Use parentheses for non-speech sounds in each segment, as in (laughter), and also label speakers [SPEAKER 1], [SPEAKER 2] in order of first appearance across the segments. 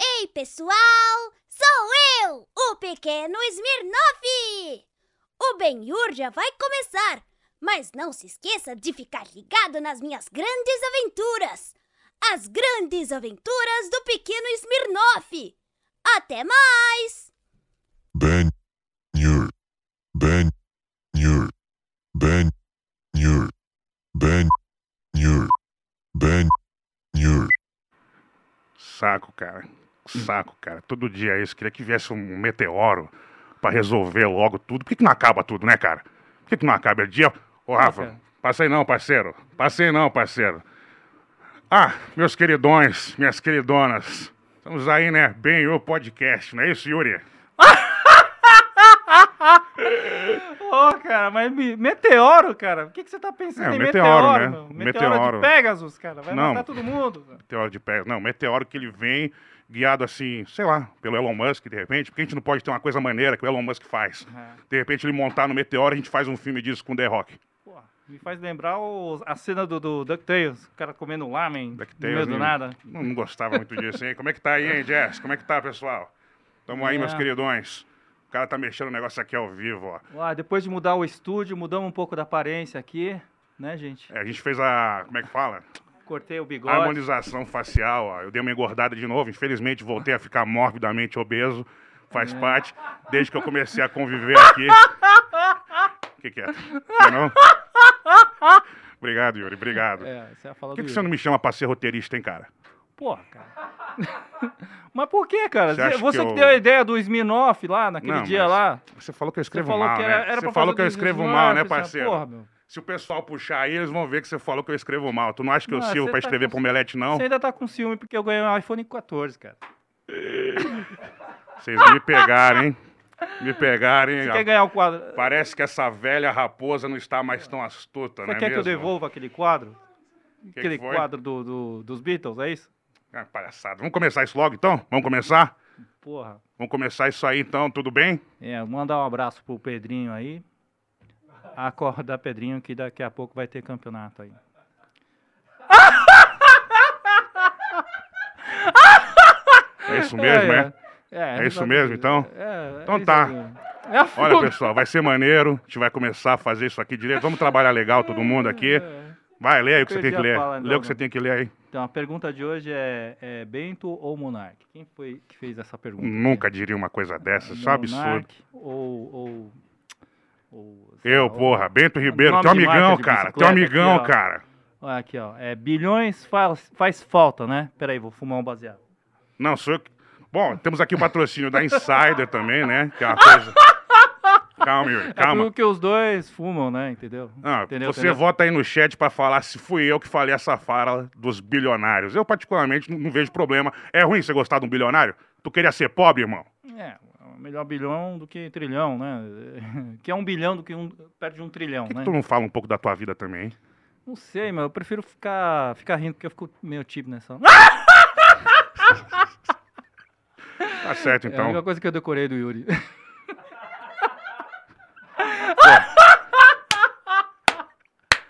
[SPEAKER 1] Ei, pessoal! Sou eu, o pequeno Smirnov! O Benhur já vai começar, mas não se esqueça de ficar ligado nas minhas grandes aventuras! As grandes aventuras do pequeno Smirnov! Até mais!
[SPEAKER 2] Ben Nur. Ben Nur. Ben Nur. Ben Nur. Ben Nur.
[SPEAKER 3] Saco, cara. Saco, cara. Todo dia é isso. Queria que viesse um meteoro pra resolver logo tudo. Por que, que não acaba tudo, né, cara? Por que, que não acaba? É dia. Ô, Rafa,
[SPEAKER 4] cara.
[SPEAKER 3] passei não, parceiro. Passei não, parceiro. Ah, meus queridões, minhas queridonas. Estamos aí, né? Bem, o podcast, não é isso, Yuri?
[SPEAKER 4] Ô, cara, mas me- meteoro, cara. O que, que você tá pensando
[SPEAKER 3] É,
[SPEAKER 4] em
[SPEAKER 3] meteoro,
[SPEAKER 4] meteoro,
[SPEAKER 3] né?
[SPEAKER 4] meu?
[SPEAKER 3] Meteoro.
[SPEAKER 4] de Pegasus, cara. Vai
[SPEAKER 3] Não.
[SPEAKER 4] matar todo mundo. cara.
[SPEAKER 3] Meteoro de pé. Não, meteoro que ele vem guiado assim, sei lá, pelo Elon Musk, de repente, porque a gente não pode ter uma coisa maneira que o Elon Musk faz.
[SPEAKER 4] É.
[SPEAKER 3] De repente ele montar no meteoro, a gente faz um filme disso com o The Rock.
[SPEAKER 4] Pô, me faz lembrar o- a cena do, do DuckTales. O cara comendo um lamen no meio
[SPEAKER 3] DuckTales,
[SPEAKER 4] do
[SPEAKER 3] né?
[SPEAKER 4] nada.
[SPEAKER 3] Não, não gostava muito disso, hein? Como é que tá aí, hein, Jess? Como é que tá, pessoal? Tamo aí, meus
[SPEAKER 4] É.
[SPEAKER 3] queridões. O cara tá mexendo o negócio aqui ao vivo, ó.
[SPEAKER 4] Ué, depois de mudar o estúdio, mudamos um pouco da aparência aqui, né, gente?
[SPEAKER 3] É, a gente fez a. Como é que fala?
[SPEAKER 4] Cortei o bigode.
[SPEAKER 3] Harmonização facial, ó. Eu dei uma engordada de novo. Infelizmente, voltei a ficar morbidamente obeso. Faz
[SPEAKER 4] É.
[SPEAKER 3] parte. Desde que eu comecei a conviver
[SPEAKER 4] (laughs)
[SPEAKER 3] aqui. O que, que é? Não, é não? Obrigado, Yuri. Obrigado. Por
[SPEAKER 4] É, você ia falar
[SPEAKER 3] que,
[SPEAKER 4] do
[SPEAKER 3] que você
[SPEAKER 4] Yuri.
[SPEAKER 3] não me chama pra ser roteirista, hein, cara?
[SPEAKER 4] Pô, cara. (laughs) mas por que,
[SPEAKER 3] Você
[SPEAKER 4] cara? Você,
[SPEAKER 3] acha que
[SPEAKER 4] que,
[SPEAKER 3] eu-
[SPEAKER 4] deu a ideia do Smirnoff lá, naquele
[SPEAKER 3] Não,
[SPEAKER 4] dia
[SPEAKER 3] mas
[SPEAKER 4] lá.
[SPEAKER 3] Você falou que eu
[SPEAKER 4] Você
[SPEAKER 3] escrevo
[SPEAKER 4] falou
[SPEAKER 3] mal,
[SPEAKER 4] que era,
[SPEAKER 3] né?
[SPEAKER 4] era pra
[SPEAKER 3] você falou
[SPEAKER 4] fazer
[SPEAKER 3] que eu
[SPEAKER 4] do
[SPEAKER 3] escrevo
[SPEAKER 4] Smirnoff,
[SPEAKER 3] mal, né,
[SPEAKER 4] essa
[SPEAKER 3] parceiro?
[SPEAKER 4] Porra, meu.
[SPEAKER 3] Se o pessoal puxar aí, eles vão ver que você falou que eu escrevo mal. Tu não acha que eu
[SPEAKER 4] Não,
[SPEAKER 3] sirvo
[SPEAKER 4] você
[SPEAKER 3] pra
[SPEAKER 4] tá
[SPEAKER 3] escrever
[SPEAKER 4] com-
[SPEAKER 3] pro Omelete, não?
[SPEAKER 4] Você ainda tá com ciúme porque eu ganhei um iPhone 14, cara.
[SPEAKER 3] Vocês me pegaram, hein?
[SPEAKER 4] (laughs)
[SPEAKER 3] Me pegaram, hein?
[SPEAKER 4] Você quer ganhar o quadro?
[SPEAKER 3] Parece que essa velha raposa não está mais tão astuta,
[SPEAKER 4] Você
[SPEAKER 3] né?
[SPEAKER 4] quer que eu devolva aquele quadro?
[SPEAKER 3] que
[SPEAKER 4] aquele
[SPEAKER 3] foi?
[SPEAKER 4] quadro do, do- dos Beatles, é isso?
[SPEAKER 3] Ah, palhaçada. Vamos começar isso logo, então? Vamos começar?
[SPEAKER 4] Porra.
[SPEAKER 3] Vamos começar isso aí, então. Tudo bem?
[SPEAKER 4] É, mandar um abraço pro Pedrinho aí. Acorda, Pedrinho, que daqui a pouco vai ter campeonato aí.
[SPEAKER 3] É
[SPEAKER 4] (laughs)
[SPEAKER 3] isso mesmo, é?
[SPEAKER 4] É,
[SPEAKER 3] É isso mesmo, então?
[SPEAKER 4] É, é
[SPEAKER 3] Então
[SPEAKER 4] isso
[SPEAKER 3] tá.
[SPEAKER 4] aí. É a
[SPEAKER 3] Olha,
[SPEAKER 4] fuga.
[SPEAKER 3] pessoal, vai ser maneiro. A gente vai começar a fazer isso aqui direito. Vamos trabalhar legal todo mundo aqui.
[SPEAKER 4] É.
[SPEAKER 3] Vai, lê aí o que você tem
[SPEAKER 4] Perdi
[SPEAKER 3] que
[SPEAKER 4] a
[SPEAKER 3] ler.
[SPEAKER 4] fala,
[SPEAKER 3] Lê o
[SPEAKER 4] não,
[SPEAKER 3] que você
[SPEAKER 4] não.
[SPEAKER 3] tem que ler aí.
[SPEAKER 4] Então, a pergunta de hoje é, é Bento ou Monark? Quem foi que fez essa pergunta?
[SPEAKER 3] Nunca diria uma coisa dessa. Isso é um absurdo.
[SPEAKER 4] Monark Ou, ou, ou- sei
[SPEAKER 3] Eu,
[SPEAKER 4] lá, ou-
[SPEAKER 3] porra, Bento Ribeiro,
[SPEAKER 4] Nome
[SPEAKER 3] teu
[SPEAKER 4] de marca
[SPEAKER 3] amigão,
[SPEAKER 4] de
[SPEAKER 3] cara. Teu
[SPEAKER 4] bicicleta
[SPEAKER 3] amigão,
[SPEAKER 4] aqui, ó.
[SPEAKER 3] cara.
[SPEAKER 4] Olha aqui, ó. É, bilhões faz, faz falta, né? Peraí, vou fumar um baseado.
[SPEAKER 3] Não, sou eu. que- Bom, temos aqui o patrocínio
[SPEAKER 4] (laughs)
[SPEAKER 3] da Insider também, né? Que é uma coisa. Calma, Yuri,
[SPEAKER 4] É
[SPEAKER 3] calma.
[SPEAKER 4] porque os dois fumam, né? Entendeu?
[SPEAKER 3] Ah,
[SPEAKER 4] entendeu?
[SPEAKER 3] você
[SPEAKER 4] entendeu?
[SPEAKER 3] vota aí no chat pra falar se fui eu que falei essa fala dos bilionários. Eu, particularmente, não, não vejo problema. É ruim você gostar de um bilionário? Tu queria ser pobre, irmão?
[SPEAKER 4] É, melhor bilhão do que trilhão, né? (laughs) Que é um bilhão do que um... perto de um trilhão,
[SPEAKER 3] Por que,
[SPEAKER 4] né?
[SPEAKER 3] que tu não fala um pouco da tua vida também, hein?
[SPEAKER 4] Não sei, mas eu prefiro ficar, ficar rindo, porque eu fico meio tipo nessa.
[SPEAKER 3] Ah, Tá certo,
[SPEAKER 4] É a única
[SPEAKER 3] então.
[SPEAKER 4] coisa que eu decorei
[SPEAKER 3] (laughs)
[SPEAKER 4] do Yuri.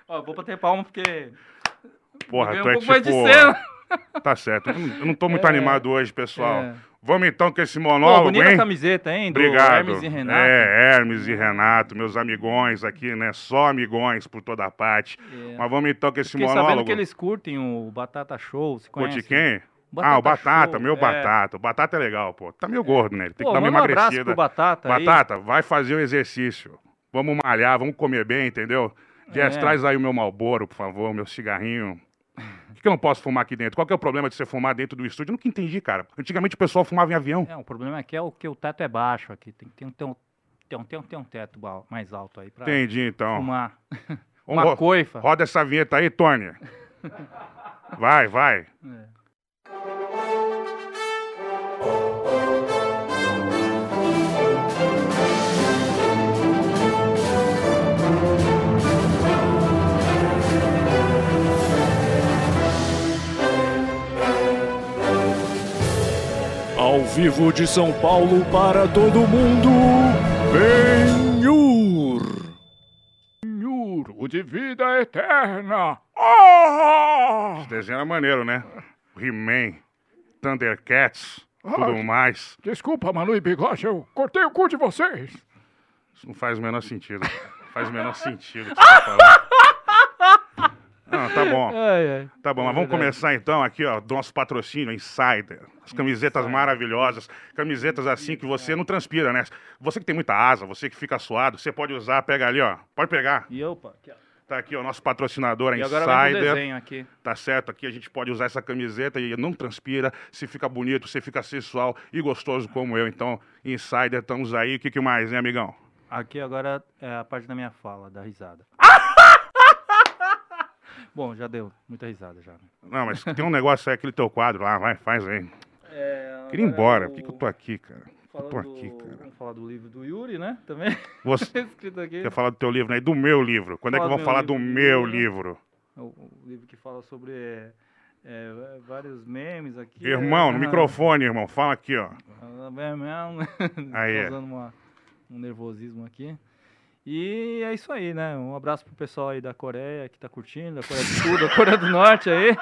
[SPEAKER 4] Ó, vou bater palma porque
[SPEAKER 3] Porra,
[SPEAKER 4] ganhei
[SPEAKER 3] tu
[SPEAKER 4] um
[SPEAKER 3] é
[SPEAKER 4] pouco mais de
[SPEAKER 3] tipo.
[SPEAKER 4] cena.
[SPEAKER 3] Tá certo. Eu não- eu não tô muito
[SPEAKER 4] É.
[SPEAKER 3] animado hoje, pessoal.
[SPEAKER 4] É.
[SPEAKER 3] Vamos então com esse
[SPEAKER 4] Pô,
[SPEAKER 3] monólogo,
[SPEAKER 4] bonita
[SPEAKER 3] hein?
[SPEAKER 4] camiseta, hein? Do
[SPEAKER 3] Obrigado.
[SPEAKER 4] Hermes e Renato.
[SPEAKER 3] É, Hermes e Renato, meus amigões aqui, né? Só amigões por toda parte.
[SPEAKER 4] É.
[SPEAKER 3] Mas vamos então com esse
[SPEAKER 4] Fiquei sabendo
[SPEAKER 3] monólogo.
[SPEAKER 4] que eles curtem o Batata Show, se
[SPEAKER 3] Pô, de
[SPEAKER 4] conhece?
[SPEAKER 3] quem?
[SPEAKER 4] Batata
[SPEAKER 3] ah, o Batata,
[SPEAKER 4] Show,
[SPEAKER 3] meu
[SPEAKER 4] é.
[SPEAKER 3] Batata. O Batata é legal, pô. Tá meio gordo, né? Ele tem
[SPEAKER 4] Pô,
[SPEAKER 3] que dar uma
[SPEAKER 4] manda um abraço
[SPEAKER 3] emagrecida.
[SPEAKER 4] pro Batata aí.
[SPEAKER 3] Batata, vai fazer o exercício. Vamos malhar, vamos comer bem, entendeu? Jess,
[SPEAKER 4] É.
[SPEAKER 3] traz aí o meu malboro, por favor, meu cigarrinho. Por que que eu não posso fumar aqui dentro? Qual que é o problema de você fumar dentro do estúdio? Eu nunca entendi, cara. Antigamente o pessoal fumava em avião.
[SPEAKER 4] É, o problema aqui é o que o teto é baixo aqui. Tem, tem, um- tem, um, tem, um, tem, um, tem um teto ba- mais alto aí pra
[SPEAKER 3] Entendi, então.
[SPEAKER 4] É,
[SPEAKER 3] (laughs)
[SPEAKER 4] fumar.
[SPEAKER 3] Vamos
[SPEAKER 4] Uma
[SPEAKER 3] ro-
[SPEAKER 4] coifa.
[SPEAKER 3] Roda essa vinheta
[SPEAKER 5] (laughs)
[SPEAKER 3] aí, Tony. Vai, vai.
[SPEAKER 4] É.
[SPEAKER 6] Ao vivo de São Paulo para todo mundo, Benhur. Benhur, de vida eterna.
[SPEAKER 5] Oh!
[SPEAKER 3] Desenho era maneiro, né? He-Man, Thundercats. tudo mais.
[SPEAKER 5] Ah, Desculpa, Manu e Bigode, eu cortei o cu de vocês.
[SPEAKER 3] Isso não faz o menor sentido. faz o menor sentido o que você tá falando.
[SPEAKER 5] (laughs)
[SPEAKER 3] Não, tá bom.
[SPEAKER 5] Ah.
[SPEAKER 4] Ai, ai.
[SPEAKER 3] Tá bom, mas vamos
[SPEAKER 4] É Verdade.
[SPEAKER 3] começar então aqui, ó, do nosso patrocínio, Insider. As camisetas maravilhosas, camisetas assim que você não transpira, né? Você que tem muita asa, você que fica suado, você pode usar, pega ali, ó. Pode pegar.
[SPEAKER 4] E opa, aqui, ó.
[SPEAKER 3] Tá aqui, ó, nosso patrocinador, a
[SPEAKER 4] E agora vai pro
[SPEAKER 3] Insider.
[SPEAKER 4] desenho aqui.
[SPEAKER 3] Tá certo? Aqui a gente pode usar essa camiseta e não transpira, se fica bonito, se fica sensual e gostoso como eu. Então, Insider, estamos aí. O que, que mais, né, amigão?
[SPEAKER 4] Aqui agora é a parte da minha fala, da risada. (laughs) Bom, já deu muita risada já. né?
[SPEAKER 3] Não, mas tem um negócio aí, aquele teu quadro lá, vai, faz aí. Queria ir embora, por que, que eu tô aqui, cara? Por que eu tô aqui, cara?
[SPEAKER 4] Vamos falar é do livro do Yuri, né? Também (laughs)
[SPEAKER 3] Você
[SPEAKER 4] escrito aqui.
[SPEAKER 3] quer falar do teu livro, né? E do meu livro. Quando é que
[SPEAKER 4] Fala
[SPEAKER 3] vão
[SPEAKER 4] do
[SPEAKER 3] falar
[SPEAKER 4] meu
[SPEAKER 3] do
[SPEAKER 4] livro.
[SPEAKER 3] meu livro?
[SPEAKER 4] É O, o livro que fala sobre é, é, vários memes aqui.
[SPEAKER 3] Irmão, no
[SPEAKER 4] Ah,
[SPEAKER 3] microfone, irmão, fala aqui, ó.
[SPEAKER 4] ah, bem mesmo. (laughs)
[SPEAKER 3] Aí. é.
[SPEAKER 4] Causando uma- um nervosismo aqui. E é isso aí, né? Um abraço pro pessoal aí da Coreia que tá curtindo, da Coreia do Sul, da Coreia do
[SPEAKER 3] (laughs)
[SPEAKER 4] Norte aí.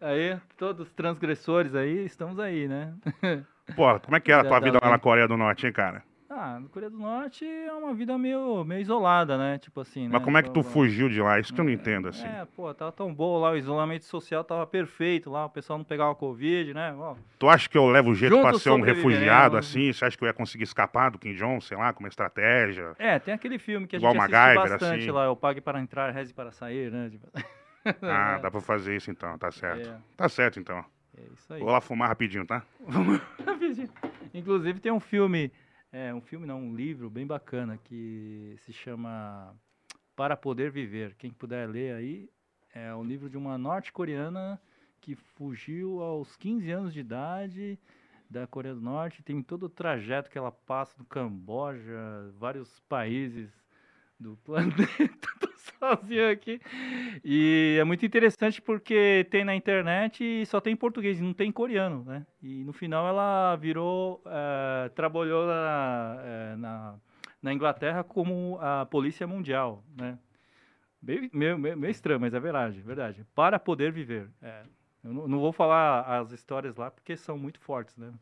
[SPEAKER 4] Aí, todos os transgressores aí, estamos aí, né?
[SPEAKER 3] Pô, como é que era a tua
[SPEAKER 4] Cidadão,
[SPEAKER 3] vida lá
[SPEAKER 4] né?
[SPEAKER 3] na Coreia do Norte, hein, cara?
[SPEAKER 4] Ah, na Coreia do Norte é uma vida meio, meio isolada, né? Tipo assim,
[SPEAKER 3] Mas
[SPEAKER 4] né?
[SPEAKER 3] como é que tu
[SPEAKER 4] Tava-
[SPEAKER 3] fugiu de lá? Isso que eu não entendo, assim.
[SPEAKER 4] É, pô, tava tão bom lá, o isolamento social tava perfeito lá, o pessoal não pegava Covid, né? Ó,
[SPEAKER 3] Tu acha que eu levo o jeito pra
[SPEAKER 4] Juntos
[SPEAKER 3] ser um
[SPEAKER 4] sobreviveremos.
[SPEAKER 3] refugiado, assim? Você acha que eu ia conseguir escapar do Kim Jong, sei lá, com uma
[SPEAKER 4] (laughs)
[SPEAKER 3] estratégia?
[SPEAKER 4] É, tem aquele filme que a
[SPEAKER 3] Igual
[SPEAKER 4] gente assiste
[SPEAKER 3] MacGyver,
[SPEAKER 4] bastante
[SPEAKER 3] assim.
[SPEAKER 4] lá, Eu Pague para Entrar, Reze para Sair, né? (laughs) Tipo,
[SPEAKER 3] Ah, dá pra fazer isso então, tá certo.
[SPEAKER 4] É.
[SPEAKER 3] Tá certo então.
[SPEAKER 4] é isso aí.
[SPEAKER 3] Vou lá fumar rapidinho, tá?
[SPEAKER 4] (laughs) Inclusive tem um filme, é, um filme não, um livro bem bacana que se chama Para Poder Viver. Quem puder ler aí, é um livro de uma norte-coreana que fugiu aos 15 anos de idade da Coreia do Norte, tem todo o trajeto que ela passa do Camboja, vários países do planeta, (laughs) tô sozinho aqui. E é muito interessante porque tem na internet e só tem português, não tem coreano, né? E no final ela virou, eh, trabalhou na, eh, na, na Inglaterra como a polícia mundial, né? Meio, meio, meio- meio estranho, mas é verdade, verdade. Para poder viver. É, eu não, não vou falar as histórias lá porque são muito fortes, né?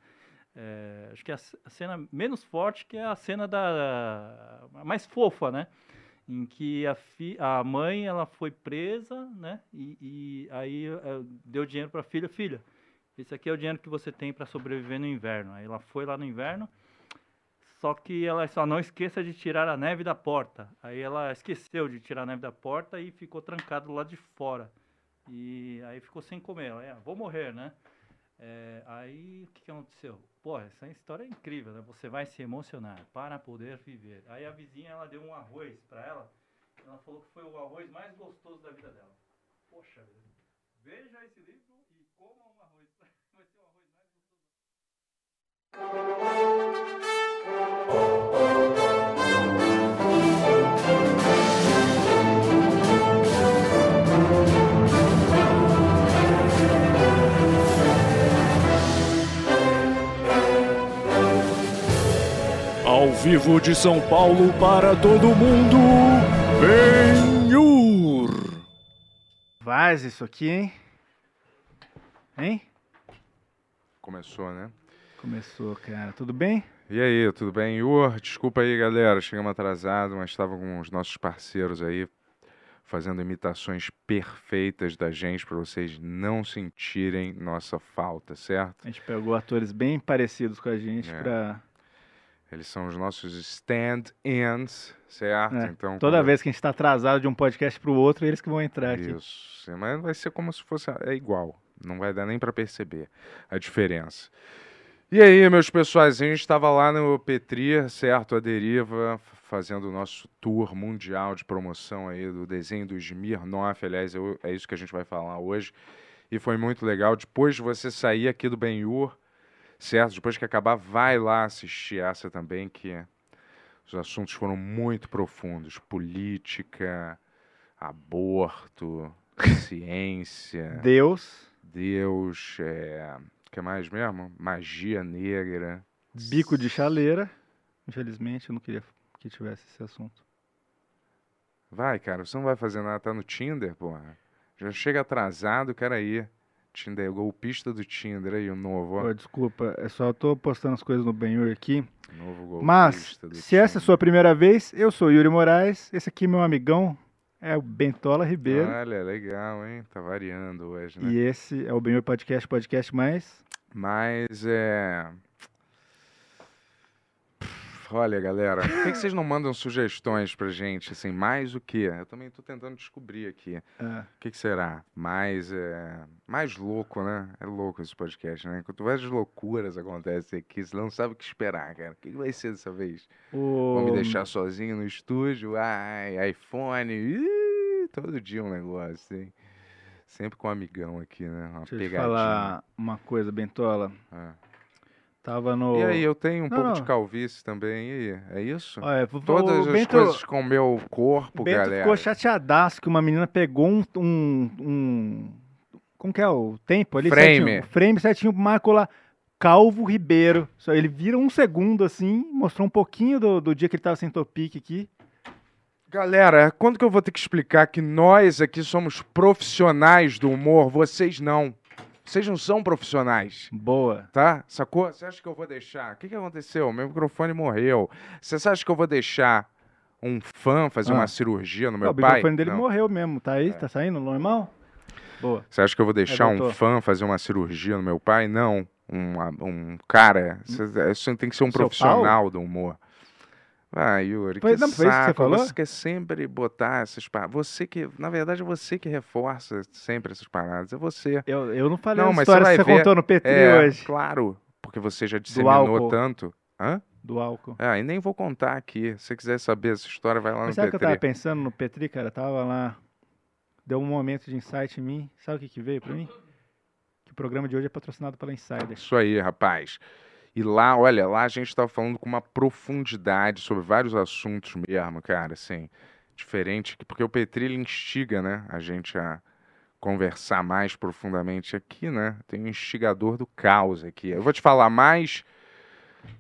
[SPEAKER 4] Eh, acho que a, c- a cena menos forte que é a cena da a mais fofa, né? em que a, fi, a mãe ela foi presa, né? E, e aí eh, deu dinheiro para a filha, filha. Esse aqui é o dinheiro que você tem para sobreviver no inverno. Aí ela foi lá no inverno, só que ela só não esqueça de tirar a neve da porta. Aí ela esqueceu de tirar a neve da porta e ficou trancada lá de fora. E aí ficou sem comer. Ela, "É, vou morrer, né? Eh, aí o que, que aconteceu? Pô, essa história é incrível, né? Você vai se emocionar para poder viver. Aí a vizinha ela deu um arroz para ela. Ela falou que foi o arroz mais gostoso da vida dela. Poxa vida. Veja esse livro e coma um arroz. (laughs) Vai ser o arroz mais gostoso.
[SPEAKER 6] Ao vivo de São Paulo para todo mundo, Benhur.
[SPEAKER 7] Faz isso aqui, hein? Hein?
[SPEAKER 8] Começou, né?
[SPEAKER 7] Começou, cara. Tudo bem?
[SPEAKER 8] E aí, tudo bem? Ior, desculpa aí, galera. Chegamos atrasado, mas estava com os nossos parceiros aí fazendo imitações perfeitas da gente para vocês não sentirem nossa falta, certo?
[SPEAKER 7] A gente pegou atores bem parecidos com a gente
[SPEAKER 8] É.
[SPEAKER 7] pra.
[SPEAKER 8] Eles são os nossos stand-ins, certo?
[SPEAKER 7] É,
[SPEAKER 8] então
[SPEAKER 7] Toda
[SPEAKER 8] quando-
[SPEAKER 7] vez que a gente tá atrasado de um podcast pro outro, eles que vão entrar aqui.
[SPEAKER 8] Isso. Mas vai ser como se fosse. É igual. Não vai dar nem para perceber a diferença. E aí, meus pessoais, a gente estava lá no Petri, certo? A deriva, f- fazendo o nosso tour mundial de promoção aí do desenho do Smirnoff. Aliás, eu- é isso que a gente vai falar hoje. E foi muito legal. Depois de você sair aqui do Benhur, certo? Depois que acabar, vai lá assistir essa também, que os assuntos foram muito profundos. Política,
[SPEAKER 7] (laughs)
[SPEAKER 8] aborto, ciência,
[SPEAKER 7] Deus,
[SPEAKER 8] Deus, é... que mais mesmo? Magia negra.
[SPEAKER 7] bico de chaleira. Infelizmente, eu não queria que tivesse esse assunto.
[SPEAKER 8] Vai, cara, você não vai fazer nada, tá no Tinder, porra. Já chega atrasado, cara aí. Tinder, golpista do Tinder aí, o novo, ó.
[SPEAKER 7] Ô, desculpa, é só eu tô postando as coisas no Benhur aqui.
[SPEAKER 8] Novo golpista
[SPEAKER 7] Mas,
[SPEAKER 8] do
[SPEAKER 7] se essa é a
[SPEAKER 8] Tinder.
[SPEAKER 7] sua primeira vez, eu sou Yuri Moraes. Esse aqui, é meu amigão, é o Bentola Ribeiro.
[SPEAKER 8] Olha, legal, hein? Tá variando hoje, né?
[SPEAKER 7] E esse é o Benhur Podcast, podcast mais.
[SPEAKER 8] Mas é. Olha, galera, por que que vocês não mandam sugestões pra gente? Assim, mais o quê? Eu também tô tentando descobrir aqui.
[SPEAKER 7] Ah,
[SPEAKER 8] O que, que será? Mais, é... mais louco, né? É louco esse podcast, né? Quanto várias loucuras acontecem aqui, você não sabe o que esperar, cara. O que que vai ser dessa vez?
[SPEAKER 7] o...
[SPEAKER 8] Vão me deixar sozinho no estúdio? Ai, iPhone. ih, todo dia um negócio, hein? Sempre com um amigão aqui, né? Uma
[SPEAKER 7] Deixa eu te
[SPEAKER 8] pegadinha.
[SPEAKER 7] falar uma coisa, Bentola.
[SPEAKER 8] Ah.
[SPEAKER 7] Tava no.
[SPEAKER 8] E aí, eu tenho um
[SPEAKER 7] Não,
[SPEAKER 8] pouco de
[SPEAKER 7] não.
[SPEAKER 8] calvície também, e aí? É isso?
[SPEAKER 7] Olha, o
[SPEAKER 8] Todas as
[SPEAKER 7] Bento,
[SPEAKER 8] coisas com o meu
[SPEAKER 7] o
[SPEAKER 8] corpo,
[SPEAKER 7] Bento
[SPEAKER 8] galera.
[SPEAKER 7] ficou chateadaço que uma menina pegou um. um, um- como que é o tempo ali?
[SPEAKER 8] Frame.
[SPEAKER 7] certinho? O frame certinho, marcou lá. Calvo Ribeiro. Só ele vira um segundo assim, mostrou um pouquinho do, do dia que ele tava sem topique aqui.
[SPEAKER 8] Galera, quando que eu vou ter que explicar que nós aqui somos profissionais do humor? Vocês não. Vocês não são profissionais.
[SPEAKER 7] Boa.
[SPEAKER 8] Tá? Sacou? Você acha que eu vou deixar? O que, que aconteceu? Meu microfone morreu. Você acha que eu vou deixar um fã fazer
[SPEAKER 7] Ah.
[SPEAKER 8] uma cirurgia no meu
[SPEAKER 7] o
[SPEAKER 8] pai?
[SPEAKER 7] microfone dele
[SPEAKER 8] Não. É.
[SPEAKER 7] morreu mesmo. Tá aí? Tá saindo normal? Boa.
[SPEAKER 8] Você acha que eu vou deixar um
[SPEAKER 7] doutor.
[SPEAKER 8] fã fazer uma cirurgia no meu pai? Não. Um, um cara. Você, você tem que ser um
[SPEAKER 7] Hum. Seu
[SPEAKER 8] profissional do humor. Ah, Yuri,
[SPEAKER 7] Foi-
[SPEAKER 8] que
[SPEAKER 7] não, foi isso que você
[SPEAKER 8] saco.
[SPEAKER 7] falou?
[SPEAKER 8] Você quer sempre botar essas paradas. Você que, na verdade, é você que reforça sempre essas paradas. É você.
[SPEAKER 7] Eu, eu não falei
[SPEAKER 8] Não,
[SPEAKER 7] a
[SPEAKER 8] mas
[SPEAKER 7] história
[SPEAKER 8] você
[SPEAKER 7] que
[SPEAKER 8] vai
[SPEAKER 7] você
[SPEAKER 8] ver.
[SPEAKER 7] contou no Petri
[SPEAKER 8] É,
[SPEAKER 7] hoje.
[SPEAKER 8] claro. Porque você já disseminou
[SPEAKER 7] álcool.
[SPEAKER 8] tanto. Hã?
[SPEAKER 7] Do álcool.
[SPEAKER 8] Ah, e nem vou contar aqui. Se você quiser saber essa história, vai lá
[SPEAKER 7] Mas
[SPEAKER 8] no
[SPEAKER 7] sabe o que eu tava
[SPEAKER 8] Petri.
[SPEAKER 7] pensando no Petri, cara? Tava lá. Deu um momento de insight em mim. Sabe o que, que veio pra mim? Que o programa de hoje é patrocinado pela Insider.
[SPEAKER 8] Isso aí, rapaz. E lá, olha, lá a gente tava falando com uma profundidade sobre vários assuntos mesmo, cara, assim, diferente, que- porque o Petri ele instiga, né, a gente a conversar mais profundamente aqui, né? Tem um instigador do caos aqui. Eu vou te falar mais,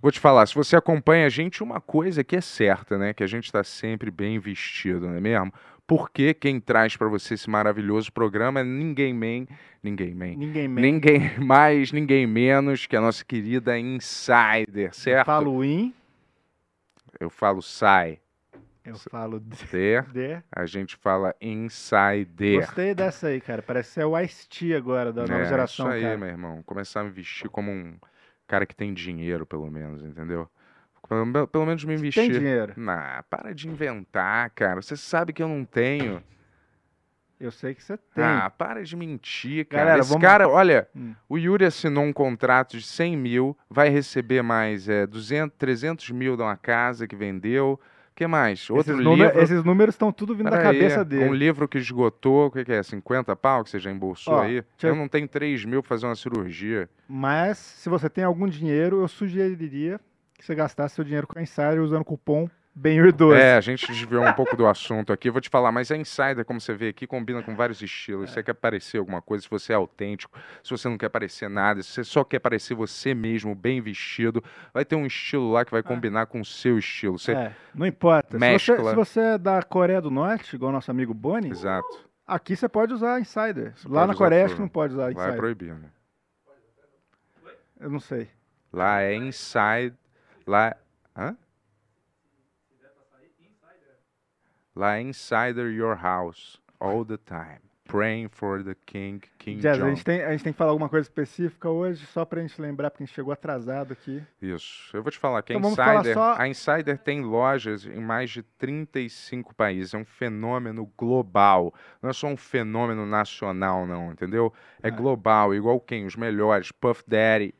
[SPEAKER 8] vou te falar, se você acompanha a gente, uma coisa que é certa, né, que a gente tá sempre bem vestido, não é mesmo? Porque quem traz para você esse maravilhoso programa é ninguém men, ninguém men,
[SPEAKER 7] Ninguém mente. (laughs)
[SPEAKER 8] Ninguém mais, ninguém menos que a nossa querida Insider, certo?
[SPEAKER 7] Eu falo in,
[SPEAKER 8] Eu falo sai,
[SPEAKER 7] eu falo de.
[SPEAKER 8] ter.
[SPEAKER 7] de.
[SPEAKER 8] A gente fala Insider.
[SPEAKER 7] Gostei dessa aí, cara. Parece ser o Ice-T agora, da nova
[SPEAKER 8] é,
[SPEAKER 7] geração,
[SPEAKER 8] isso aí,
[SPEAKER 7] cara.
[SPEAKER 8] meu irmão. Começar a me vestir como um cara que tem dinheiro, pelo menos, entendeu? Pelo, pelo menos me
[SPEAKER 7] Tem
[SPEAKER 8] vestir.
[SPEAKER 7] dinheiro.
[SPEAKER 8] Ah, para de inventar, cara. Você sabe que eu não tenho.
[SPEAKER 7] Eu sei que você tem.
[SPEAKER 8] Ah, para de mentir, cara.
[SPEAKER 7] Galera,
[SPEAKER 8] Esse
[SPEAKER 7] vamos-
[SPEAKER 8] cara, olha,
[SPEAKER 7] Hum.
[SPEAKER 8] o Yuri assinou um contrato de 100 mil, vai receber mais é, 200, 300 mil de uma casa que vendeu. O que mais? Outro
[SPEAKER 7] esses,
[SPEAKER 8] livro.
[SPEAKER 7] número- esses números estão tudo vindo da
[SPEAKER 8] Peraí,
[SPEAKER 7] cabeça
[SPEAKER 8] Um
[SPEAKER 7] dele.
[SPEAKER 8] livro que esgotou, o que, que é? 50 pau que você já embolsou
[SPEAKER 7] Ó,
[SPEAKER 8] aí?
[SPEAKER 7] eu-
[SPEAKER 8] Eu não tenho 3 mil pra fazer uma cirurgia.
[SPEAKER 7] Mas, se você tem algum dinheiro, eu sugeriria que você gastasse seu dinheiro com a Insider usando o cupom BENHUR12.
[SPEAKER 8] É, a gente desviou um pouco do assunto aqui. Eu Vou te falar, mas a Insider, como você vê aqui, combina com vários estilos.
[SPEAKER 7] É.
[SPEAKER 8] Se você quer parecer alguma coisa, se você é autêntico, se você não quer parecer nada, se você só quer parecer você mesmo, bem vestido, vai ter um estilo lá que vai combinar com o seu estilo. Você-
[SPEAKER 7] É, não importa. Se você,
[SPEAKER 8] Mescla.
[SPEAKER 7] se você é da Coreia do Norte, igual nosso amigo Boni,
[SPEAKER 8] Exato.
[SPEAKER 7] aqui você pode usar Insider.
[SPEAKER 8] Você pode
[SPEAKER 7] Lá na
[SPEAKER 8] usar
[SPEAKER 7] Coreia
[SPEAKER 8] tudo.
[SPEAKER 7] acho que não pode usar
[SPEAKER 8] Lá é
[SPEAKER 7] Insider.
[SPEAKER 8] proibido. né?
[SPEAKER 7] Eu não sei.
[SPEAKER 8] Lá é Inside. Lá. Hã? Lá é Insider Your House. All the time. Praying for the King, King
[SPEAKER 7] Jazz, a
[SPEAKER 8] John.
[SPEAKER 7] gente, tem, a gente tem que falar alguma coisa específica hoje, só pra gente lembrar, porque a gente chegou atrasado aqui.
[SPEAKER 8] Isso. Eu vou te falar que a
[SPEAKER 7] Então vamos falar
[SPEAKER 8] Insider,
[SPEAKER 7] só-
[SPEAKER 8] a Insider tem lojas em mais de 35 países. É um fenômeno global. Não é só um fenômeno nacional, não, entendeu? É
[SPEAKER 7] Ah.
[SPEAKER 8] global, igual quem? Os melhores. Puff Daddy,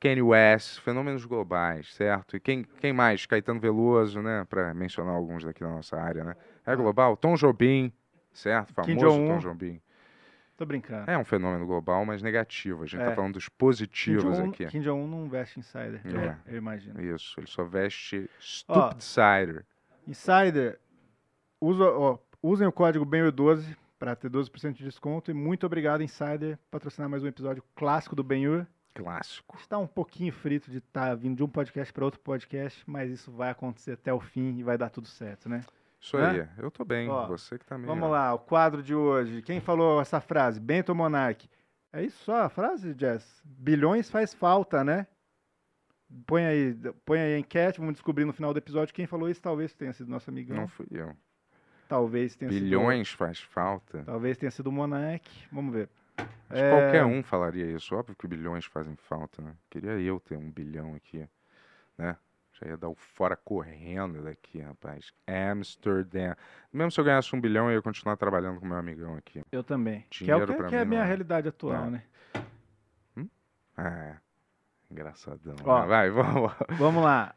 [SPEAKER 8] Kanye West, fenômenos globais, certo? E quem, quem mais? Caetano Veloso, né? Pra mencionar alguns daqui da nossa área, né? É global. Tom Jobim, certo?
[SPEAKER 7] Ah. Kim
[SPEAKER 8] Famoso
[SPEAKER 7] Jong-un.
[SPEAKER 8] Tom Jobim.
[SPEAKER 7] Tô brincando.
[SPEAKER 8] É um fenômeno global, mas negativo. A gente
[SPEAKER 7] É.
[SPEAKER 8] tá falando dos
[SPEAKER 7] Kim
[SPEAKER 8] positivos
[SPEAKER 7] Jong-un
[SPEAKER 8] aqui.
[SPEAKER 7] Kim Jong-un não veste Insider, eu-
[SPEAKER 8] É.
[SPEAKER 7] eu imagino.
[SPEAKER 8] Isso, ele só veste
[SPEAKER 7] Ó.
[SPEAKER 8] Stupid Cider.
[SPEAKER 7] Insider, usa, ó, usem o código BENHUR12 para ter 12% de desconto. E muito obrigado, Insider, por patrocinar mais um episódio clássico do Benhur.
[SPEAKER 8] Clássico.
[SPEAKER 7] Está um pouquinho frito de estar vindo de um podcast para outro podcast, mas isso vai acontecer até o fim e vai dar tudo certo, né?
[SPEAKER 8] Isso
[SPEAKER 7] Né?
[SPEAKER 8] aí. Eu tô bem.
[SPEAKER 7] Ó,
[SPEAKER 8] Você que tá meio.
[SPEAKER 7] Vamos lá, o quadro de hoje. Quem falou essa frase? Bento Monarque. É isso só a frase, Jess? Bilhões faz falta, né? Põe aí, põe aí a enquete, vamos descobrir no final do episódio quem falou isso. Talvez tenha sido nosso amigão.
[SPEAKER 8] Não fui eu.
[SPEAKER 7] Talvez tenha
[SPEAKER 8] Bilhões faz falta.
[SPEAKER 7] sido. Talvez tenha sido o Monark. Vamos ver.
[SPEAKER 8] Acho que
[SPEAKER 7] É.
[SPEAKER 8] Qualquer um falaria isso. Óbvio que bilhões fazem falta, né? Queria eu ter um bilhão aqui, né? Já ia dar o fora correndo daqui, rapaz. Amsterdã. Mesmo se eu ganhasse um bilhão, eu ia continuar trabalhando com meu amigão aqui.
[SPEAKER 7] Eu também.
[SPEAKER 8] Dinheiro
[SPEAKER 7] que é o que,
[SPEAKER 8] pra
[SPEAKER 7] que é a
[SPEAKER 8] mim
[SPEAKER 7] minha
[SPEAKER 8] não é-
[SPEAKER 7] realidade atual,
[SPEAKER 8] não.
[SPEAKER 7] né?
[SPEAKER 8] Ah, engraçadão. né?
[SPEAKER 7] Ó.
[SPEAKER 8] Vai, (laughs) vamos lá.
[SPEAKER 7] Vamos lá.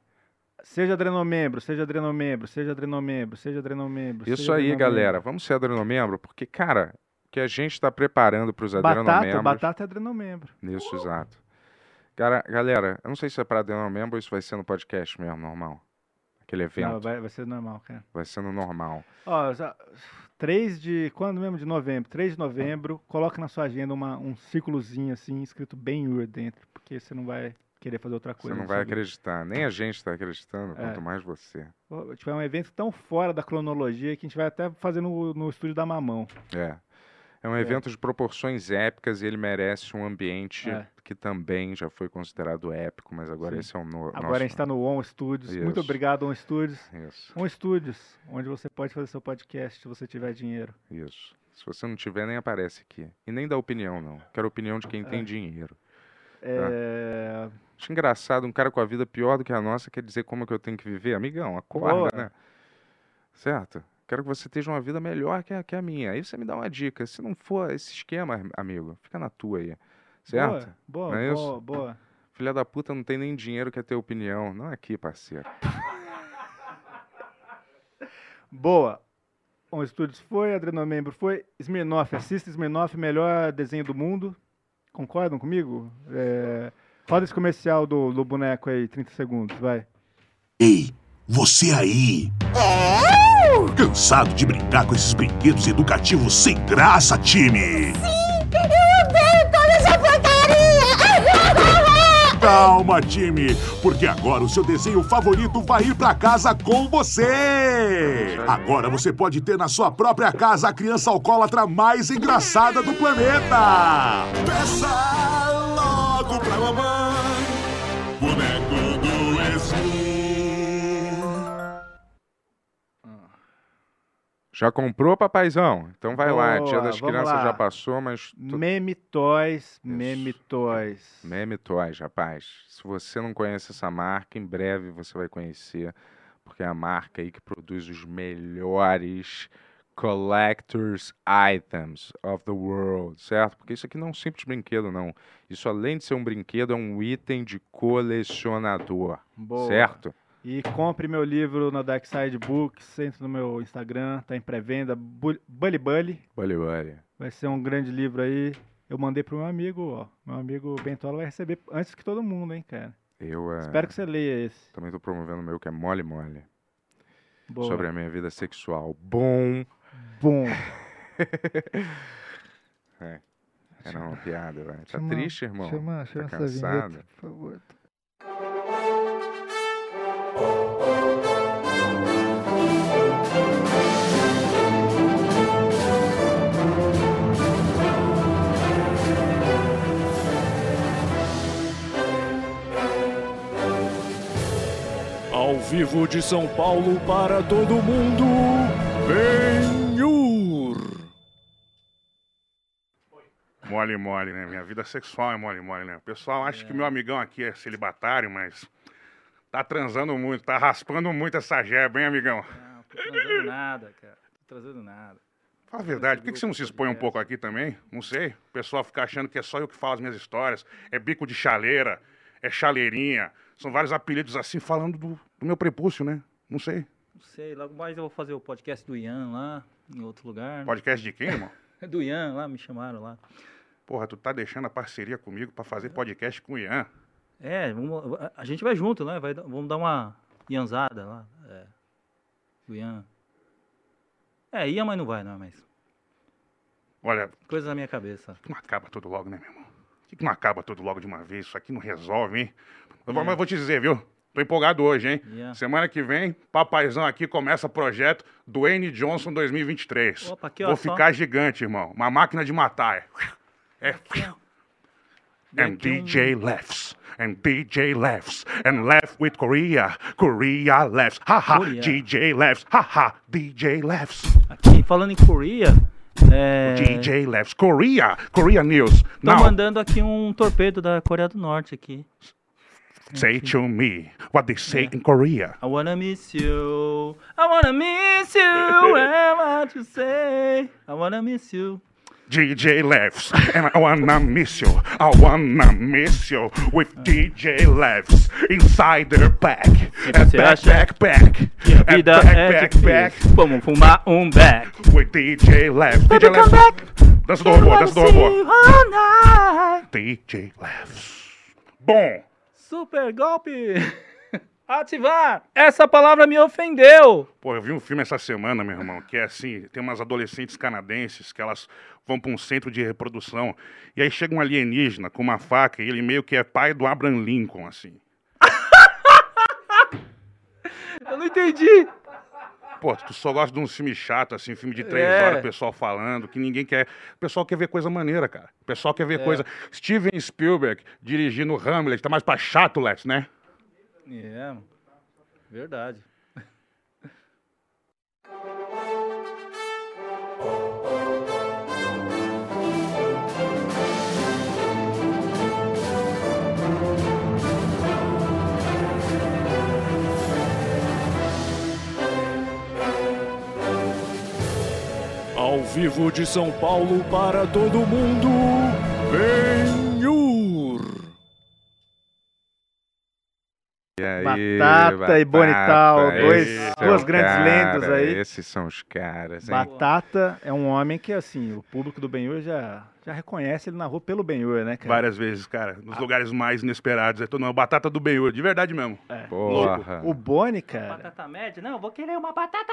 [SPEAKER 7] Seja adrenomembro, seja adrenomembro, seja adrenomembro, seja adrenomembro.
[SPEAKER 8] Isso
[SPEAKER 7] seja
[SPEAKER 8] aí,
[SPEAKER 7] adrenomembro.
[SPEAKER 8] galera. Vamos ser adrenomembro, porque, cara, o que a gente está preparando para os
[SPEAKER 7] Batata,
[SPEAKER 8] adrenomembros...
[SPEAKER 7] batata é adrenomembro.
[SPEAKER 8] Isso, exato. Cara, galera, eu não sei se é para adrenomembro ou isso vai ser no podcast mesmo, normal. Aquele evento.
[SPEAKER 7] Não, vai, vai ser normal, cara.
[SPEAKER 8] Vai ser no normal.
[SPEAKER 7] Ó, já- 3 de. Quando mesmo? De novembro. 3 de novembro, coloca na sua agenda uma- um círculozinho assim, escrito bem ur dentro, porque você não vai querer fazer outra
[SPEAKER 8] Você
[SPEAKER 7] coisa.
[SPEAKER 8] não
[SPEAKER 7] no
[SPEAKER 8] vai
[SPEAKER 7] seguinte.
[SPEAKER 8] acreditar. Nem a gente está acreditando,
[SPEAKER 7] É.
[SPEAKER 8] quanto mais você.
[SPEAKER 7] Ó, Tipo, é um evento tão fora da cronologia que a gente vai até fazer no, no estúdio da Mamão.
[SPEAKER 8] É. É um evento de proporções épicas e ele merece um ambiente
[SPEAKER 7] É.
[SPEAKER 8] que também já foi considerado épico, mas agora
[SPEAKER 7] Sim.
[SPEAKER 8] esse é o no
[SPEAKER 7] Agora
[SPEAKER 8] nosso.
[SPEAKER 7] a gente tá está no On Studios. Muito
[SPEAKER 8] Isso.
[SPEAKER 7] obrigado, On Studios.
[SPEAKER 8] Isso,
[SPEAKER 7] On Studios, onde você pode fazer seu podcast se você tiver dinheiro.
[SPEAKER 8] isso. Se você não tiver, nem aparece aqui. E nem dá opinião, não. Quero a opinião de quem tem dinheiro.
[SPEAKER 7] É...
[SPEAKER 8] Acho engraçado um cara com a vida pior do que a nossa quer dizer como é que eu tenho que viver. Amigão, acorda,
[SPEAKER 7] Boa.
[SPEAKER 8] né? Certo? Quero que você esteja uma vida melhor que a, que a minha. Aí você me dá uma dica. Se não for esse esquema, amigo, fica na tua aí. Certo? Não
[SPEAKER 7] Boa, boa,
[SPEAKER 8] é
[SPEAKER 7] boa,
[SPEAKER 8] isso?
[SPEAKER 7] boa.
[SPEAKER 8] Filha da puta não tem nem dinheiro que é ter opinião. Não aqui, parceiro.
[SPEAKER 7] Boa. On Studios foi, Adrenomembro foi. Smirnoff, assista Smirnoff, melhor desenho do mundo. Concordam comigo? É... Roda esse comercial do, do boneco aí, 30 segundos, vai.
[SPEAKER 9] Ei, você aí! Cansado de brincar com esses brinquedos educativos sem graça, time?
[SPEAKER 1] Eu odeio toda essa (laughs) porcaria!
[SPEAKER 9] Calma, time, porque agora o seu desenho favorito vai ir pra casa com você! Agora você pode ter na sua própria casa a criança alcoólatra mais engraçada do planeta! Peça logo pra mamãe, boneco do Esmir.
[SPEAKER 8] Já comprou, papaizão? Então vai lá.
[SPEAKER 7] Boa,
[SPEAKER 8] Dia das
[SPEAKER 7] vamos
[SPEAKER 8] Crianças
[SPEAKER 7] lá.
[SPEAKER 8] já passou, mas... tu-
[SPEAKER 7] Meme Toys, Meme Toys.
[SPEAKER 8] Meme Toys, né, rapaz. Se você não conhece essa marca, em breve você vai conhecer, porque é a marca aí que produz os melhores collectors items of the world, certo? Porque isso aqui não é um simples brinquedo, não. Isso além de ser um brinquedo, é um item de colecionador,
[SPEAKER 7] Boa.
[SPEAKER 8] certo?
[SPEAKER 7] E compre meu livro na Dark Side Books, entre no meu Instagram, tá em pré-venda. Bu- Bully Bully,
[SPEAKER 8] Olha, olha.
[SPEAKER 7] Vai ser um grande livro aí. Eu mandei pro meu amigo, ó. Meu amigo Bentola vai receber antes que todo mundo, hein, cara.
[SPEAKER 8] Eu eh,
[SPEAKER 7] Espero que você leia esse.
[SPEAKER 8] também tô promovendo o meu que é mole mole
[SPEAKER 7] Boa.
[SPEAKER 8] sobre a minha vida sexual. Bom,
[SPEAKER 7] Bom.
[SPEAKER 8] era uma piada, velho. Tá
[SPEAKER 7] Chama-
[SPEAKER 8] triste, irmão?
[SPEAKER 7] Chama, chama
[SPEAKER 8] tá
[SPEAKER 7] essa
[SPEAKER 8] cansado?
[SPEAKER 7] vinheta, por favor.
[SPEAKER 10] Ao vivo de São Paulo para todo mundo, Benhur.
[SPEAKER 3] Mole, mole, né? Minha vida sexual é mole, mole, né? O pessoal acha que meu amigão aqui é celibatário, mas tá transando muito, tá raspando muito essa jeba, hein, amigão?
[SPEAKER 11] Não, tô trazendo nada, cara. Tô trazendo nada.
[SPEAKER 3] Fala a verdade, por que, que você não se expõe um pouco aqui também? Não sei. O pessoal fica achando que é só eu que falo as minhas histórias. É bico de chaleira, é chaleirinha. São vários apelidos assim falando do, do meu prepúcio, né? Não sei.
[SPEAKER 11] Não sei, logo mais eu vou fazer o podcast do Ian lá, em outro lugar.
[SPEAKER 3] Podcast de quem, irmão?
[SPEAKER 11] Do Ian lá, me chamaram lá.
[SPEAKER 3] Porra, tu tá deixando a parceria comigo pra fazer podcast com o Ian.
[SPEAKER 11] É, vamos- a- a gente vai junto, né? Vai, dar- vamos dar uma Ianzada lá. É. Do Ian. É, Ian, mas não vai, não, mas.
[SPEAKER 3] Olha,
[SPEAKER 11] Coisa na minha cabeça.
[SPEAKER 3] que não acaba tudo logo, né, meu irmão? Por que, que não acaba tudo logo de uma vez? Isso aqui não resolve, hein? Eu
[SPEAKER 11] É.
[SPEAKER 3] vou- Mas vou te dizer, viu? Tô empolgado hoje, hein?
[SPEAKER 11] Yeah.
[SPEAKER 3] Semana que vem, papaizão aqui começa o projeto Dwayne Johnson 2023.
[SPEAKER 11] Opa, aqui, ó,
[SPEAKER 3] vou
[SPEAKER 11] só.
[SPEAKER 3] ficar gigante, irmão. Uma máquina de matar. É. É. And DJ laughs. And DJ laughs. And laugh with Korea. Korea laughs. Haha.
[SPEAKER 11] Korea.
[SPEAKER 3] DJ laughs. Haha. DJ laughs.
[SPEAKER 11] Aqui, falando em Korea, é,
[SPEAKER 3] DJ laughs. Korea. Korea news.
[SPEAKER 11] tô
[SPEAKER 3] Now
[SPEAKER 11] mandando aqui um torpedo da Coreia do Norte aqui.
[SPEAKER 3] say
[SPEAKER 11] Mm-hmm.
[SPEAKER 3] to me what they say in Korea.
[SPEAKER 11] I wanna miss you, I wanna miss you, and what you say, I wanna miss you.
[SPEAKER 3] DJ laughs, and I wanna miss you. I wanna miss you with
[SPEAKER 11] Uh.
[SPEAKER 3] DJ laughs inside their back. And
[SPEAKER 11] você
[SPEAKER 3] back,
[SPEAKER 11] acha
[SPEAKER 3] back, back.
[SPEAKER 11] Que a
[SPEAKER 3] And
[SPEAKER 11] vida
[SPEAKER 3] back,
[SPEAKER 11] é
[SPEAKER 3] back, back.
[SPEAKER 11] difícil, vamos fumar um back.
[SPEAKER 3] With DJ laughs. DJ
[SPEAKER 11] come
[SPEAKER 3] laughs. Dança do robô,
[SPEAKER 11] Wanna
[SPEAKER 3] dança do robô.
[SPEAKER 11] see all night.
[SPEAKER 3] DJ laughs. Bom,
[SPEAKER 11] Super golpe! (laughs) Ativar! Essa palavra me ofendeu!
[SPEAKER 3] pô, eu vi um filme essa semana, meu irmão, que é assim, tem umas adolescentes canadenses que elas vão pra um centro de reprodução e aí chega um alienígena com uma faca e ele meio que é pai do Abraham Lincoln, assim.
[SPEAKER 11] Eu não entendi!
[SPEAKER 3] Pô, tu só gosta de um filme chato, assim, filme de três
[SPEAKER 11] É.
[SPEAKER 3] horas, o pessoal falando, que ninguém quer. O pessoal quer ver coisa maneira, cara. O pessoal quer ver coisa. Steven Spielberg dirigindo Hamlet, tá mais pra chato, Let's, né?
[SPEAKER 11] É, verdade.
[SPEAKER 10] Ao vivo de São Paulo para todo mundo, Benhur.
[SPEAKER 8] E aí, é
[SPEAKER 7] Batata e Bonital, dois-
[SPEAKER 8] esses
[SPEAKER 7] duas
[SPEAKER 8] são
[SPEAKER 7] grandes
[SPEAKER 8] cara,
[SPEAKER 7] lendas aí.
[SPEAKER 8] Esses são os caras, hein?
[SPEAKER 7] Batata é um homem que, assim, o público do Benhur já, já reconhece ele na rua pelo Benhur, né, cara?
[SPEAKER 3] Várias vezes, cara. Nos lugares mais inesperados. É todo mundo. Batata do Benhur, de verdade mesmo.
[SPEAKER 8] Porra.
[SPEAKER 7] O Boni, cara,
[SPEAKER 11] Batata média? Não, eu vou querer uma batata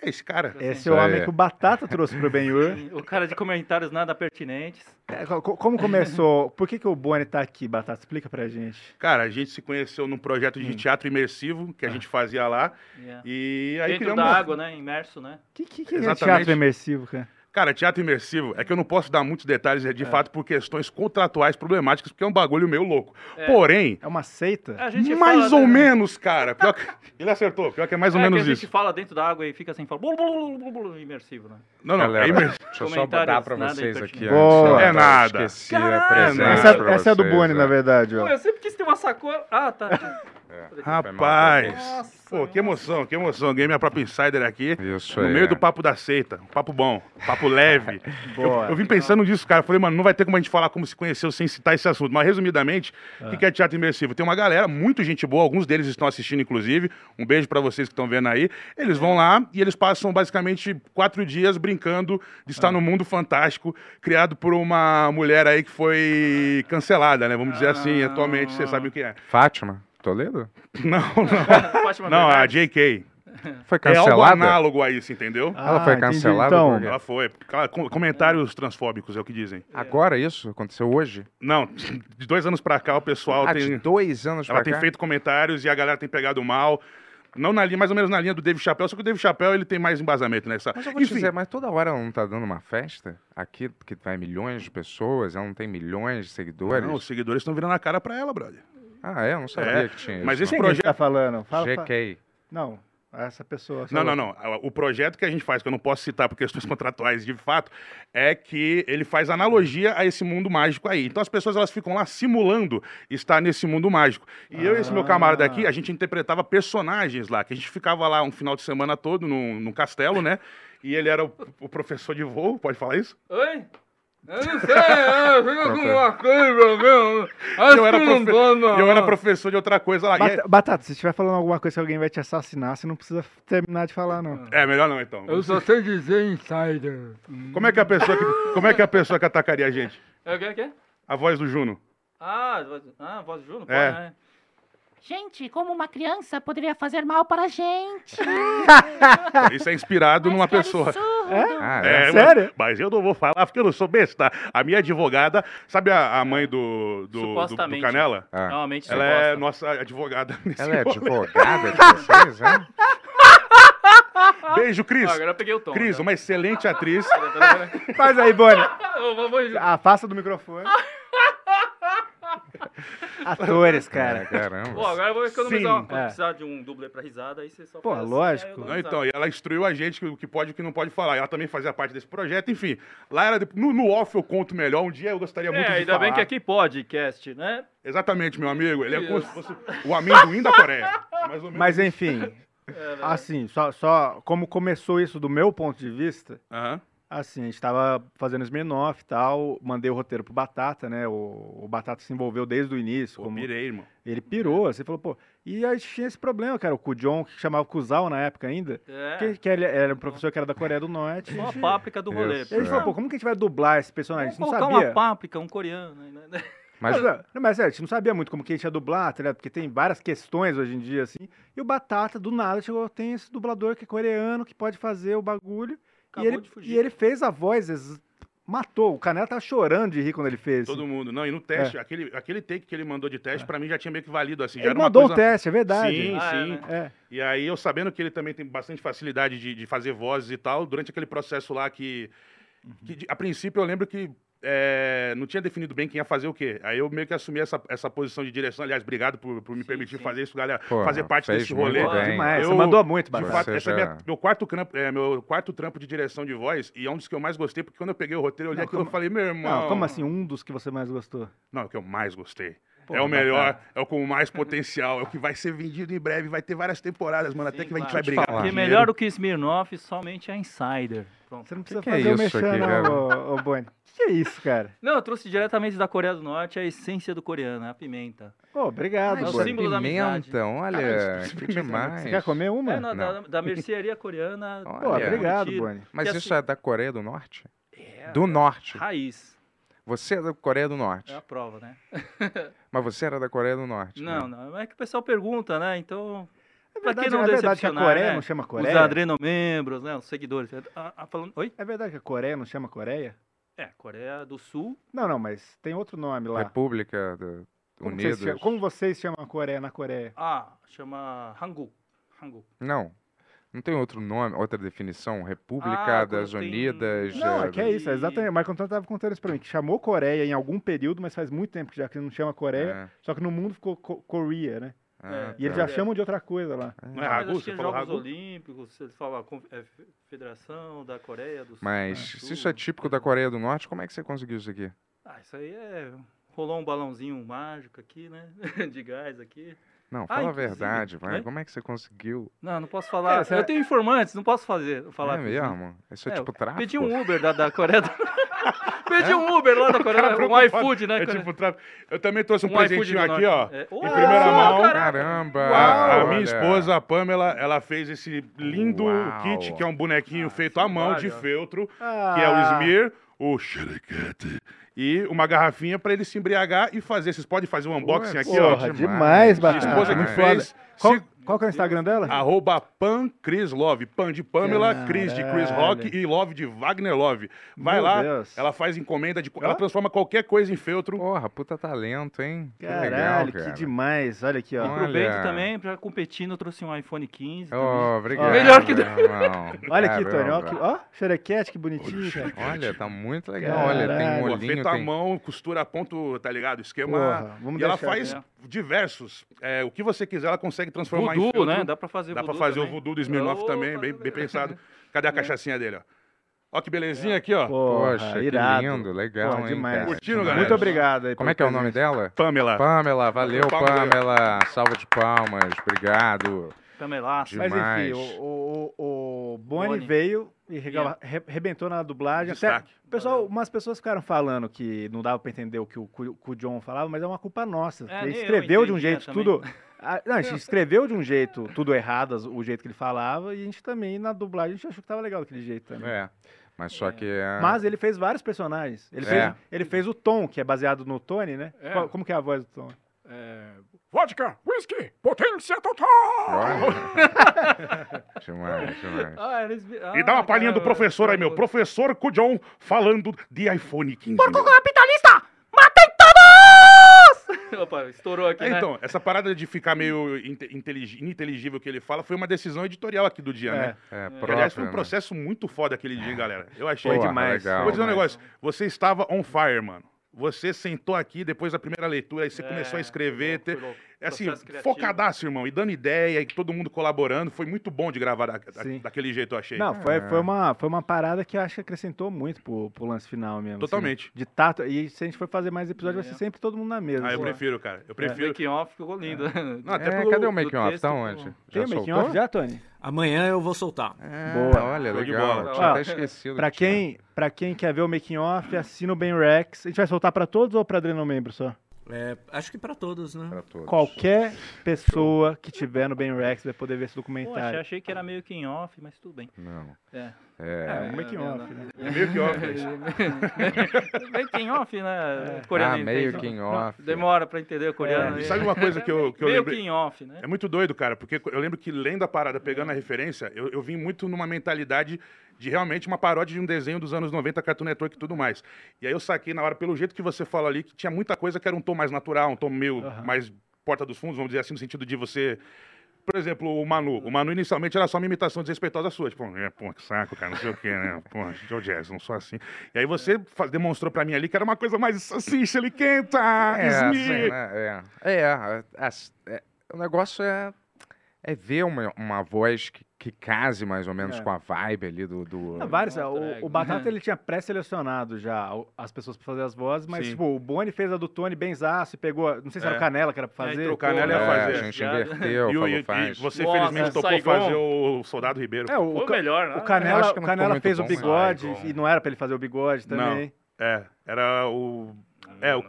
[SPEAKER 3] É esse cara.
[SPEAKER 7] esse
[SPEAKER 8] Isso
[SPEAKER 7] é o homem
[SPEAKER 8] aí.
[SPEAKER 7] que o Batata trouxe pro Benhur. (laughs)
[SPEAKER 11] show! O cara de comentários nada pertinentes.
[SPEAKER 7] É, co- co- Como começou? Por que, que o Boni tá aqui, Batata? Explica pra gente.
[SPEAKER 3] Cara, a gente se conheceu num projeto de teatro imersivo que a gente fazia lá.
[SPEAKER 11] Yeah.
[SPEAKER 3] E aí
[SPEAKER 11] Dentro
[SPEAKER 3] criamos. um
[SPEAKER 11] da
[SPEAKER 3] uma-
[SPEAKER 11] água, né? Imerso, né?
[SPEAKER 7] O que, que, que é
[SPEAKER 3] Exatamente.
[SPEAKER 7] teatro imersivo, cara?
[SPEAKER 3] Cara, teatro imersivo é que eu não posso dar muitos detalhes, é de fato por questões contratuais problemáticas, porque é um bagulho meio louco. Porém,
[SPEAKER 7] É uma seita?
[SPEAKER 11] A gente
[SPEAKER 3] mais
[SPEAKER 11] fala,
[SPEAKER 3] ou
[SPEAKER 11] né?
[SPEAKER 3] menos, cara. Pior
[SPEAKER 11] (laughs)
[SPEAKER 3] que- Ele acertou. Pior que é mais ou
[SPEAKER 11] É
[SPEAKER 3] menos
[SPEAKER 11] que a
[SPEAKER 3] isso.
[SPEAKER 11] gente fala dentro da água e fica sem falar. Blu, blu, blu, blu, blu, imersivo, né?
[SPEAKER 3] Não, não.
[SPEAKER 8] Galera,
[SPEAKER 3] é imer-
[SPEAKER 8] deixa eu só
[SPEAKER 11] Comentários,
[SPEAKER 8] dar pra
[SPEAKER 11] nada
[SPEAKER 8] vocês
[SPEAKER 11] impertinente.
[SPEAKER 8] aqui.
[SPEAKER 7] Boa.
[SPEAKER 8] antes, eu
[SPEAKER 3] É nada.
[SPEAKER 8] Esqueci a
[SPEAKER 11] Caralho.
[SPEAKER 8] presença
[SPEAKER 7] Essa,
[SPEAKER 8] pra
[SPEAKER 7] essa é a do
[SPEAKER 8] vocês,
[SPEAKER 7] Boni,
[SPEAKER 8] ó.
[SPEAKER 7] na verdade,
[SPEAKER 3] É.
[SPEAKER 11] Pô,
[SPEAKER 7] ó.
[SPEAKER 11] eu sempre quis ter uma sacola. Ah,
[SPEAKER 3] (laughs)
[SPEAKER 11] tá.
[SPEAKER 3] Rapaz.
[SPEAKER 11] Nossa,
[SPEAKER 3] Pô, que emoção, que emoção. Ganhei minha própria insider aqui.
[SPEAKER 8] Isso
[SPEAKER 3] no
[SPEAKER 8] aí.
[SPEAKER 3] meio do papo da seita. Um papo bom. um papo leve. eu,
[SPEAKER 7] Boa.
[SPEAKER 3] eu vim pensando nisso, cara. Eu Falei, mano, não vai ter como a gente falar como se conheceu sem citar esse assunto. Mas, resumidamente, o que que é teatro imersivo? Tem uma galera, muito gente boa. Alguns deles estão assistindo, inclusive. Um beijo pra vocês que estão vendo aí. Eles vão lá e eles passam basicamente quatro dias brincando de estar no mundo fantástico, criado por uma mulher aí que foi cancelada, né? Vamos dizer assim, atualmente. Vocês sabem o que é. (laughs)
[SPEAKER 8] Fátima Toledo?
[SPEAKER 3] Não, não.
[SPEAKER 11] Fátima
[SPEAKER 3] Não, é a
[SPEAKER 11] Bernardes.
[SPEAKER 3] JK.
[SPEAKER 8] Foi
[SPEAKER 3] É algo
[SPEAKER 8] cancelada?
[SPEAKER 3] análogo a isso, entendeu?
[SPEAKER 8] Ela foi
[SPEAKER 7] Ah, entendi.
[SPEAKER 8] cancelada?
[SPEAKER 7] Então,
[SPEAKER 8] por quê?
[SPEAKER 3] Ela foi. Ela- com- Comentários transfóbicos é o que dizem.
[SPEAKER 8] Agora isso? Aconteceu hoje?
[SPEAKER 3] Não, de dois anos pra cá o pessoal
[SPEAKER 8] Há Ah, de
[SPEAKER 3] tem.
[SPEAKER 8] dois anos
[SPEAKER 3] Ela
[SPEAKER 8] pra
[SPEAKER 3] tem
[SPEAKER 8] cá?
[SPEAKER 3] feito comentários e a galera tem pegado mal. Não na linha, mais ou menos na linha do Dave Chappelle, só que o Dave Chappelle ele tem mais embasamento nessa.
[SPEAKER 8] Mas eu vou te dizer, mas toda hora ela não tá dando uma festa? Aqui, que vai milhões de pessoas, ela não tem milhões de seguidores?
[SPEAKER 3] não, os seguidores estão virando a cara pra ela, brother.
[SPEAKER 8] Ah, é? Eu não sabia
[SPEAKER 3] É,
[SPEAKER 8] que tinha
[SPEAKER 3] mas
[SPEAKER 8] isso.
[SPEAKER 3] esse
[SPEAKER 7] quem que a gente
[SPEAKER 3] projeto-
[SPEAKER 7] tá falando?
[SPEAKER 8] não.
[SPEAKER 7] Fala, fala.
[SPEAKER 8] GK.
[SPEAKER 7] Não, essa pessoa.
[SPEAKER 3] Não, não, não. O projeto que a gente faz, que eu não posso citar por questões (laughs) contratuais de fato, é que ele faz analogia a esse mundo mágico aí. Então as pessoas elas ficam lá simulando estar nesse mundo mágico. E eu e esse
[SPEAKER 12] Ah.
[SPEAKER 3] meu camarada aqui, a gente interpretava personagens lá, que a gente ficava lá um final de semana todo num, num castelo, né? E ele era o, o professor de voo, pode falar isso?
[SPEAKER 11] Oi? Eu não sei,
[SPEAKER 4] é,
[SPEAKER 11] eu fico com uma coisa mesmo.
[SPEAKER 3] eu, era
[SPEAKER 11] não
[SPEAKER 3] profe-
[SPEAKER 11] dou, não.
[SPEAKER 3] eu era professor de outra coisa lá. E é,
[SPEAKER 12] tá-
[SPEAKER 7] Bata- Batata, se estiver falando alguma coisa que alguém vai te assassinar, você não precisa terminar de falar, não.
[SPEAKER 3] é, é melhor não então.
[SPEAKER 12] Eu só sei dizer insider.
[SPEAKER 3] Como é que a pessoa que, como é que a pessoa que atacaria a gente?
[SPEAKER 11] É o que é que é?
[SPEAKER 3] A voz do Juno.
[SPEAKER 11] Ah, voz- ah, voz do Juno? Pode,
[SPEAKER 3] É.
[SPEAKER 11] né?
[SPEAKER 13] Gente, como uma criança poderia fazer mal para a gente?
[SPEAKER 3] Isso é inspirado numa
[SPEAKER 13] Mas que
[SPEAKER 3] pessoa.
[SPEAKER 13] absurdo.
[SPEAKER 8] Ah, é?
[SPEAKER 3] É,
[SPEAKER 7] Sério?
[SPEAKER 3] Mas, mas eu não vou falar porque eu não sou besta. A minha advogada, sabe a, a mãe do, do- do, do,
[SPEAKER 11] Supostamente.
[SPEAKER 3] Canela?
[SPEAKER 8] Ah.
[SPEAKER 11] Normalmente
[SPEAKER 3] Ela
[SPEAKER 11] você
[SPEAKER 3] é
[SPEAKER 11] gosta.
[SPEAKER 3] nossa advogada. nesse
[SPEAKER 8] Ela é
[SPEAKER 7] (laughs)
[SPEAKER 3] momento.
[SPEAKER 8] advogada de vocês, né?
[SPEAKER 3] Beijo, Cris.
[SPEAKER 4] Ah, agora eu peguei o tom,
[SPEAKER 3] Cris,
[SPEAKER 4] já.
[SPEAKER 3] uma excelente
[SPEAKER 4] (laughs)
[SPEAKER 3] atriz.
[SPEAKER 7] (laughs) Faz aí, Boni.
[SPEAKER 4] Eu vou- vou-
[SPEAKER 7] Afasta do microfone. (laughs) Atores, cara.
[SPEAKER 8] caramba.
[SPEAKER 4] Pô, agora eu vou economizar. Quando
[SPEAKER 3] É.
[SPEAKER 4] precisar de um dublê pra risada, aí você só
[SPEAKER 7] Pô,
[SPEAKER 4] faz assim, aí eu
[SPEAKER 3] Não,
[SPEAKER 4] dou risada.
[SPEAKER 3] então, e ela instruiu a gente que- o que pode e o que não pode falar. Ela também fazia parte desse projeto. Enfim, lá era. de- No, no off eu conto melhor. Um dia eu gostaria muito
[SPEAKER 4] É,
[SPEAKER 3] de
[SPEAKER 4] ainda
[SPEAKER 3] falar.
[SPEAKER 4] bem que aqui pode, cast, né?
[SPEAKER 3] Exatamente, meu amigo. Ele é como se
[SPEAKER 4] Isso.
[SPEAKER 3] fosse o amendoim da Coreia.
[SPEAKER 4] (laughs)
[SPEAKER 3] Mais ou menos.
[SPEAKER 7] Mas enfim,
[SPEAKER 4] É, velho.
[SPEAKER 3] Ah,
[SPEAKER 7] assim, só, só como começou isso do meu ponto de vista, assim, a gente tava fazendo Smirnoff e tal, mandei o roteiro pro Batata, né? O, o Batata se envolveu desde o início. como-
[SPEAKER 3] Pirei, irmão.
[SPEAKER 7] Ele pirou, assim, falou, pô. E aí tinha esse problema, cara. O Kujon, que chamava Kuzal na época ainda,
[SPEAKER 4] É.
[SPEAKER 7] que, que ele era um professor que era da Coreia do Norte.
[SPEAKER 4] Uma páprica do rolê.
[SPEAKER 7] Ele
[SPEAKER 3] um
[SPEAKER 7] falou, pô, como que a gente vai dublar esse personagem? A gente não
[SPEAKER 4] colocar
[SPEAKER 7] sabia.
[SPEAKER 4] uma páprica, um coreano. aí, né?
[SPEAKER 7] Mas, não, mas é, a gente não sabia muito como que a gente ia dublar, tá ligado? Porque tem várias questões hoje em dia, assim. E o Batata, do nada, chegou, tem esse dublador que é coreano, que pode fazer o bagulho. E
[SPEAKER 4] Acabou
[SPEAKER 7] ele,
[SPEAKER 4] de fugir.
[SPEAKER 7] e ele fez a voz, ex- matou. O Canela tava chorando de rir quando ele fez.
[SPEAKER 3] Todo mundo. Não, e no teste, aquele, aquele take que ele mandou de teste, pra mim já tinha meio que valido, assim. já
[SPEAKER 7] É. Ele
[SPEAKER 3] era uma
[SPEAKER 7] mandou
[SPEAKER 3] coisa-
[SPEAKER 7] um teste, é verdade.
[SPEAKER 3] Sim,
[SPEAKER 4] Ah, né?
[SPEAKER 3] sim.
[SPEAKER 7] É.
[SPEAKER 3] E aí, eu sabendo que ele também tem bastante facilidade de, de fazer vozes e tal, durante aquele processo lá que,
[SPEAKER 7] Uhum.
[SPEAKER 3] que de- a princípio, eu lembro que é, não tinha definido bem quem ia fazer o quê. Aí eu meio que assumi essa, essa posição de direção. Aliás, obrigado por, por me permitir fazer isso, galera.
[SPEAKER 8] Pô,
[SPEAKER 3] fazer parte
[SPEAKER 8] fez
[SPEAKER 3] desse
[SPEAKER 8] muito
[SPEAKER 3] rolê.
[SPEAKER 8] bem. Demais,
[SPEAKER 7] você mandou muito,
[SPEAKER 3] De
[SPEAKER 7] Barão.
[SPEAKER 3] fato,
[SPEAKER 8] Você
[SPEAKER 3] esse
[SPEAKER 8] já-
[SPEAKER 3] é minha- meu, quarto crampo- é, meu quarto trampo de direção de voz, e é um dos que eu mais gostei, porque quando eu peguei o roteiro, eu olhei
[SPEAKER 7] Não,
[SPEAKER 3] aquilo e
[SPEAKER 7] como-
[SPEAKER 3] falei, meu irmão...
[SPEAKER 7] Não, como assim, um dos que você mais gostou?
[SPEAKER 3] Não, é o que eu mais gostei.
[SPEAKER 7] Pô,
[SPEAKER 3] é o melhor,
[SPEAKER 7] bacana.
[SPEAKER 3] é o com mais potencial, é o que vai ser vendido em breve, vai ter várias temporadas, mano, até que a gente vai brigar.
[SPEAKER 11] Porque melhor do que Smirnoff, somente a Insider. Pronto.
[SPEAKER 7] Você não precisa
[SPEAKER 8] que é
[SPEAKER 7] fazer o
[SPEAKER 8] isso aqui,
[SPEAKER 7] mexer,
[SPEAKER 8] cara?
[SPEAKER 7] não, ô, ô, Boni. O que é isso, cara?
[SPEAKER 4] Não, eu trouxe diretamente da Coreia do Norte a essência do coreano, é a pimenta.
[SPEAKER 7] Ô, obrigado,
[SPEAKER 4] É o
[SPEAKER 7] Boni.
[SPEAKER 4] símbolo da amizade.
[SPEAKER 8] Pimentão, olha, que é um demais.
[SPEAKER 7] tipo Você quer comer uma?
[SPEAKER 4] É, na, da,
[SPEAKER 8] Não.
[SPEAKER 4] da mercearia coreana.
[SPEAKER 8] Olha.
[SPEAKER 7] Pô,
[SPEAKER 3] é
[SPEAKER 7] obrigado,
[SPEAKER 4] Tiro.
[SPEAKER 7] Boni.
[SPEAKER 8] Mas
[SPEAKER 4] Que
[SPEAKER 8] isso é da Coreia do Norte?
[SPEAKER 4] É,
[SPEAKER 8] Do Norte.
[SPEAKER 4] Raiz.
[SPEAKER 8] Você é da Coreia do
[SPEAKER 4] É
[SPEAKER 8] Norte.
[SPEAKER 4] a prova, né?
[SPEAKER 8] Mas você era da Coreia do Norte. né?
[SPEAKER 4] Não, não. É que o pessoal pergunta, né? Então.
[SPEAKER 7] É
[SPEAKER 4] pra quem
[SPEAKER 7] verdade,
[SPEAKER 4] não
[SPEAKER 7] é verdade que a
[SPEAKER 4] decepcionar,
[SPEAKER 7] Coreia
[SPEAKER 4] né?
[SPEAKER 7] não chama
[SPEAKER 4] Os
[SPEAKER 7] Coreia?
[SPEAKER 4] adrenomembros, né? Os seguidores. Ah, ah, falando... Oi?
[SPEAKER 7] É verdade que a Coreia não chama Coreia?
[SPEAKER 4] É, Coreia do Sul.
[SPEAKER 7] Não, não, mas tem outro nome lá.
[SPEAKER 8] República do...
[SPEAKER 7] Como que vocês
[SPEAKER 8] Unida.
[SPEAKER 7] chamam- como vocês chamam a Coreia na Coreia?
[SPEAKER 4] Ah, chama Hangul. Hangul.
[SPEAKER 8] Não. Não tem outro nome, outra definição? República
[SPEAKER 4] Ah, quando
[SPEAKER 8] das
[SPEAKER 4] tem-
[SPEAKER 8] Unidas.
[SPEAKER 7] Não, é
[SPEAKER 8] eh,
[SPEAKER 7] que é isso, é exatamente.
[SPEAKER 4] E-
[SPEAKER 7] O Marco Antônio tava contando isso pra mim, que chamou Coreia em algum período, mas faz muito tempo que já que não chama Coreia,
[SPEAKER 8] É.
[SPEAKER 7] só que no mundo ficou Co- Korea, né?
[SPEAKER 8] Ah,
[SPEAKER 7] E eles
[SPEAKER 8] tá.
[SPEAKER 7] já chamam de outra coisa lá.
[SPEAKER 3] Não é
[SPEAKER 4] Ah, É, mas
[SPEAKER 3] Ragu?
[SPEAKER 4] acho que
[SPEAKER 3] Você
[SPEAKER 4] é
[SPEAKER 3] falou
[SPEAKER 4] Jogos
[SPEAKER 3] Ragu?
[SPEAKER 4] Olímpicos, ele fala com- é, fe- Federação da Coreia do Sul.
[SPEAKER 8] Mas
[SPEAKER 4] do
[SPEAKER 8] se
[SPEAKER 4] Sul.
[SPEAKER 8] isso é típico da Coreia do Norte, como é que você conseguiu isso aqui?
[SPEAKER 4] Ah, isso aí é... Rolou um balãozinho mágico aqui, né? (laughs) De gás aqui.
[SPEAKER 8] Não, fala a
[SPEAKER 4] inclusive,
[SPEAKER 8] verdade, vai.
[SPEAKER 4] né?
[SPEAKER 8] Como é que você conseguiu?
[SPEAKER 4] Não, não posso falar.
[SPEAKER 3] É,
[SPEAKER 4] eu tenho informantes, não posso fazer, falar.
[SPEAKER 8] é
[SPEAKER 4] com isso, né?
[SPEAKER 8] mesmo? Isso é,
[SPEAKER 4] É,
[SPEAKER 8] tipo
[SPEAKER 4] eu
[SPEAKER 8] tráfico?
[SPEAKER 4] Pedi um Uber da, da Coreia do... (laughs) Pedi um Uber lá da Coreia, um iFood, né?
[SPEAKER 3] É
[SPEAKER 4] Coreia-
[SPEAKER 3] tipo tra- Eu também trouxe um,
[SPEAKER 4] um iFood
[SPEAKER 3] presentinho
[SPEAKER 4] do
[SPEAKER 3] aqui, ó.
[SPEAKER 4] Norte. É.
[SPEAKER 3] Em
[SPEAKER 4] Uau,
[SPEAKER 3] primeira mão,
[SPEAKER 4] cara.
[SPEAKER 8] Caramba!
[SPEAKER 3] a, a minha
[SPEAKER 8] olha.
[SPEAKER 3] esposa, a Pamela, ela fez esse lindo
[SPEAKER 8] Uau.
[SPEAKER 3] kit, que é um bonequinho feito à mão, de
[SPEAKER 4] olha.
[SPEAKER 3] feltro, que é o
[SPEAKER 7] Ah.
[SPEAKER 3] Smear, o Shurikat, e uma garrafinha pra ele se embriagar e fazer. Vocês podem fazer um unboxing aqui, ó.
[SPEAKER 7] Porra, demais,
[SPEAKER 3] Minha
[SPEAKER 7] Batata.
[SPEAKER 3] esposa que
[SPEAKER 7] muito
[SPEAKER 3] fez.
[SPEAKER 7] foda. Qual,
[SPEAKER 3] Se-
[SPEAKER 7] qual que é o Instagram dela?
[SPEAKER 8] Ah,
[SPEAKER 3] Arroba Pan Cris Love. Pan de Pamela,
[SPEAKER 7] Caralho.
[SPEAKER 3] Cris de Chris Rock e Love de Wagner Love. Vai
[SPEAKER 7] Meu
[SPEAKER 3] lá,
[SPEAKER 7] Deus.
[SPEAKER 3] ela faz encomenda, de, ela transforma qualquer coisa em feltro.
[SPEAKER 8] Porra, puta talento, hein? Que
[SPEAKER 7] Caralho,
[SPEAKER 8] legal,
[SPEAKER 7] que
[SPEAKER 8] cara. é
[SPEAKER 7] demais. Olha aqui, ó.
[SPEAKER 8] Olha.
[SPEAKER 4] Pro Bento também, pra competindo, eu trouxe um iPhone 15 também.
[SPEAKER 8] Ô, obrigado.
[SPEAKER 4] Melhor que-
[SPEAKER 8] não.
[SPEAKER 7] (laughs) Olha aqui, Tony.
[SPEAKER 8] Caramba.
[SPEAKER 7] Ó, que- ó xerequete, que bonitinho, cara.
[SPEAKER 8] Olha, tá muito legal. Olha, tem um
[SPEAKER 7] Caralho.
[SPEAKER 3] Pô,
[SPEAKER 8] olhinho,
[SPEAKER 3] feito à
[SPEAKER 8] tem...
[SPEAKER 3] mão, costura a ponto, tá ligado? Esquema.
[SPEAKER 7] Porra, vamos
[SPEAKER 3] e ela
[SPEAKER 7] deixar,
[SPEAKER 3] faz
[SPEAKER 4] né?
[SPEAKER 3] diversos. É, o que você quiser, ela consegue transformar em
[SPEAKER 4] Voodoo,
[SPEAKER 3] feltro.
[SPEAKER 4] né? Dá pra fazer
[SPEAKER 3] Dá pra
[SPEAKER 4] voodoo
[SPEAKER 3] fazer o
[SPEAKER 4] também.
[SPEAKER 3] voodoo do Smirnoff
[SPEAKER 4] Ô,
[SPEAKER 3] também, bem,
[SPEAKER 4] fazer
[SPEAKER 3] bem
[SPEAKER 4] legal.
[SPEAKER 3] pensado. Cadê a cachaçinha dele, ó? Ó que belezinha aqui, ó.
[SPEAKER 7] Porra,
[SPEAKER 8] Poxa,
[SPEAKER 7] irado.
[SPEAKER 8] que lindo, legal,
[SPEAKER 7] Porra,
[SPEAKER 8] hein,
[SPEAKER 7] demais.
[SPEAKER 8] cara.
[SPEAKER 3] Curtiram,
[SPEAKER 8] Demais.
[SPEAKER 3] galera?
[SPEAKER 7] Muito obrigado aí.
[SPEAKER 8] Como é que é o nome dela?
[SPEAKER 3] Pamela.
[SPEAKER 8] Pamela, valeu,
[SPEAKER 3] Pamela.
[SPEAKER 8] Pamela. Salva de palmas, obrigado.
[SPEAKER 4] Pamelaço.
[SPEAKER 8] Demais.
[SPEAKER 7] Mas enfim, o, o, o, o Boni,
[SPEAKER 4] Boni.
[SPEAKER 7] veio e rega- re- rebentou na dublagem. Até,
[SPEAKER 3] Destaque.
[SPEAKER 7] o pessoal, umas pessoas ficaram falando que não dava pra entender o que o, Cu- o John falava, mas é uma culpa nossa. porque
[SPEAKER 4] nem
[SPEAKER 7] ele
[SPEAKER 4] eu
[SPEAKER 7] escreveu de um
[SPEAKER 4] entendia
[SPEAKER 7] jeito
[SPEAKER 4] também.
[SPEAKER 7] tudo. a- não, a gente escreveu de um jeito tudo errado, as- o jeito que ele falava, e a gente também, na dublagem, a gente achou que tava legal daquele jeito também.
[SPEAKER 8] É, mas só que é...
[SPEAKER 7] Mas ele fez vários personagens. Ele,
[SPEAKER 8] É.
[SPEAKER 7] fez, ele fez o Tom, que é baseado no Tony, né?
[SPEAKER 10] É.
[SPEAKER 7] Qual- como que é a voz do Tom?
[SPEAKER 10] Vodka, whisky, potência total!
[SPEAKER 8] Olha. né?
[SPEAKER 7] (laughs)
[SPEAKER 8] demais, demais.
[SPEAKER 4] Ah, eles... vi-
[SPEAKER 3] E dá uma
[SPEAKER 4] ah,
[SPEAKER 3] palhinha do
[SPEAKER 4] cara,
[SPEAKER 3] professor aí, meu.
[SPEAKER 4] eu-
[SPEAKER 3] Professor Cujon falando de iPhone 15. meu.
[SPEAKER 13] Porco capitalista!
[SPEAKER 4] Opa, (laughs) Opa, estourou aqui,
[SPEAKER 3] É,
[SPEAKER 4] né?
[SPEAKER 3] Então, essa parada de ficar meio inte- intelig- ininteligível que ele fala foi uma decisão editorial aqui do dia,
[SPEAKER 8] É,
[SPEAKER 3] né?
[SPEAKER 8] é,
[SPEAKER 3] Que,
[SPEAKER 8] própria,
[SPEAKER 3] aliás, foi um
[SPEAKER 8] né?
[SPEAKER 3] processo muito foda aquele dia, hein, galera. Eu achei
[SPEAKER 8] Foi demais.
[SPEAKER 3] Eu Vou dizer um
[SPEAKER 8] legal,
[SPEAKER 3] negócio. Você estava on fire, mano. Você sentou aqui depois da primeira leitura,
[SPEAKER 4] né?
[SPEAKER 3] aí você começou a escrever. ter- assim,
[SPEAKER 4] É, um Processo criativo.
[SPEAKER 3] focadaço, irmão, e dando ideia, e todo mundo colaborando. Foi muito bom de gravar da- da- daquele jeito, eu achei.
[SPEAKER 7] Não, foi, foi, uma, foi uma parada que eu acho que acrescentou muito pro, pro lance final mesmo. assim,
[SPEAKER 3] Totalmente.
[SPEAKER 7] de tato. E se a gente for fazer mais episódios, vai
[SPEAKER 4] É.
[SPEAKER 7] ser sempre todo mundo na mesa.
[SPEAKER 3] Ah, eu
[SPEAKER 7] assim.
[SPEAKER 3] prefiro, cara. Eu prefiro.
[SPEAKER 4] O making-off ficou lindo.
[SPEAKER 3] Não, até
[SPEAKER 8] É,
[SPEAKER 3] pelo-
[SPEAKER 8] cadê o
[SPEAKER 3] do
[SPEAKER 8] making-off?
[SPEAKER 3] texto,
[SPEAKER 8] Tá
[SPEAKER 3] pô.
[SPEAKER 8] onde?
[SPEAKER 7] Tem o making of já, Tony?
[SPEAKER 14] Amanhã eu vou soltar.
[SPEAKER 8] É.
[SPEAKER 7] Boa.
[SPEAKER 8] Olha,
[SPEAKER 14] Show de
[SPEAKER 8] legal.
[SPEAKER 14] bola.
[SPEAKER 8] Tinha
[SPEAKER 7] Ó,
[SPEAKER 8] até esquecido.
[SPEAKER 7] Pra
[SPEAKER 8] que tinha.
[SPEAKER 7] quem, pra quem quer ver o making off, assina o Ben Rex. A gente vai soltar pra todos ou pra Adrenal Membro só?
[SPEAKER 14] É, acho que pra todos, né? Pra todos.
[SPEAKER 7] Qualquer pessoa que tiver no Ben Rex vai poder ver esse
[SPEAKER 11] Poxa,
[SPEAKER 7] documentário.
[SPEAKER 11] achei que era meio que em off, mas tudo
[SPEAKER 8] (laughs)
[SPEAKER 11] bem.
[SPEAKER 8] Não.
[SPEAKER 11] É.
[SPEAKER 7] É,
[SPEAKER 8] É.
[SPEAKER 7] o making off, né?
[SPEAKER 11] É meio que off, é isso.
[SPEAKER 4] meio que em off, né? Coreano
[SPEAKER 8] Ah, meio
[SPEAKER 4] entende,
[SPEAKER 8] que
[SPEAKER 4] não?
[SPEAKER 8] em
[SPEAKER 4] Não,
[SPEAKER 8] off.
[SPEAKER 4] Demora pra entender o coreano.
[SPEAKER 3] E É.
[SPEAKER 4] né?
[SPEAKER 3] sabe uma coisa que eu, que eu
[SPEAKER 4] meio
[SPEAKER 3] lembrei?
[SPEAKER 4] que em off, né?
[SPEAKER 3] É muito doido, cara, porque eu lembro que lendo a parada,
[SPEAKER 8] É.
[SPEAKER 3] pegando a referência, eu, eu vim muito numa mentalidade de realmente uma paródia de um desenho dos anos 90, Cartoon Network e tudo mais. E aí eu saquei na hora, pelo jeito que você falou ali, que tinha muita coisa que era um tom mais natural, um tom meio mais porta dos fundos, vamos dizer assim, no sentido de você... Por exemplo, o Manu. O Manu inicialmente era só uma imitação desrespeitosa sua. Tipo, é, pô, que saco, cara, não sei o quê,
[SPEAKER 8] (laughs)
[SPEAKER 3] né? Pô, Joe Jazz, não sou assim. E aí você fa- demonstrou pra mim ali que era uma coisa mais salsicha, ele tá? quenta,
[SPEAKER 8] É,
[SPEAKER 3] Smith.
[SPEAKER 8] assim, né? É, é, a- as- é, o negócio é, é ver uma, uma voz que, que case mais ou menos
[SPEAKER 7] É.
[SPEAKER 8] com a vibe ali do... do...
[SPEAKER 7] Ah, vários, ah, o, o Batata ele tinha pré-selecionado já o- as pessoas pra fazer as vozes, mas
[SPEAKER 8] Sim.
[SPEAKER 7] tipo, o Boni fez a do Tony benzaço e pegou, não sei se era
[SPEAKER 8] É.
[SPEAKER 7] o Canela que era pra
[SPEAKER 8] É,
[SPEAKER 7] fazer.
[SPEAKER 8] trocou, O Canela ia né? fazer. É, a gente
[SPEAKER 3] (laughs)
[SPEAKER 8] inverteu,
[SPEAKER 3] E, o-
[SPEAKER 8] falou
[SPEAKER 3] e, e
[SPEAKER 8] faz.
[SPEAKER 3] você,
[SPEAKER 8] Nossa,
[SPEAKER 3] felizmente, topou
[SPEAKER 8] Saigon.
[SPEAKER 3] fazer o Soldado Ribeiro.
[SPEAKER 7] É,
[SPEAKER 8] um
[SPEAKER 7] o,
[SPEAKER 4] Foi
[SPEAKER 7] Ca-
[SPEAKER 4] melhor, né?
[SPEAKER 7] o
[SPEAKER 4] Eu
[SPEAKER 7] Canela,
[SPEAKER 4] acho que
[SPEAKER 7] o
[SPEAKER 4] não
[SPEAKER 7] Canela
[SPEAKER 4] ficou
[SPEAKER 7] fez o
[SPEAKER 4] muito bom,
[SPEAKER 7] bigode
[SPEAKER 4] mas-
[SPEAKER 7] e não era pra ele fazer o bigode também.
[SPEAKER 3] Não, é, era o... É, o,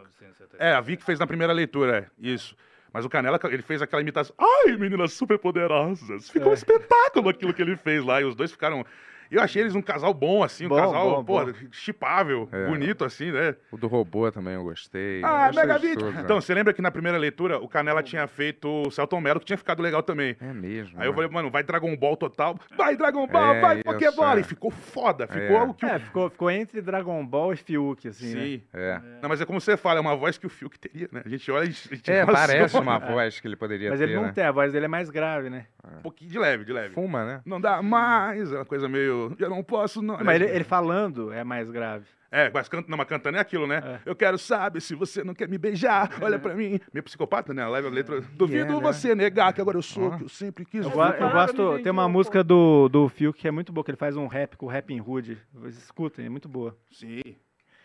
[SPEAKER 3] é, a Vic fez na primeira leitura, é, isso. Mas o Canela, ele fez aquela imitação. Ai, meninas superpoderosas!
[SPEAKER 8] É.
[SPEAKER 3] Ficou um espetáculo aquilo que ele fez lá. E os dois ficaram... Eu achei eles um casal bom, assim. Um
[SPEAKER 8] Bom,
[SPEAKER 3] casal,
[SPEAKER 8] bom,
[SPEAKER 3] pô,
[SPEAKER 8] bom.
[SPEAKER 3] chipável,
[SPEAKER 8] É.
[SPEAKER 3] bonito, assim, né?
[SPEAKER 8] O do robô também eu gostei.
[SPEAKER 3] Ah,
[SPEAKER 8] Gostei de
[SPEAKER 3] Mega Beat!
[SPEAKER 8] tudo, né?
[SPEAKER 3] Então, você lembra que na primeira leitura o Canela tinha feito o Celton Mello, que tinha ficado legal também.
[SPEAKER 8] É mesmo.
[SPEAKER 3] Aí eu falei, mano, vai Dragon Ball total. Vai Dragon Ball,
[SPEAKER 8] É,
[SPEAKER 3] vai
[SPEAKER 8] isso,
[SPEAKER 3] Pokébola!
[SPEAKER 8] é.
[SPEAKER 3] E ficou foda, ficou
[SPEAKER 8] É.
[SPEAKER 3] o que o
[SPEAKER 7] É, ficou, ficou entre Dragon Ball e Fiuk, assim, né?
[SPEAKER 3] Sim. Não, mas é como você fala, é uma voz que o Fiuk teria, né? A gente olha e a gente
[SPEAKER 8] É,
[SPEAKER 3] fala,
[SPEAKER 8] parece
[SPEAKER 3] "Nossa,
[SPEAKER 8] uma
[SPEAKER 3] mano."
[SPEAKER 8] voz que ele poderia
[SPEAKER 7] Mas
[SPEAKER 8] ter,
[SPEAKER 7] ele não
[SPEAKER 8] né?
[SPEAKER 7] tem, a voz dele é mais grave, né?
[SPEAKER 3] Um pouquinho de leve, de leve.
[SPEAKER 8] Fuma, né?
[SPEAKER 3] Não dá mais, é uma coisa meio. Eu não posso, não. né?
[SPEAKER 7] Mas ele,
[SPEAKER 4] né?
[SPEAKER 7] ele falando é mais grave.
[SPEAKER 3] É, mas, canta, não, mas cantando é aquilo, né? Eu quero saber se você não quer me beijar, olha pra mim. Meio psicopata, né? A leve a letra. Duvido
[SPEAKER 7] né?
[SPEAKER 3] você negar que agora eu sou o que É, eu sempre quis.
[SPEAKER 7] Eu,
[SPEAKER 3] ser."
[SPEAKER 7] go- eu gosto, tem uma música do, do Fiuk que é muito boa, que ele faz um rap com o Rapping Hood. Vocês escutem, é muito boa.
[SPEAKER 3] Sim.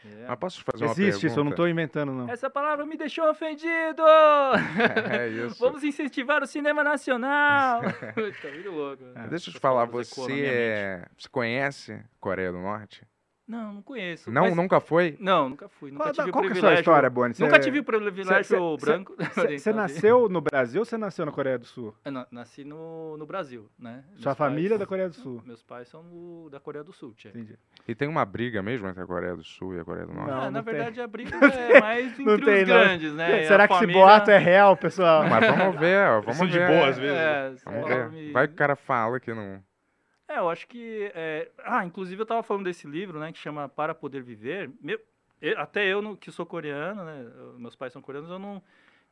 [SPEAKER 4] É.
[SPEAKER 8] Mas posso fazer uma
[SPEAKER 7] Existe isso, eu não
[SPEAKER 8] pergunta?
[SPEAKER 7] tô inventando, não.
[SPEAKER 4] Essa palavra me deixou ofendido!
[SPEAKER 8] (laughs)
[SPEAKER 4] (laughs)
[SPEAKER 8] É isso.
[SPEAKER 4] Vamos incentivar o cinema nacional! tá muito louco. né?
[SPEAKER 8] Ah, Deixa eu te falar,
[SPEAKER 4] ecoam na
[SPEAKER 8] você,
[SPEAKER 4] minha
[SPEAKER 8] é... você conhece Coreia do Norte?
[SPEAKER 4] Não, não conheço.
[SPEAKER 8] Não,
[SPEAKER 4] mas-
[SPEAKER 8] nunca foi?
[SPEAKER 4] Não, nunca fui. Nunca
[SPEAKER 7] Qual-
[SPEAKER 4] tive
[SPEAKER 7] qual
[SPEAKER 4] o
[SPEAKER 7] que é a sua
[SPEAKER 4] privilégio.
[SPEAKER 7] história, Boni? Cê-
[SPEAKER 4] Nunca tive o privilégio
[SPEAKER 7] Cê- cê-
[SPEAKER 4] branco. (laughs)
[SPEAKER 7] cê-
[SPEAKER 4] de
[SPEAKER 7] Você
[SPEAKER 4] saber.
[SPEAKER 7] nasceu no Brasil ou você nasceu na Coreia do Sul?
[SPEAKER 4] Eu É, na- nasci no, no Brasil, né?
[SPEAKER 7] Sua
[SPEAKER 4] Meus
[SPEAKER 7] família é
[SPEAKER 4] pais-
[SPEAKER 7] da Coreia do Sul.
[SPEAKER 4] Meus pais são do- da Coreia do Sul, Tchê.
[SPEAKER 7] Entendi.
[SPEAKER 8] E tem uma briga mesmo entre a Coreia do Sul e a Coreia do Norte?
[SPEAKER 4] Ah,
[SPEAKER 7] Não,
[SPEAKER 4] na
[SPEAKER 7] não tem.
[SPEAKER 4] verdade, a
[SPEAKER 7] (laughs)
[SPEAKER 4] briga
[SPEAKER 7] Não
[SPEAKER 4] é
[SPEAKER 7] tem-
[SPEAKER 4] mais entre
[SPEAKER 7] não
[SPEAKER 4] os
[SPEAKER 7] tem, não.
[SPEAKER 4] grandes, né?
[SPEAKER 7] Será
[SPEAKER 4] A
[SPEAKER 7] que
[SPEAKER 4] família-
[SPEAKER 7] esse boato é real, pessoal?
[SPEAKER 8] Mas
[SPEAKER 4] (laughs)
[SPEAKER 8] vamos ver, ó, vamos
[SPEAKER 3] são de
[SPEAKER 8] ver.
[SPEAKER 3] boa às vezes,
[SPEAKER 4] né? É,
[SPEAKER 8] vamos
[SPEAKER 4] fala
[SPEAKER 8] ver.
[SPEAKER 4] me-
[SPEAKER 8] Vai que o cara fala que não...
[SPEAKER 4] É, eu acho que. é, Ah, inclusive eu tava falando desse livro, né, que chama Para Poder Viver. Meu, eu- até eu, não- que sou coreano, né, eu- meus pais são coreanos, eu não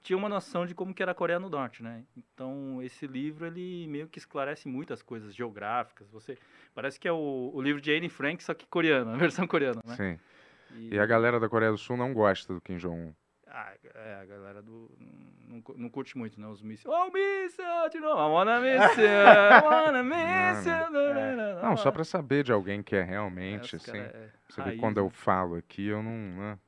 [SPEAKER 4] tinha uma noção de como que era a Coreia do Norte, né? Então, esse livro, ele meio que esclarece muitas coisas geográficas. Você Parece que é o, o livro de Anne Frank, só que coreano, a (laughs) versão coreana, né?
[SPEAKER 8] Sim.
[SPEAKER 4] E-
[SPEAKER 8] E... a galera da Coreia do Sul não gosta do Kim Jong-un.
[SPEAKER 4] Ah, é, a galera do. Não, cu- não curte muito, né? Os mísseis. Oh, míssil! De novo! I wanna miss you! I
[SPEAKER 8] (laughs)
[SPEAKER 4] wanna miss you!
[SPEAKER 8] é. Não, só pra saber de alguém que é realmente,
[SPEAKER 4] Ah. É, os
[SPEAKER 8] assim.
[SPEAKER 4] cara é
[SPEAKER 8] Você vê
[SPEAKER 4] raiz,
[SPEAKER 8] que quando eu falo aqui, eu não... né?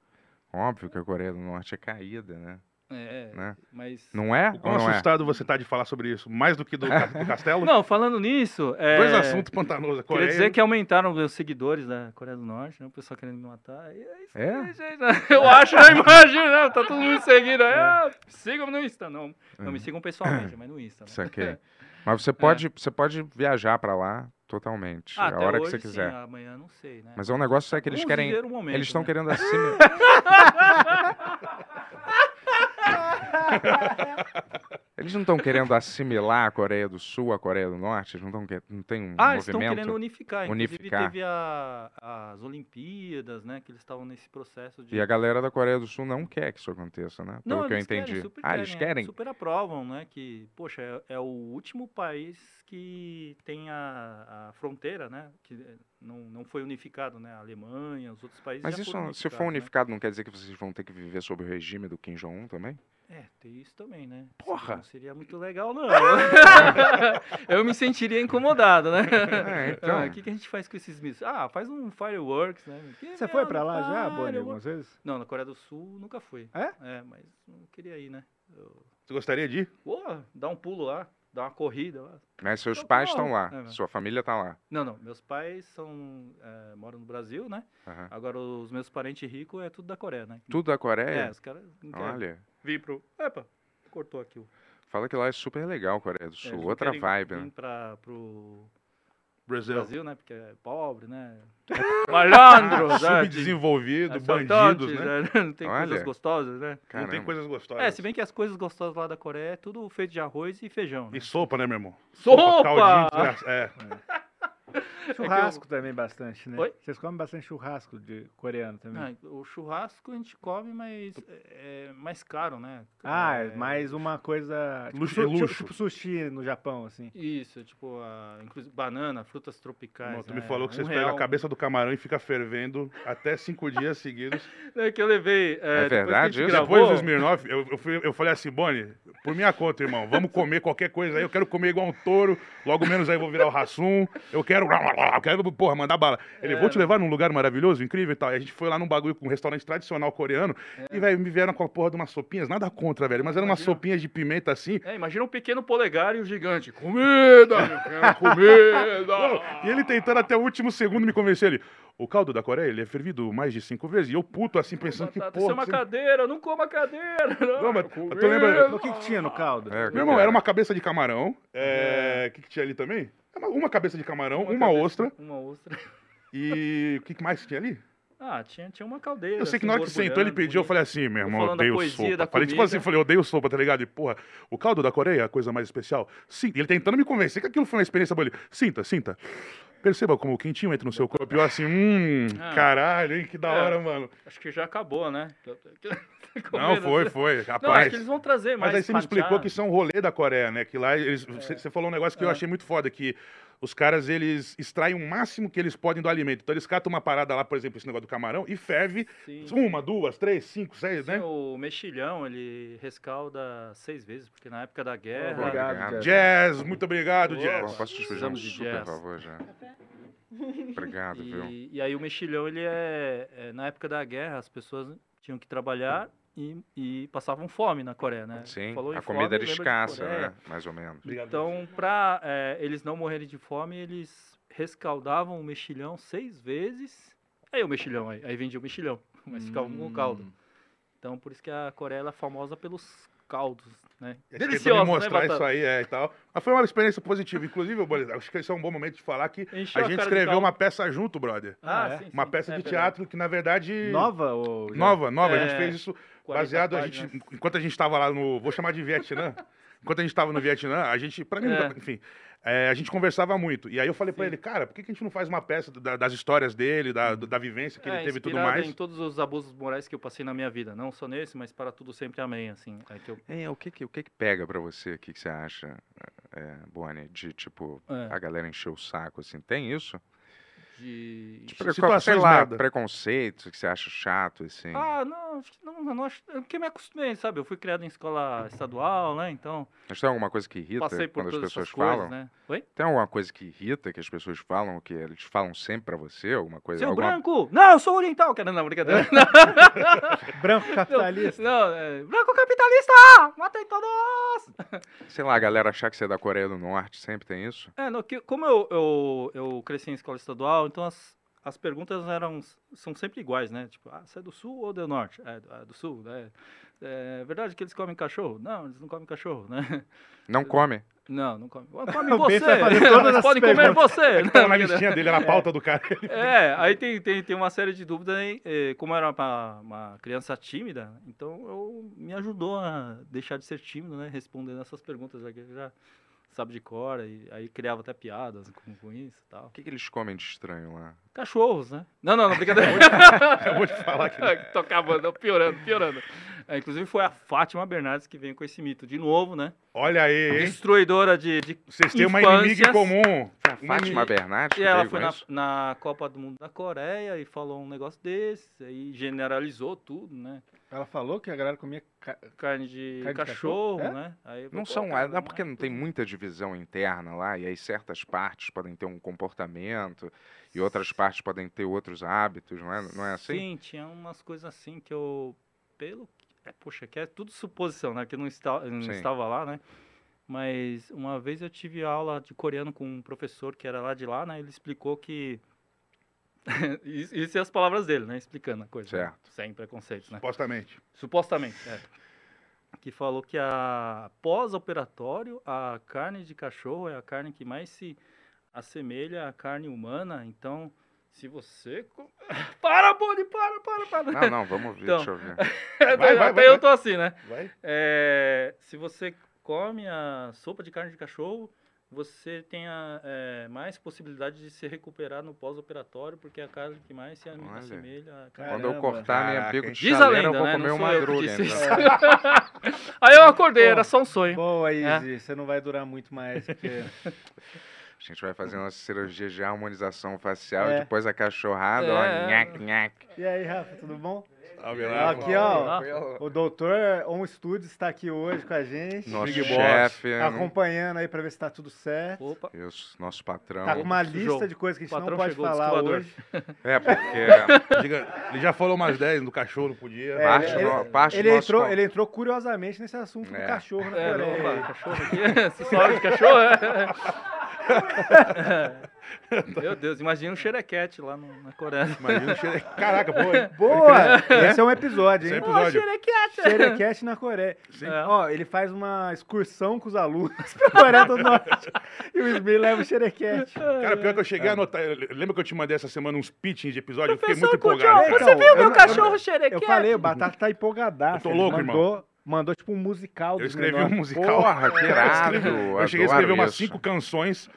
[SPEAKER 8] Óbvio que a Coreia do Norte é caída, né?
[SPEAKER 4] É,
[SPEAKER 8] Né?
[SPEAKER 4] mas.
[SPEAKER 8] Não é?
[SPEAKER 3] O
[SPEAKER 8] Ou
[SPEAKER 3] quão
[SPEAKER 8] não é?
[SPEAKER 3] assustado você tá de falar sobre isso? Mais do que (laughs) do, ca- do castelo?
[SPEAKER 4] Não, falando nisso. É...
[SPEAKER 3] Dois assuntos pantanosos, a Coreia
[SPEAKER 4] Queria dizer que aumentaram meus seguidores da Coreia do Norte, né? O pessoal querendo me matar. E é isso
[SPEAKER 8] É?
[SPEAKER 4] aí, gente. (laughs) né? Eu acho, não imagino, não. Tá todo mundo seguindo. É. Sigam-me no Insta. Não, não
[SPEAKER 8] Uhum.
[SPEAKER 4] me sigam pessoalmente, mas no Insta. Né? (laughs) É.
[SPEAKER 8] Saquei. Mas você pode, você pode viajar pra lá totalmente,
[SPEAKER 4] Ah,
[SPEAKER 8] a
[SPEAKER 4] até
[SPEAKER 8] hora
[SPEAKER 4] hoje,
[SPEAKER 8] que você
[SPEAKER 4] sim,
[SPEAKER 8] quiser.
[SPEAKER 4] amanhã não sei, né?
[SPEAKER 8] Mas é um negócio é que eles
[SPEAKER 4] Vamos
[SPEAKER 8] querem,
[SPEAKER 4] viver o momento,
[SPEAKER 8] eles estão
[SPEAKER 4] né? (laughs)
[SPEAKER 8] querendo assimilar. Eles não estão querendo assimilar a Coreia do Sul, a Coreia do Norte? Eles não, tão, que- não tem um
[SPEAKER 4] Ah, eles
[SPEAKER 8] movimento?
[SPEAKER 4] estão querendo unificar. Inclusive,
[SPEAKER 8] Unificar.
[SPEAKER 4] teve a- as Olimpíadas, né? Que eles estavam nesse processo de.
[SPEAKER 8] E a galera da Coreia do Sul não quer que isso aconteça, né? Pelo
[SPEAKER 4] Não,
[SPEAKER 8] que eu
[SPEAKER 4] eles querem,
[SPEAKER 8] entendi.
[SPEAKER 4] super
[SPEAKER 8] ah, eles querem?
[SPEAKER 4] é, Super aprovam, né? Que, poxa, é, é o último país que tem a, a fronteira, né? Que eh, não, não foi unificado, né? A Alemanha, os outros países
[SPEAKER 8] Mas
[SPEAKER 4] já
[SPEAKER 8] isso,
[SPEAKER 4] foram
[SPEAKER 8] não- se for
[SPEAKER 4] unificados, né?
[SPEAKER 8] unificado, não quer dizer que vocês vão ter que viver sob o regime do Kim Jong-un
[SPEAKER 4] (laughs)
[SPEAKER 8] também?
[SPEAKER 4] É, tem isso também, né? Isso
[SPEAKER 8] Porra!
[SPEAKER 4] Não seria muito legal, não. né? (laughs) eu me sentiria incomodado, né?
[SPEAKER 8] É, então.
[SPEAKER 4] (laughs) Ah, o que, que a gente faz com esses mísseis? Ah, faz um fireworks, né? Que
[SPEAKER 7] Você foi
[SPEAKER 4] merda,
[SPEAKER 7] pra lá já, Boni,
[SPEAKER 4] fireworks.
[SPEAKER 7] algumas vezes?
[SPEAKER 4] Não, na Coreia do Sul nunca fui.
[SPEAKER 7] É?
[SPEAKER 4] É, mas não queria ir, né? Eu...
[SPEAKER 3] Você gostaria de ir?
[SPEAKER 4] Pô, dá um pulo lá, dá uma corrida lá.
[SPEAKER 8] Mas né, seus
[SPEAKER 4] Então,
[SPEAKER 8] pais
[SPEAKER 4] pô,
[SPEAKER 8] estão lá,
[SPEAKER 4] é, né?
[SPEAKER 8] sua família está lá.
[SPEAKER 4] Não, não. Meus pais são é, moram no Brasil, né?
[SPEAKER 8] Aham.
[SPEAKER 4] Agora os meus parentes ricos é tudo da Coreia, né?
[SPEAKER 8] Tudo da Coreia?
[SPEAKER 4] É, os caras não querem.
[SPEAKER 8] Olha,
[SPEAKER 4] Vim pro... Epa, cortou aqui o...
[SPEAKER 8] fala que lá é super legal, Coreia do
[SPEAKER 4] É,
[SPEAKER 8] Sul.
[SPEAKER 4] eles não
[SPEAKER 8] Outra
[SPEAKER 4] querem
[SPEAKER 8] vibe,
[SPEAKER 4] vir
[SPEAKER 8] né?
[SPEAKER 4] pra, pro
[SPEAKER 3] Brasil. Ah,
[SPEAKER 4] Brasil, né? Porque é
[SPEAKER 8] (laughs)
[SPEAKER 4] pobre, né? Malandro,
[SPEAKER 8] Ah,
[SPEAKER 4] sabe?
[SPEAKER 3] Subdesenvolvido,
[SPEAKER 4] Assaltantes,
[SPEAKER 3] bandidos, né?
[SPEAKER 4] (laughs) Não tem coisas
[SPEAKER 8] Olha.
[SPEAKER 4] gostosas, né?
[SPEAKER 3] Não tem coisas gostosas.
[SPEAKER 4] É, se bem que as coisas gostosas lá da Coreia é tudo feito de arroz e feijão. né?
[SPEAKER 3] E sopa, né, meu irmão?
[SPEAKER 4] Sopa!
[SPEAKER 3] caldinho, desgraça- é.
[SPEAKER 7] Churrasco também bastante, né?
[SPEAKER 4] É Oi?
[SPEAKER 7] Vocês comem bastante churrasco de coreano também.
[SPEAKER 4] Ah, o churrasco a gente come, mas é é mais caro, né?
[SPEAKER 7] Ah, é mais uma coisa. Tipo,
[SPEAKER 3] Luxo-
[SPEAKER 7] su- tipo-
[SPEAKER 3] luxo.
[SPEAKER 7] tipo sushi no Japão, assim.
[SPEAKER 4] Isso, tipo, a, inclusive banana, frutas tropicais.
[SPEAKER 3] Irmão, tu
[SPEAKER 4] né?
[SPEAKER 3] me falou que
[SPEAKER 4] Um
[SPEAKER 3] vocês
[SPEAKER 4] real.
[SPEAKER 3] pegam a cabeça do camarão e fica fervendo até cinco dias seguidos.
[SPEAKER 4] É que eu levei. É, depois que a
[SPEAKER 8] verdade
[SPEAKER 4] gente
[SPEAKER 8] isso?
[SPEAKER 4] (laughs) gravou-
[SPEAKER 3] Depois do Smirnoff, eu, eu, fui- eu falei assim, Boni, por minha conta, irmão, vamos comer qualquer coisa aí. Eu quero comer igual um touro, logo menos aí eu vou virar o Rassum. Eu quero, eu quero, porra, mandar bala. Ele,
[SPEAKER 4] É.
[SPEAKER 3] vou te levar num lugar maravilhoso, incrível e tal. E a gente foi lá num bagulho com um restaurante tradicional coreano
[SPEAKER 4] É.
[SPEAKER 3] e, velho, me vieram com a porra de umas sopinhas, nada contra, velho, mas eram umas sopinhas de pimenta assim.
[SPEAKER 4] É, imagina um pequeno polegar e um gigante. Comida, meu quero comida!
[SPEAKER 3] E ele tentando até o último segundo me convencer ele. O caldo da Coreia, ele é fervido mais de cinco vezes. E eu puto assim, pensando que
[SPEAKER 4] Batata,
[SPEAKER 3] porra...
[SPEAKER 4] isso é uma
[SPEAKER 3] que-
[SPEAKER 4] cadeira, não coma a cadeira! Não,
[SPEAKER 3] Não, mas
[SPEAKER 4] comida.
[SPEAKER 3] tu lembra-
[SPEAKER 7] O que, que tinha no caldo?
[SPEAKER 8] É,
[SPEAKER 3] Meu irmão, era uma cabeça de camarão. É. O que, que tinha ali também? É Uma, uma cabeça de camarão, uma,
[SPEAKER 4] cabeça-
[SPEAKER 3] ostra.
[SPEAKER 4] Uma ostra.
[SPEAKER 3] E o que, que mais que tinha ali?
[SPEAKER 4] Ah, tinha, tinha uma caldeira.
[SPEAKER 3] Eu sei que na hora que sentou ele pediu, eu falei assim, meu irmão, eu
[SPEAKER 4] falando da
[SPEAKER 3] odeio
[SPEAKER 4] poesia,
[SPEAKER 3] sopa.
[SPEAKER 4] da
[SPEAKER 3] Falei tipo assim,
[SPEAKER 4] comida.
[SPEAKER 3] falei, eu odeio sopa, tá ligado? E porra, o caldo da Coreia é a coisa mais especial. Sim, e ele tentando me convencer que aquilo foi uma experiência boa. Ele, sinta, sinta. Perceba como o quentinho entra no seu corpo. E eu assim, hum,
[SPEAKER 4] Ah.
[SPEAKER 3] caralho, hein, que da
[SPEAKER 4] É.
[SPEAKER 3] hora, mano.
[SPEAKER 4] Acho que já acabou, né?
[SPEAKER 3] Não,
[SPEAKER 4] (laughs) Comendo
[SPEAKER 3] foi,
[SPEAKER 4] assim.
[SPEAKER 3] foi,
[SPEAKER 4] Não, acho
[SPEAKER 3] rapaz.
[SPEAKER 4] que eles vão trazer mais É.
[SPEAKER 3] Mas aí você me
[SPEAKER 4] panchar.
[SPEAKER 3] explicou que isso é um rolê da Coreia, né? Que lá eles. Você você falou um negócio que eu achei muito foda, que os caras eles extraem o máximo que eles podem do alimento. Então eles catam uma parada lá, por exemplo, esse negócio do camarão, e ferve
[SPEAKER 4] Sim.
[SPEAKER 3] uma, duas, três, cinco, seis,
[SPEAKER 4] Sim,
[SPEAKER 3] né?
[SPEAKER 4] É, O mexilhão, ele rescalda seis vezes, porque na época da guerra...
[SPEAKER 8] Obrigado, Jeff.
[SPEAKER 3] Jazz, muito obrigado,
[SPEAKER 4] Pô,
[SPEAKER 8] Pô,
[SPEAKER 3] Jazz.
[SPEAKER 8] Posso te pedir um
[SPEAKER 4] Precisamos de
[SPEAKER 8] super
[SPEAKER 4] jazz.
[SPEAKER 8] favor já?
[SPEAKER 4] (laughs)
[SPEAKER 8] Obrigado, viu?
[SPEAKER 4] E, e aí o mexilhão, ele é, é, Na época da guerra, as pessoas tinham que trabalhar e, e passavam fome na Coreia, né?
[SPEAKER 8] Sim,
[SPEAKER 4] Falou em
[SPEAKER 8] a
[SPEAKER 4] fome, É.
[SPEAKER 8] comida era
[SPEAKER 4] lembra de
[SPEAKER 8] escassa,
[SPEAKER 4] Coreia.
[SPEAKER 8] né? Mais ou menos.
[SPEAKER 4] Então, pra é, eles não morrerem de fome, eles rescaldavam o mexilhão seis vezes. Aí o mexilhão, aí, aí vendia o mexilhão, (laughs) mas ficava com o
[SPEAKER 8] Hum.
[SPEAKER 4] caldo. Então, por isso que a Coreia ela é famosa pelos caldos, né?
[SPEAKER 3] Tentando me
[SPEAKER 4] Deliciosos,
[SPEAKER 3] mostrar
[SPEAKER 4] né,
[SPEAKER 3] isso
[SPEAKER 4] Batata?
[SPEAKER 3] aí, é, e tal. Mas foi uma experiência positiva. Inclusive, ô, Boris, acho que esse é um bom momento de falar que a
[SPEAKER 4] Encheu a
[SPEAKER 3] gente
[SPEAKER 4] cara de
[SPEAKER 3] escreveu
[SPEAKER 4] caldo.
[SPEAKER 3] uma peça junto, brother.
[SPEAKER 4] Ah,
[SPEAKER 7] Ah, é?
[SPEAKER 4] um sim,
[SPEAKER 3] Uma
[SPEAKER 4] sim,
[SPEAKER 3] peça
[SPEAKER 4] é
[SPEAKER 3] de
[SPEAKER 4] verdade.
[SPEAKER 3] teatro que, na verdade.
[SPEAKER 7] Hum. Nova ou. já?
[SPEAKER 3] Nova, nova. A gente
[SPEAKER 4] É,
[SPEAKER 3] fez isso
[SPEAKER 4] 40
[SPEAKER 3] baseado. A gente,
[SPEAKER 4] páginas.
[SPEAKER 3] enquanto a gente estava lá no. Vou chamar de
[SPEAKER 4] (laughs)
[SPEAKER 3] Vietnã. Enquanto a gente estava no Vietnã, a gente. Pra mim,
[SPEAKER 4] É.
[SPEAKER 3] enfim. é, a gente conversava muito. E aí eu falei pra ele, cara, por que, que a gente não faz uma peça da- das histórias dele, da, da vivência que
[SPEAKER 4] É,
[SPEAKER 3] ele teve e tudo
[SPEAKER 4] inspirada
[SPEAKER 3] mais? (laughs)
[SPEAKER 4] em todos os abusos morais que eu passei na minha vida. Não só nesse, mas para tudo sempre amém, assim. É que eu...
[SPEAKER 8] É, o que que, o que que pega pra você? O que que você acha, é, Bonnie, de, tipo,
[SPEAKER 4] É.
[SPEAKER 8] a galera encher o saco, assim? Tem isso?
[SPEAKER 4] De...
[SPEAKER 8] Preco- sei
[SPEAKER 3] situações
[SPEAKER 8] lá,
[SPEAKER 3] merda.
[SPEAKER 8] preconceito que você acha chato, assim.
[SPEAKER 4] Ah, não, acho que não, não acho... é Porque me acostumei, sabe? Eu fui criado em escola estadual, né? Então,
[SPEAKER 8] Mas tem alguma coisa que irrita
[SPEAKER 4] passei por
[SPEAKER 8] quando as
[SPEAKER 4] todas
[SPEAKER 8] pessoas
[SPEAKER 4] essas coisas,
[SPEAKER 8] falam?
[SPEAKER 4] né? Oi?
[SPEAKER 8] Tem alguma coisa que irrita que as pessoas falam, que eles falam sempre pra você? Alguma coisa?
[SPEAKER 4] Seu
[SPEAKER 8] alguma...
[SPEAKER 4] branco! Não, eu sou oriental! Cara, não, brincadeira. (laughs)
[SPEAKER 7] Branco
[SPEAKER 4] Não,
[SPEAKER 7] capitalista.
[SPEAKER 4] não, é, branco capitalista! Matem todos!
[SPEAKER 8] Sei lá, a galera achar que você é da Coreia do Norte, sempre tem isso?
[SPEAKER 4] É, no, que, como eu, eu, eu cresci em escola estadual, então as, as perguntas eram são sempre iguais, né? Tipo, ah, você é do sul ou do norte? É, do- é do sul, né? É verdade que eles comem cachorro? Não, eles não comem cachorro, né? (laughs)
[SPEAKER 8] Não come.
[SPEAKER 4] Não, não come. Ué,
[SPEAKER 8] O (laughs)
[SPEAKER 4] Come
[SPEAKER 8] Ben
[SPEAKER 4] você!
[SPEAKER 8] vai
[SPEAKER 4] (laughs)
[SPEAKER 8] fazer todas
[SPEAKER 4] Eles
[SPEAKER 8] as
[SPEAKER 4] podem comer
[SPEAKER 8] perguntas.
[SPEAKER 4] você!
[SPEAKER 8] (laughs) Ele tava na
[SPEAKER 4] né?
[SPEAKER 8] listinha dele, era a pauta do
[SPEAKER 3] (laughs)
[SPEAKER 8] cara.
[SPEAKER 4] (laughs) É, aí tem, tem, tem uma série de dúvidas, hein? Eh, Como era uma, uma criança tímida, então eu, me ajudou a deixar de ser tímido, né? Respondendo essas perguntas, já que ele já sabe de cor, e aí criava até piadas com, com isso e tal.
[SPEAKER 8] O que, que eles comem de estranho lá?
[SPEAKER 4] Cachorros, né? Não, não, não, brincadeira.
[SPEAKER 8] Acabou de falar que
[SPEAKER 4] (laughs)
[SPEAKER 8] não.
[SPEAKER 4] Tô acabando, piorando, piorando. É, inclusive foi a Fátima Bernardes que veio com esse mito, de novo, né?
[SPEAKER 3] Olha aí, hein?
[SPEAKER 4] Destruidora de, de
[SPEAKER 3] Vocês têm uma inimiga em comum. A Uma Fátima inimiga. Bernardes
[SPEAKER 4] E
[SPEAKER 3] que
[SPEAKER 4] Hum. É, ela
[SPEAKER 3] veio
[SPEAKER 8] é
[SPEAKER 4] foi
[SPEAKER 3] com
[SPEAKER 4] na,
[SPEAKER 3] isso?
[SPEAKER 4] na Copa do Mundo da Coreia e falou um negócio desse, aí generalizou tudo, né?
[SPEAKER 7] Ela falou que a galera comia ca-
[SPEAKER 4] Carne de,
[SPEAKER 7] Carne de
[SPEAKER 4] cachorro,
[SPEAKER 7] cachorro, é?
[SPEAKER 4] né? Aí eu falei,
[SPEAKER 8] Não
[SPEAKER 4] pô,
[SPEAKER 8] são,
[SPEAKER 4] cara,
[SPEAKER 8] não é porque não tem muita divisão interna lá, e aí certas partes podem ter um comportamento e outras partes podem ter outros hábitos, não é, não é assim?
[SPEAKER 4] Sim, tinha umas coisas assim que eu. Pelo. que- É, poxa, que é tudo suposição, né? Que eu não, está, eu não
[SPEAKER 8] Sim.
[SPEAKER 4] estava lá, né? Mas uma vez eu tive aula de coreano com um professor que era lá de lá, né? Ele explicou que. (laughs) isso, isso é as palavras dele, né? Explicando a coisa. né?
[SPEAKER 8] Certo.
[SPEAKER 4] Sem preconceito, né?
[SPEAKER 3] Supostamente.
[SPEAKER 4] Supostamente, é. Que falou que a pós-operatório, a carne de cachorro é a carne que mais se assemelha à carne humana. Então, se você. co- (laughs) Para, Boni, para, para, para.
[SPEAKER 8] Não, não, vamos ouvir,
[SPEAKER 4] Então.
[SPEAKER 8] deixa eu
[SPEAKER 4] (laughs)
[SPEAKER 8] ouvir. Vai,
[SPEAKER 4] Até-
[SPEAKER 8] vai,
[SPEAKER 4] até
[SPEAKER 8] vai,
[SPEAKER 4] eu
[SPEAKER 8] vai.
[SPEAKER 4] tô assim, né?
[SPEAKER 8] Vai.
[SPEAKER 4] É, se você come a sopa de carne de cachorro, você tem a, é, mais possibilidade de se recuperar no pós-operatório, porque é a carne que mais se
[SPEAKER 8] Olha.
[SPEAKER 4] assemelha à carne.
[SPEAKER 8] Quando eu cortar minha
[SPEAKER 4] Caraca,
[SPEAKER 8] bico
[SPEAKER 4] hein?
[SPEAKER 8] de
[SPEAKER 4] Diz a
[SPEAKER 8] chaleira,
[SPEAKER 4] lenda,
[SPEAKER 8] eu vou
[SPEAKER 4] né?
[SPEAKER 8] comer
[SPEAKER 4] Não
[SPEAKER 8] uma
[SPEAKER 4] sou eu que
[SPEAKER 8] grulha.
[SPEAKER 4] disse
[SPEAKER 8] então.
[SPEAKER 4] isso.
[SPEAKER 7] É.
[SPEAKER 4] Aí eu acordei,
[SPEAKER 7] Pô,
[SPEAKER 4] era só um
[SPEAKER 7] (laughs)
[SPEAKER 4] sonho.
[SPEAKER 7] Boa,
[SPEAKER 4] É.
[SPEAKER 7] Izzy. Você não vai durar muito mais, porque...
[SPEAKER 8] A gente vai fazer nossa cirurgia de harmonização facial
[SPEAKER 7] É.
[SPEAKER 8] e depois a cachorrada,
[SPEAKER 7] É.
[SPEAKER 8] ó, nhac, nhac.
[SPEAKER 7] E aí, Rafa, tudo bom?
[SPEAKER 3] Salve,
[SPEAKER 8] Rafa.
[SPEAKER 7] Aqui,
[SPEAKER 4] Ah.
[SPEAKER 8] Rafa.
[SPEAKER 7] ó, o doutor On Studios está aqui hoje com a gente.
[SPEAKER 8] Nosso Big Boss. chefe, né?
[SPEAKER 7] Acompanhando aí para ver se tá tudo certo.
[SPEAKER 4] Opa.
[SPEAKER 8] Isso, nosso patrão.
[SPEAKER 7] Tá com uma lista de coisas que a gente não
[SPEAKER 3] Patrão
[SPEAKER 7] pode
[SPEAKER 3] chegou,
[SPEAKER 7] falar
[SPEAKER 3] descoador.
[SPEAKER 7] hoje.
[SPEAKER 8] É, porque-
[SPEAKER 3] Diga, ele já falou umas 10 do cachorro não podia.
[SPEAKER 7] É, ele, ele- ele entrou, ele entrou curiosamente nesse assunto do
[SPEAKER 3] É.
[SPEAKER 7] cachorro né, na
[SPEAKER 3] É,
[SPEAKER 7] Coreia.
[SPEAKER 3] opa,
[SPEAKER 4] cachorro aqui, (laughs) essa história de cachorro,
[SPEAKER 3] (laughs)
[SPEAKER 4] é. Meu Deus, imagina um xerequete lá no- na Coreia.
[SPEAKER 3] Imagina um xere- Caraca, boa, hein? (laughs)
[SPEAKER 7] Boa!
[SPEAKER 4] É.
[SPEAKER 7] Esse é um episódio, hein?
[SPEAKER 4] Esse é um episódio. Ó, xerequete!
[SPEAKER 7] Xerequete na Coreia. Ó, ele faz uma excursão com os alunos (laughs) pra Coreia do Norte. e o Smith leva o xerequete.
[SPEAKER 3] Cara, pior que eu
[SPEAKER 7] É.
[SPEAKER 3] cheguei a anotar. Lembra que eu te mandei essa semana uns pitchings de episódio? Eu fiquei muito
[SPEAKER 7] Professor
[SPEAKER 3] empolgado.
[SPEAKER 7] Cunhão,
[SPEAKER 3] cara.
[SPEAKER 7] você viu meu
[SPEAKER 3] Eu não-
[SPEAKER 7] cachorro
[SPEAKER 3] eu-
[SPEAKER 7] então, Eu falei, o Batata tá empolgadaço.
[SPEAKER 3] Eu tô
[SPEAKER 7] Ele
[SPEAKER 3] louco, irmão.
[SPEAKER 7] mandou, Mandou tipo um musical.
[SPEAKER 3] Eu
[SPEAKER 7] do
[SPEAKER 3] escrevi
[SPEAKER 7] Menor.
[SPEAKER 3] um musical.
[SPEAKER 8] é
[SPEAKER 7] Porra, que irado,
[SPEAKER 3] Eu escrevi- Eu cheguei a
[SPEAKER 7] adoro
[SPEAKER 3] escrever umas
[SPEAKER 7] isso.
[SPEAKER 3] cinco canções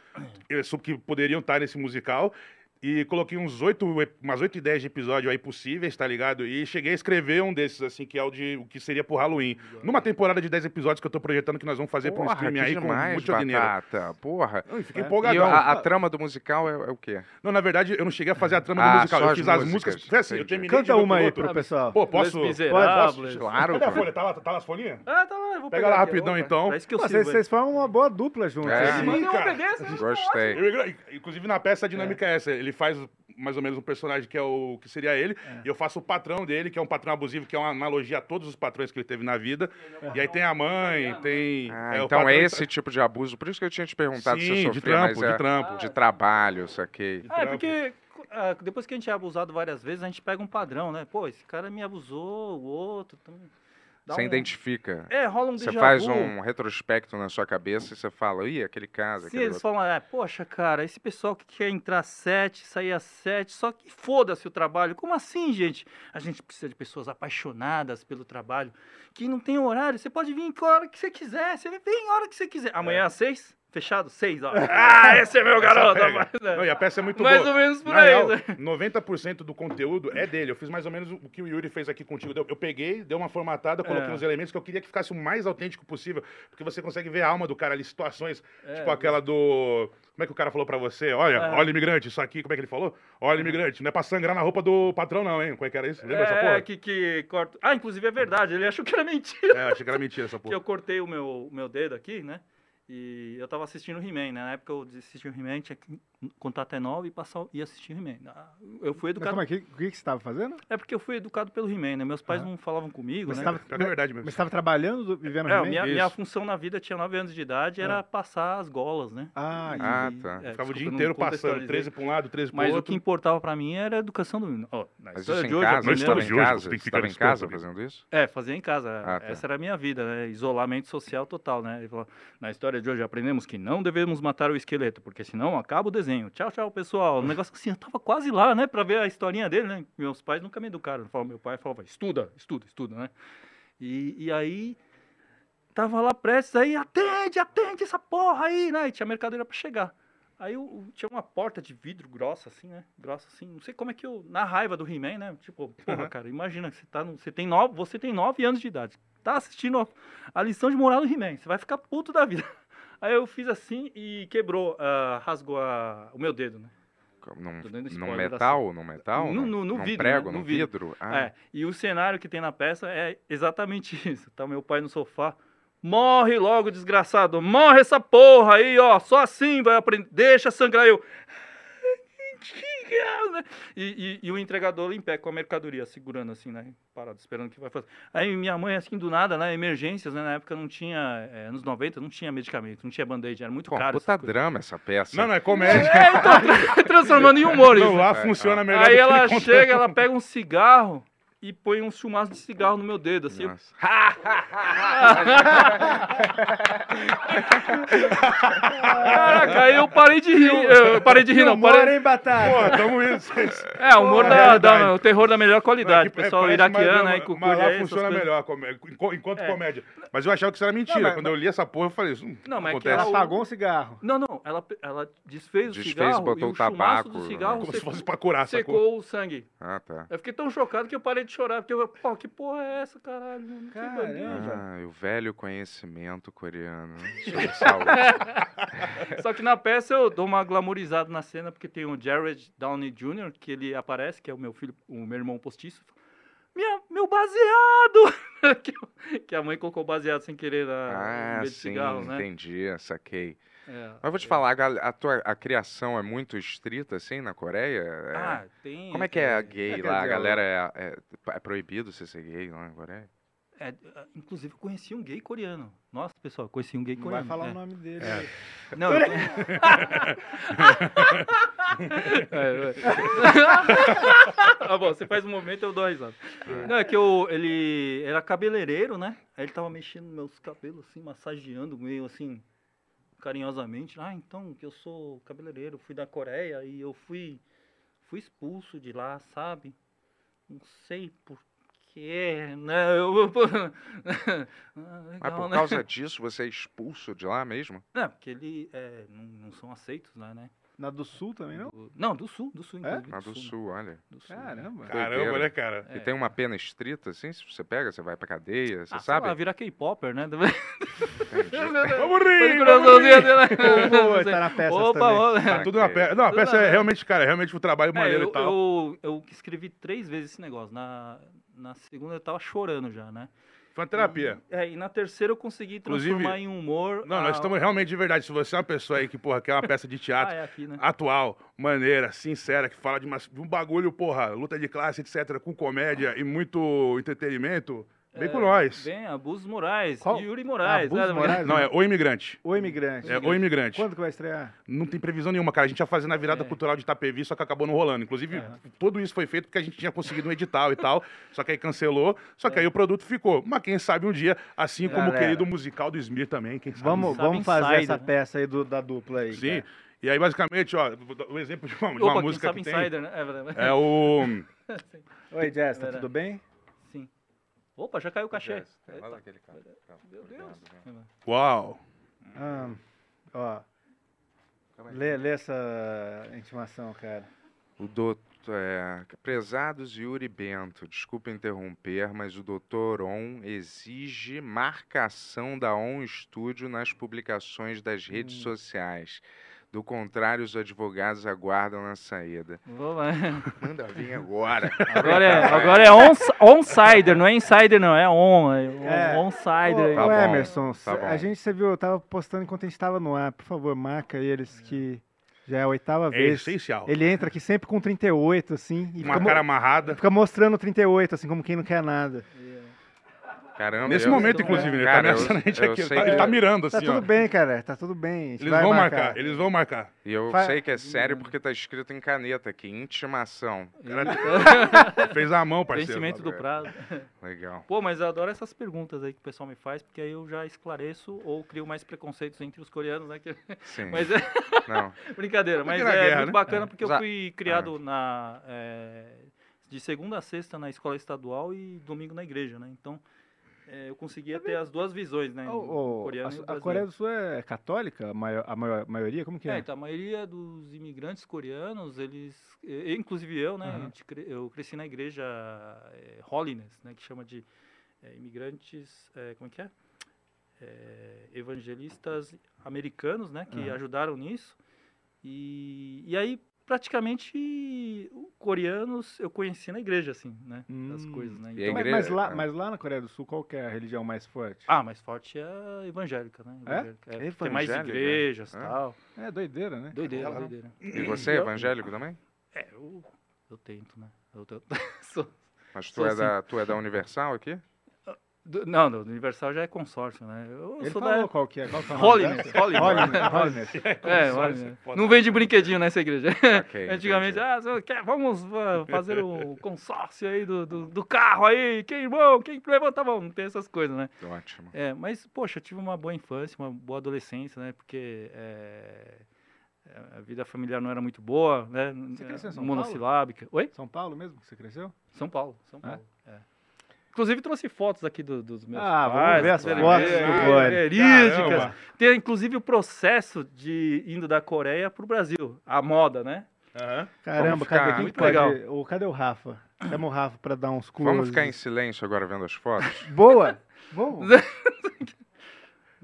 [SPEAKER 3] eh, sobre que poderiam estar nesse musical. E coloquei uns oito, ep- umas oito ideias de episódio aí possíveis, tá ligado? E cheguei a escrever um desses, assim, que é o de o que seria pro Halloween. Numa temporada de dez episódios que eu tô projetando que nós vamos fazer pra um
[SPEAKER 8] Porra,
[SPEAKER 3] streaming
[SPEAKER 8] que
[SPEAKER 3] aí com
[SPEAKER 8] demais,
[SPEAKER 3] muito
[SPEAKER 8] Batata,
[SPEAKER 3] dinheiro.
[SPEAKER 8] Porra.
[SPEAKER 3] Não, e fiquei
[SPEAKER 8] É.
[SPEAKER 3] empolgadão.
[SPEAKER 8] E a, a trama do musical é, é o quê?
[SPEAKER 3] Não, na verdade, eu não cheguei a fazer a trama
[SPEAKER 8] Ah,
[SPEAKER 3] do musical.
[SPEAKER 8] só
[SPEAKER 3] Eu
[SPEAKER 8] as
[SPEAKER 3] fiz as
[SPEAKER 8] músicas,
[SPEAKER 3] músicas. Foi assim, eu
[SPEAKER 8] entendi.
[SPEAKER 3] terminei
[SPEAKER 8] Canta
[SPEAKER 3] de ver o
[SPEAKER 8] uma aí
[SPEAKER 3] piloto.
[SPEAKER 8] pro pessoal.
[SPEAKER 3] Pô, posso?
[SPEAKER 8] Les Miserables.
[SPEAKER 3] Posso?
[SPEAKER 8] Claro,
[SPEAKER 3] Cadê a
[SPEAKER 8] pô.
[SPEAKER 3] folha? Tá lá, tá lá as folhinhas?
[SPEAKER 4] Ah, tá lá, eu vou
[SPEAKER 3] Pega
[SPEAKER 4] pegar
[SPEAKER 3] lá
[SPEAKER 4] aqui,
[SPEAKER 3] rapidão,
[SPEAKER 4] opa.
[SPEAKER 3] então.
[SPEAKER 4] Parece que eu
[SPEAKER 7] Pô,
[SPEAKER 4] sirvo,
[SPEAKER 7] vocês, vocês formam uma boa dupla juntos.
[SPEAKER 3] É.
[SPEAKER 7] hein?
[SPEAKER 4] um
[SPEAKER 3] Sim, cara.
[SPEAKER 4] tá
[SPEAKER 8] Gostei.
[SPEAKER 3] Eu- inclusive, na peça, a dinâmica é. essa. Ele faz mais ou menos um personagem que é o que seria ele, e eu faço o patrão dele, que é um patrão abusivo, que é uma analogia a todos os patrões que ele teve na vida. E aí tem a mãe, tem.
[SPEAKER 8] Ah,
[SPEAKER 3] é, o
[SPEAKER 8] então
[SPEAKER 3] patrão-
[SPEAKER 8] é esse tipo de abuso. Por isso que eu tinha te perguntado se
[SPEAKER 3] Sim,
[SPEAKER 8] você
[SPEAKER 3] de
[SPEAKER 8] sofria,
[SPEAKER 3] trampo,
[SPEAKER 8] mas
[SPEAKER 3] de
[SPEAKER 8] é
[SPEAKER 3] trampo.
[SPEAKER 8] de trabalho, saquei.
[SPEAKER 4] Ah, é porque ah, depois que a gente é abusado várias vezes, a gente pega um padrão, né? Pô, esse cara me abusou, o outro... Então, dá
[SPEAKER 8] Você
[SPEAKER 4] um-
[SPEAKER 8] identifica.
[SPEAKER 4] É, rola um
[SPEAKER 8] Você
[SPEAKER 4] déjà
[SPEAKER 8] faz
[SPEAKER 4] vu.
[SPEAKER 8] um retrospecto na sua cabeça e você fala, ih, aquele caso,
[SPEAKER 4] Se
[SPEAKER 8] aquele
[SPEAKER 4] eles
[SPEAKER 8] outro.
[SPEAKER 4] falam, é, poxa, cara, esse pessoal que quer entrar às sete, sair às sete, só que foda-se o trabalho. Como assim, gente? A gente precisa de pessoas apaixonadas pelo trabalho, que não tem horário. Você pode vir a hora que você quiser, você vem a hora que você quiser. Amanhã às seis, fechado?
[SPEAKER 3] (laughs)
[SPEAKER 4] Seis, ó. Ah, esse é meu
[SPEAKER 3] É. Essa
[SPEAKER 4] garoto.
[SPEAKER 3] pega.
[SPEAKER 4] rapaz.
[SPEAKER 3] Não, e a peça é muito
[SPEAKER 4] Mais
[SPEAKER 3] boa.
[SPEAKER 4] ou menos por
[SPEAKER 3] Na
[SPEAKER 4] aí,
[SPEAKER 3] real, tipo,
[SPEAKER 4] né?
[SPEAKER 3] 90% do conteúdo é dele. Eu fiz mais ou menos o que o Yuri fez aqui contigo. Eu eu peguei, dei uma formatada, coloquei
[SPEAKER 4] É.
[SPEAKER 3] uns elementos que eu queria que ficasse o mais autêntico possível, porque você consegue ver a alma do cara ali, situações,
[SPEAKER 4] É,
[SPEAKER 3] tipo aquela do... Como é que o cara falou pra você? Olha,
[SPEAKER 4] É. Uhum.
[SPEAKER 3] olha imigrante, isso aqui, como é que ele falou? Olha imigrante, não é pra sangrar na roupa do patrão não, hein? Como é que era isso? Lembra essa
[SPEAKER 4] É,
[SPEAKER 3] porra?
[SPEAKER 4] que, que corta. Ah, inclusive é verdade, ele achou que era mentira.
[SPEAKER 3] É, eu achei que era mentira essa
[SPEAKER 4] (laughs) que
[SPEAKER 3] porra.
[SPEAKER 4] eu cortei o meu, o meu dedo aqui, né? E eu tava assistindo He-Man, né? Na época eu assisti o He-Man, tinha contar até nove e, passar, e assistir He-Man. Ah, Eu fui
[SPEAKER 7] Mas
[SPEAKER 4] educado.
[SPEAKER 7] calma, o que, o que que você tava fazendo?
[SPEAKER 4] É porque eu fui educado pelo He-Man, né? Meus pais não falavam comigo,
[SPEAKER 7] Mas
[SPEAKER 4] né?
[SPEAKER 7] você tava- Pior que é verdade mesmo. mas você tava trabalhando, do- vivendo
[SPEAKER 4] É,
[SPEAKER 7] He-Man?
[SPEAKER 4] minha, minha
[SPEAKER 7] Isso.
[SPEAKER 4] função na vida, tinha 9 anos de idade, era
[SPEAKER 7] Ah.
[SPEAKER 4] passar as golas, né?
[SPEAKER 7] Ah,
[SPEAKER 4] E- é,
[SPEAKER 8] ah, tá. Ficava o
[SPEAKER 4] desculpa,
[SPEAKER 3] dia
[SPEAKER 4] eu não
[SPEAKER 3] inteiro passando,
[SPEAKER 4] contextualizei.
[SPEAKER 3] 13 pra um lado, 13 pro
[SPEAKER 4] Mas o
[SPEAKER 3] outro.
[SPEAKER 4] que importava pra mim era a educação do menino. Ó, na
[SPEAKER 8] Mas
[SPEAKER 4] história
[SPEAKER 8] isso é em
[SPEAKER 4] de hoje, é
[SPEAKER 8] casa?
[SPEAKER 4] a primeira-
[SPEAKER 8] Estava em casa? Estava em casa fazendo isso?
[SPEAKER 4] É, fazia em casa.
[SPEAKER 8] Ah, tá.
[SPEAKER 4] Essa era a minha vida, né? Isolamento social total, né? Ele falou, na história de hoje aprendemos que não devemos matar o esqueleto, porque senão acaba o desenho. Tchau, tchau, pessoal. Um negócio assim, eu tava quase lá, né? Pra ver a historinha dele, né? Meus pais nunca me educaram. Falavam- Meu pai falava, estuda, estuda, estuda, né? E, e aí, tava lá prestes, aí, atende, atende essa porra aí, né? E tinha mercadoria pra chegar. Aí eu- eu- tinha uma porta de vidro grossa, assim, né? Grossa, assim. Não sei como é que eu. Na raiva do He-Man, né? Tipo, porra,
[SPEAKER 8] Aham.
[SPEAKER 4] cara, imagina, você, tá no, você, tem nove, você tem nove anos de idade. Tá assistindo a, a lição de moral do He-Man. Você vai ficar puto da vida. (laughs) Aí eu fiz assim e quebrou, ah, rasgou a- o meu dedo, né?
[SPEAKER 8] Num,
[SPEAKER 4] Tô dando
[SPEAKER 8] num
[SPEAKER 4] spoiler da
[SPEAKER 8] metal?
[SPEAKER 4] cena.
[SPEAKER 8] Num metal?
[SPEAKER 4] No,
[SPEAKER 8] Num-
[SPEAKER 4] no, no
[SPEAKER 8] num
[SPEAKER 4] vidro.
[SPEAKER 8] prego?
[SPEAKER 4] né? No
[SPEAKER 8] Num vidro? Ah.
[SPEAKER 4] É. E o cenário que tem na peça é exatamente (laughs) isso. Tá meu pai no sofá. Morre logo, desgraçado. Morre essa porra aí, ó. Só assim vai aprender. Deixa sangrar eu. (laughs) né? E, e- e o entregador em pé com a mercadoria, segurando assim, né? Parado, esperando o que vai fazer. Aí minha mãe, assim, do nada, né? Emergências, né? Na época não tinha. É, anos 90 não tinha medicamento, não tinha band-aid, era muito caro.
[SPEAKER 8] Puta
[SPEAKER 4] (laughs)
[SPEAKER 8] drama essa peça.
[SPEAKER 4] tá Não, não, é comédia. (laughs) É, então, tra- transformando em humor
[SPEAKER 8] Não,
[SPEAKER 4] isso.
[SPEAKER 8] lá funciona melhor do
[SPEAKER 4] Aí é
[SPEAKER 8] que
[SPEAKER 4] ela
[SPEAKER 8] ele conta.
[SPEAKER 4] chega, ela pega um cigarro e põe um chumaço de cigarro no meu dedo, assim. eu- (laughs) Caraca, aí eu parei de rir. Eu parei de rir, não.
[SPEAKER 7] Humor,
[SPEAKER 4] Parei...
[SPEAKER 7] hein, Batata?
[SPEAKER 3] Pô, (laughs) tamo
[SPEAKER 4] (laughs)
[SPEAKER 3] indo.
[SPEAKER 4] É, o humor
[SPEAKER 3] Pô,
[SPEAKER 4] da,
[SPEAKER 3] é
[SPEAKER 4] da-
[SPEAKER 3] verdade.
[SPEAKER 4] o terror da melhor qualidade.
[SPEAKER 3] É que- é,
[SPEAKER 4] pessoal
[SPEAKER 3] parece mais
[SPEAKER 4] iraquiano né,
[SPEAKER 3] drama,
[SPEAKER 4] aí, cucuia.
[SPEAKER 3] Mas lá
[SPEAKER 4] é essas
[SPEAKER 3] funciona
[SPEAKER 4] coisas.
[SPEAKER 3] melhor, com- enqu- enquanto
[SPEAKER 4] É.
[SPEAKER 3] comédia. Mas eu achava que isso era mentira.
[SPEAKER 4] Não, mas-
[SPEAKER 3] Quando eu li essa porra, eu falei, "Hum, isso não,
[SPEAKER 4] Não, mas é que
[SPEAKER 3] acontece.
[SPEAKER 4] ela-
[SPEAKER 7] um cigarro.
[SPEAKER 4] Não, não, ela, ela desfez o
[SPEAKER 3] Desfez,
[SPEAKER 4] cigarro
[SPEAKER 3] botou
[SPEAKER 4] e o
[SPEAKER 3] o tabaco,
[SPEAKER 4] chumaço do cigarro
[SPEAKER 3] como se
[SPEAKER 4] secou-
[SPEAKER 3] fosse pra curar, sacou?
[SPEAKER 4] secou o sangue.
[SPEAKER 8] Ah, tá.
[SPEAKER 4] Eu fiquei tão chocado que eu parei de chorar, porque eu, pô, que porra é essa, caralho? mano? Que bandido.
[SPEAKER 8] Ah, e o velho conhecimento coreano sobre
[SPEAKER 4] (laughs)
[SPEAKER 8] saúde.
[SPEAKER 4] Só que na peça eu dou uma glamourizada na cena, porque tem o Jared Downey Jr., que ele aparece, que é o meu filho, o meu irmão postiço. Minha, meu baseado! (laughs) que, eu- que a mãe colocou baseado sem querer na, no
[SPEAKER 8] Ah,
[SPEAKER 4] meio de
[SPEAKER 8] sim,
[SPEAKER 4] cigarro, né?
[SPEAKER 8] entendi, saquei.
[SPEAKER 4] É,
[SPEAKER 8] Mas vou te falar, a, gal- a tua a criação é muito estrita, assim, na Coreia? É-
[SPEAKER 4] Ah, tem-
[SPEAKER 8] Como é que é a
[SPEAKER 4] é-
[SPEAKER 8] gay
[SPEAKER 4] É, quer
[SPEAKER 8] lá? A
[SPEAKER 4] dizer,
[SPEAKER 8] galera é, é, é proibido você ser gay lá na Coreia?
[SPEAKER 4] É, inclusive, eu conheci um gay coreano. Nossa, pessoal, conheci um gay
[SPEAKER 7] Não vai
[SPEAKER 4] coreano.
[SPEAKER 7] falar
[SPEAKER 4] é.
[SPEAKER 7] o nome dele.
[SPEAKER 4] É. Não, eu...
[SPEAKER 7] Ture-
[SPEAKER 4] É, é. Tá bom, você faz um momento eu dou a risada. Não, é que eu, ele era cabeleireiro, né? Aí ele tava mexendo nos meus cabelos, assim, massageando, meio assim, carinhosamente. Ah, então, que eu sou cabeleireiro, fui da Coreia e eu fui, fui expulso de lá, sabe? Não sei por quê, né? Eu, (laughs) Ah,
[SPEAKER 8] Mas
[SPEAKER 4] legal,
[SPEAKER 8] por
[SPEAKER 4] né? (laughs)
[SPEAKER 8] causa disso você é expulso de lá mesmo?
[SPEAKER 4] Não, porque eles não, não são aceitos lá, né?
[SPEAKER 7] Na do Sul também, não?
[SPEAKER 4] Não, do Sul, do Sul,
[SPEAKER 3] É?
[SPEAKER 4] né? inclusive.
[SPEAKER 3] Ah,
[SPEAKER 8] Lá do Sul, olha.
[SPEAKER 4] Ah,
[SPEAKER 7] Caramba.
[SPEAKER 8] Doideira.
[SPEAKER 3] né,
[SPEAKER 8] E
[SPEAKER 4] É.
[SPEAKER 8] tem uma pena estrita, assim, se você pega, você vai pra cadeia, você
[SPEAKER 4] Ah, sei
[SPEAKER 8] sabe?
[SPEAKER 4] lá, virar K-Popper, né? (laughs) Vamos
[SPEAKER 3] Vamos rir, vamos rir.
[SPEAKER 4] né?
[SPEAKER 3] né?
[SPEAKER 4] (laughs) rir!
[SPEAKER 7] então
[SPEAKER 4] Opa, vamos-
[SPEAKER 3] Tá tudo na peça. Não, a
[SPEAKER 4] Tudo
[SPEAKER 3] peça
[SPEAKER 4] na
[SPEAKER 3] é
[SPEAKER 4] peça.
[SPEAKER 3] realmente, cara, é realmente um trabalho
[SPEAKER 4] É,
[SPEAKER 3] maneiro
[SPEAKER 4] eu,
[SPEAKER 3] e tal.
[SPEAKER 4] Eu, eu que escrevi três vezes esse negócio. Na, na segunda eu tava chorando já, né?
[SPEAKER 3] Foi uma terapia.
[SPEAKER 4] E, é, e na terceira eu consegui
[SPEAKER 3] Inclusive-
[SPEAKER 4] transformar em humor.
[SPEAKER 3] Não,
[SPEAKER 4] a-
[SPEAKER 3] nós estamos realmente de verdade. Se você é uma pessoa aí que, porra, quer uma peça de teatro
[SPEAKER 4] (laughs) Ah, é aqui, né?
[SPEAKER 3] atual, maneira, sincera, que fala de, umas- de um bagulho, porra, luta de classe, etc., com comédia e muito entretenimento, vem
[SPEAKER 4] é,
[SPEAKER 3] com nós.
[SPEAKER 4] Bem, Abusos Moraes,
[SPEAKER 3] Qual?
[SPEAKER 4] Yuri Moraes.
[SPEAKER 3] Abusos
[SPEAKER 4] né?
[SPEAKER 3] Moraes? Não, é O Imigrante.
[SPEAKER 7] O Imigrante.
[SPEAKER 3] É, O Imigrante.
[SPEAKER 7] Quando que vai estrear?
[SPEAKER 3] Não tem previsão nenhuma, cara. A gente ia fazer na virada cultural de Itapevi, só que acabou não rolando. Inclusive, tudo isso foi feito porque a gente tinha conseguido um edital e tal, só que aí cancelou, só que aí o produto ficou. Mas quem sabe um dia, assim como o
[SPEAKER 7] Galera.
[SPEAKER 3] querido musical do Smir também, quem sabe.
[SPEAKER 7] Vamos,
[SPEAKER 3] Quem sabe
[SPEAKER 7] vamos fazer
[SPEAKER 3] Insider,
[SPEAKER 7] essa
[SPEAKER 3] né?
[SPEAKER 7] peça aí do- da dupla aí.
[SPEAKER 3] Sim. E aí, basicamente, ó, vou dar um exemplo de uma, de
[SPEAKER 4] É. Opa,
[SPEAKER 3] uma
[SPEAKER 4] quem
[SPEAKER 3] música que
[SPEAKER 4] sabe
[SPEAKER 3] tem.
[SPEAKER 4] Insider, né? É verdade.
[SPEAKER 3] É o...
[SPEAKER 7] Oi, Jess, tá
[SPEAKER 4] Verdade.
[SPEAKER 7] tudo bem?
[SPEAKER 4] Sim. Opa, já caiu o cachê. Eita.
[SPEAKER 8] Meu Deus.
[SPEAKER 3] né? Uau.
[SPEAKER 7] Ah, ó. Lê, lê essa intimação, cara.
[SPEAKER 8] O doutor. É, prezados Yuri Bento, desculpa interromper, mas o doutor On exige marcação da On Studio nas publicações das redes sociais. Do contrário, os advogados aguardam na saída.
[SPEAKER 4] Vou lá.
[SPEAKER 8] Manda vir
[SPEAKER 3] (laughs)
[SPEAKER 8] agora.
[SPEAKER 4] Agora é, agora é ons- onsider, não é insider, não, é on. É, on
[SPEAKER 7] É.
[SPEAKER 4] onsider.
[SPEAKER 7] Ô,
[SPEAKER 4] Tá
[SPEAKER 7] ô,
[SPEAKER 4] bom,
[SPEAKER 7] Emerson,
[SPEAKER 4] tá bom.
[SPEAKER 7] a gente, você viu, eu tava postando enquanto a gente tava no ar. Por favor, marca eles que Já é a oitava
[SPEAKER 3] É
[SPEAKER 7] vez.
[SPEAKER 3] essencial.
[SPEAKER 7] Ele entra aqui sempre com 38, assim. E
[SPEAKER 3] Uma
[SPEAKER 7] fica mo-
[SPEAKER 3] cara amarrada.
[SPEAKER 7] Fica mostrando 38, assim, como quem não quer nada.
[SPEAKER 8] Caramba.
[SPEAKER 3] Nesse
[SPEAKER 8] eu-
[SPEAKER 3] momento, inclusive, ele tá
[SPEAKER 8] Cara,
[SPEAKER 3] nessa
[SPEAKER 8] eu-
[SPEAKER 3] gente
[SPEAKER 8] eu
[SPEAKER 3] aqui, ele
[SPEAKER 8] sei
[SPEAKER 3] tá-
[SPEAKER 8] que-
[SPEAKER 4] é.
[SPEAKER 3] ele tá mirando,
[SPEAKER 7] Tá tudo bem, cara. Tá tudo bem. A gente
[SPEAKER 3] Eles
[SPEAKER 7] vai
[SPEAKER 3] vão marcar. eles vão marcar.
[SPEAKER 8] E eu
[SPEAKER 7] Fa-
[SPEAKER 8] sei que é sério porque tá escrito em caneta aqui, intimação.
[SPEAKER 4] (laughs) Eita.
[SPEAKER 3] Fez a mão, parceiro.
[SPEAKER 4] Vencimento do prazo.
[SPEAKER 8] Legal.
[SPEAKER 4] Pô, mas eu adoro essas perguntas aí que o pessoal me faz, porque aí eu já esclareço ou crio mais preconceitos entre os coreanos, né? que- (laughs)
[SPEAKER 8] Sim.
[SPEAKER 4] Mas é...
[SPEAKER 8] Não.
[SPEAKER 4] Brincadeira,
[SPEAKER 8] Porque
[SPEAKER 4] mas é
[SPEAKER 8] na guerra,
[SPEAKER 4] muito
[SPEAKER 8] né?
[SPEAKER 4] bacana
[SPEAKER 8] É.
[SPEAKER 4] porque eu
[SPEAKER 8] Já-
[SPEAKER 4] fui criado na... é, de segunda a sexta na escola estadual e domingo na igreja, né? Então, é, eu conseguia ter as duas visões, né?
[SPEAKER 7] Ô, ô,
[SPEAKER 4] coreano e
[SPEAKER 7] a, a
[SPEAKER 4] brasileiro.
[SPEAKER 7] Coreia do Sul é católica? A, maior- a maior- maioria? Como que é?
[SPEAKER 4] É, então, a maioria dos imigrantes coreanos, eles, eh, inclusive eu, né,
[SPEAKER 7] Aham.
[SPEAKER 4] a gente cre- eu cresci na igreja eh, Holiness, né, que chama de eh, imigrantes, eh, como é que é? Eh, evangelistas americanos, né, que
[SPEAKER 11] Aham.
[SPEAKER 4] ajudaram nisso. E, e aí, praticamente, o- coreanos eu conheci na igreja, assim, né, das
[SPEAKER 7] Hum,
[SPEAKER 4] coisas, né.
[SPEAKER 7] Então, Mas- mas, lá, mas lá na Coreia do Sul, qual que é a religião mais forte?
[SPEAKER 4] Ah, mais forte é a evangélica, né?
[SPEAKER 7] É?
[SPEAKER 4] Evangélica, é, porque tem mais
[SPEAKER 7] Evangélica?
[SPEAKER 4] igrejas e
[SPEAKER 7] É?
[SPEAKER 4] tal.
[SPEAKER 7] É, doideira, né?
[SPEAKER 4] Doideira,
[SPEAKER 7] Ela-
[SPEAKER 4] doideira. (laughs)
[SPEAKER 8] E você é
[SPEAKER 4] Eu-
[SPEAKER 8] evangélico também?
[SPEAKER 4] É, eu, eu tento, né? Eu, eu, (laughs) sou,
[SPEAKER 8] Mas tu
[SPEAKER 4] sou
[SPEAKER 8] é,
[SPEAKER 4] assim.
[SPEAKER 8] da, tu é da Universal
[SPEAKER 4] (laughs)
[SPEAKER 8] aqui?
[SPEAKER 4] Do- não, não, do Universal já é consórcio, né? Eu
[SPEAKER 7] Ele
[SPEAKER 4] sou
[SPEAKER 7] falou
[SPEAKER 4] da...
[SPEAKER 7] qual que é, qual que é o nome
[SPEAKER 4] Holiness,
[SPEAKER 7] dessa?
[SPEAKER 4] Holiness.
[SPEAKER 7] Holiness, Holiness.
[SPEAKER 4] né? É,
[SPEAKER 7] né? Consórcio,
[SPEAKER 4] Holiness.
[SPEAKER 7] foda.
[SPEAKER 4] Não vende brinquedinho nessa igreja.
[SPEAKER 8] Ok,
[SPEAKER 4] Antigamente, ah, você quer, vamos ah, fazer o consórcio aí do, do, do carro aí, quem irmão, quem levanta a mão, não tem essas coisas, né?
[SPEAKER 8] Ótimo.
[SPEAKER 4] É, mas, poxa, eu tive uma boa infância, uma boa adolescência, né? Porque é, é, a vida familiar não era muito boa, né?
[SPEAKER 7] Você cresceu em São
[SPEAKER 4] Monossilábica. Oi?
[SPEAKER 7] São Paulo mesmo que você cresceu?
[SPEAKER 4] São Paulo, São Paulo. é. Inclusive trouxe fotos aqui do- dos meus
[SPEAKER 7] Ah, vamos
[SPEAKER 4] pais,
[SPEAKER 7] ver as
[SPEAKER 4] dele-
[SPEAKER 7] fotos do
[SPEAKER 4] é,
[SPEAKER 7] Bode.
[SPEAKER 4] verídicas.
[SPEAKER 7] Caramba.
[SPEAKER 4] Tem inclusive o processo de indo da Coreia para o Brasil, a moda, né?
[SPEAKER 7] Caramba,
[SPEAKER 4] Vamos ficar-
[SPEAKER 7] cadê, quem que
[SPEAKER 4] muito
[SPEAKER 7] pode,
[SPEAKER 4] legal.
[SPEAKER 7] o, cadê o Rafa? Chama o Rafa pra dar uns cursos.
[SPEAKER 8] Vamos ficar em silêncio agora vendo as fotos?
[SPEAKER 7] Boa! Boa!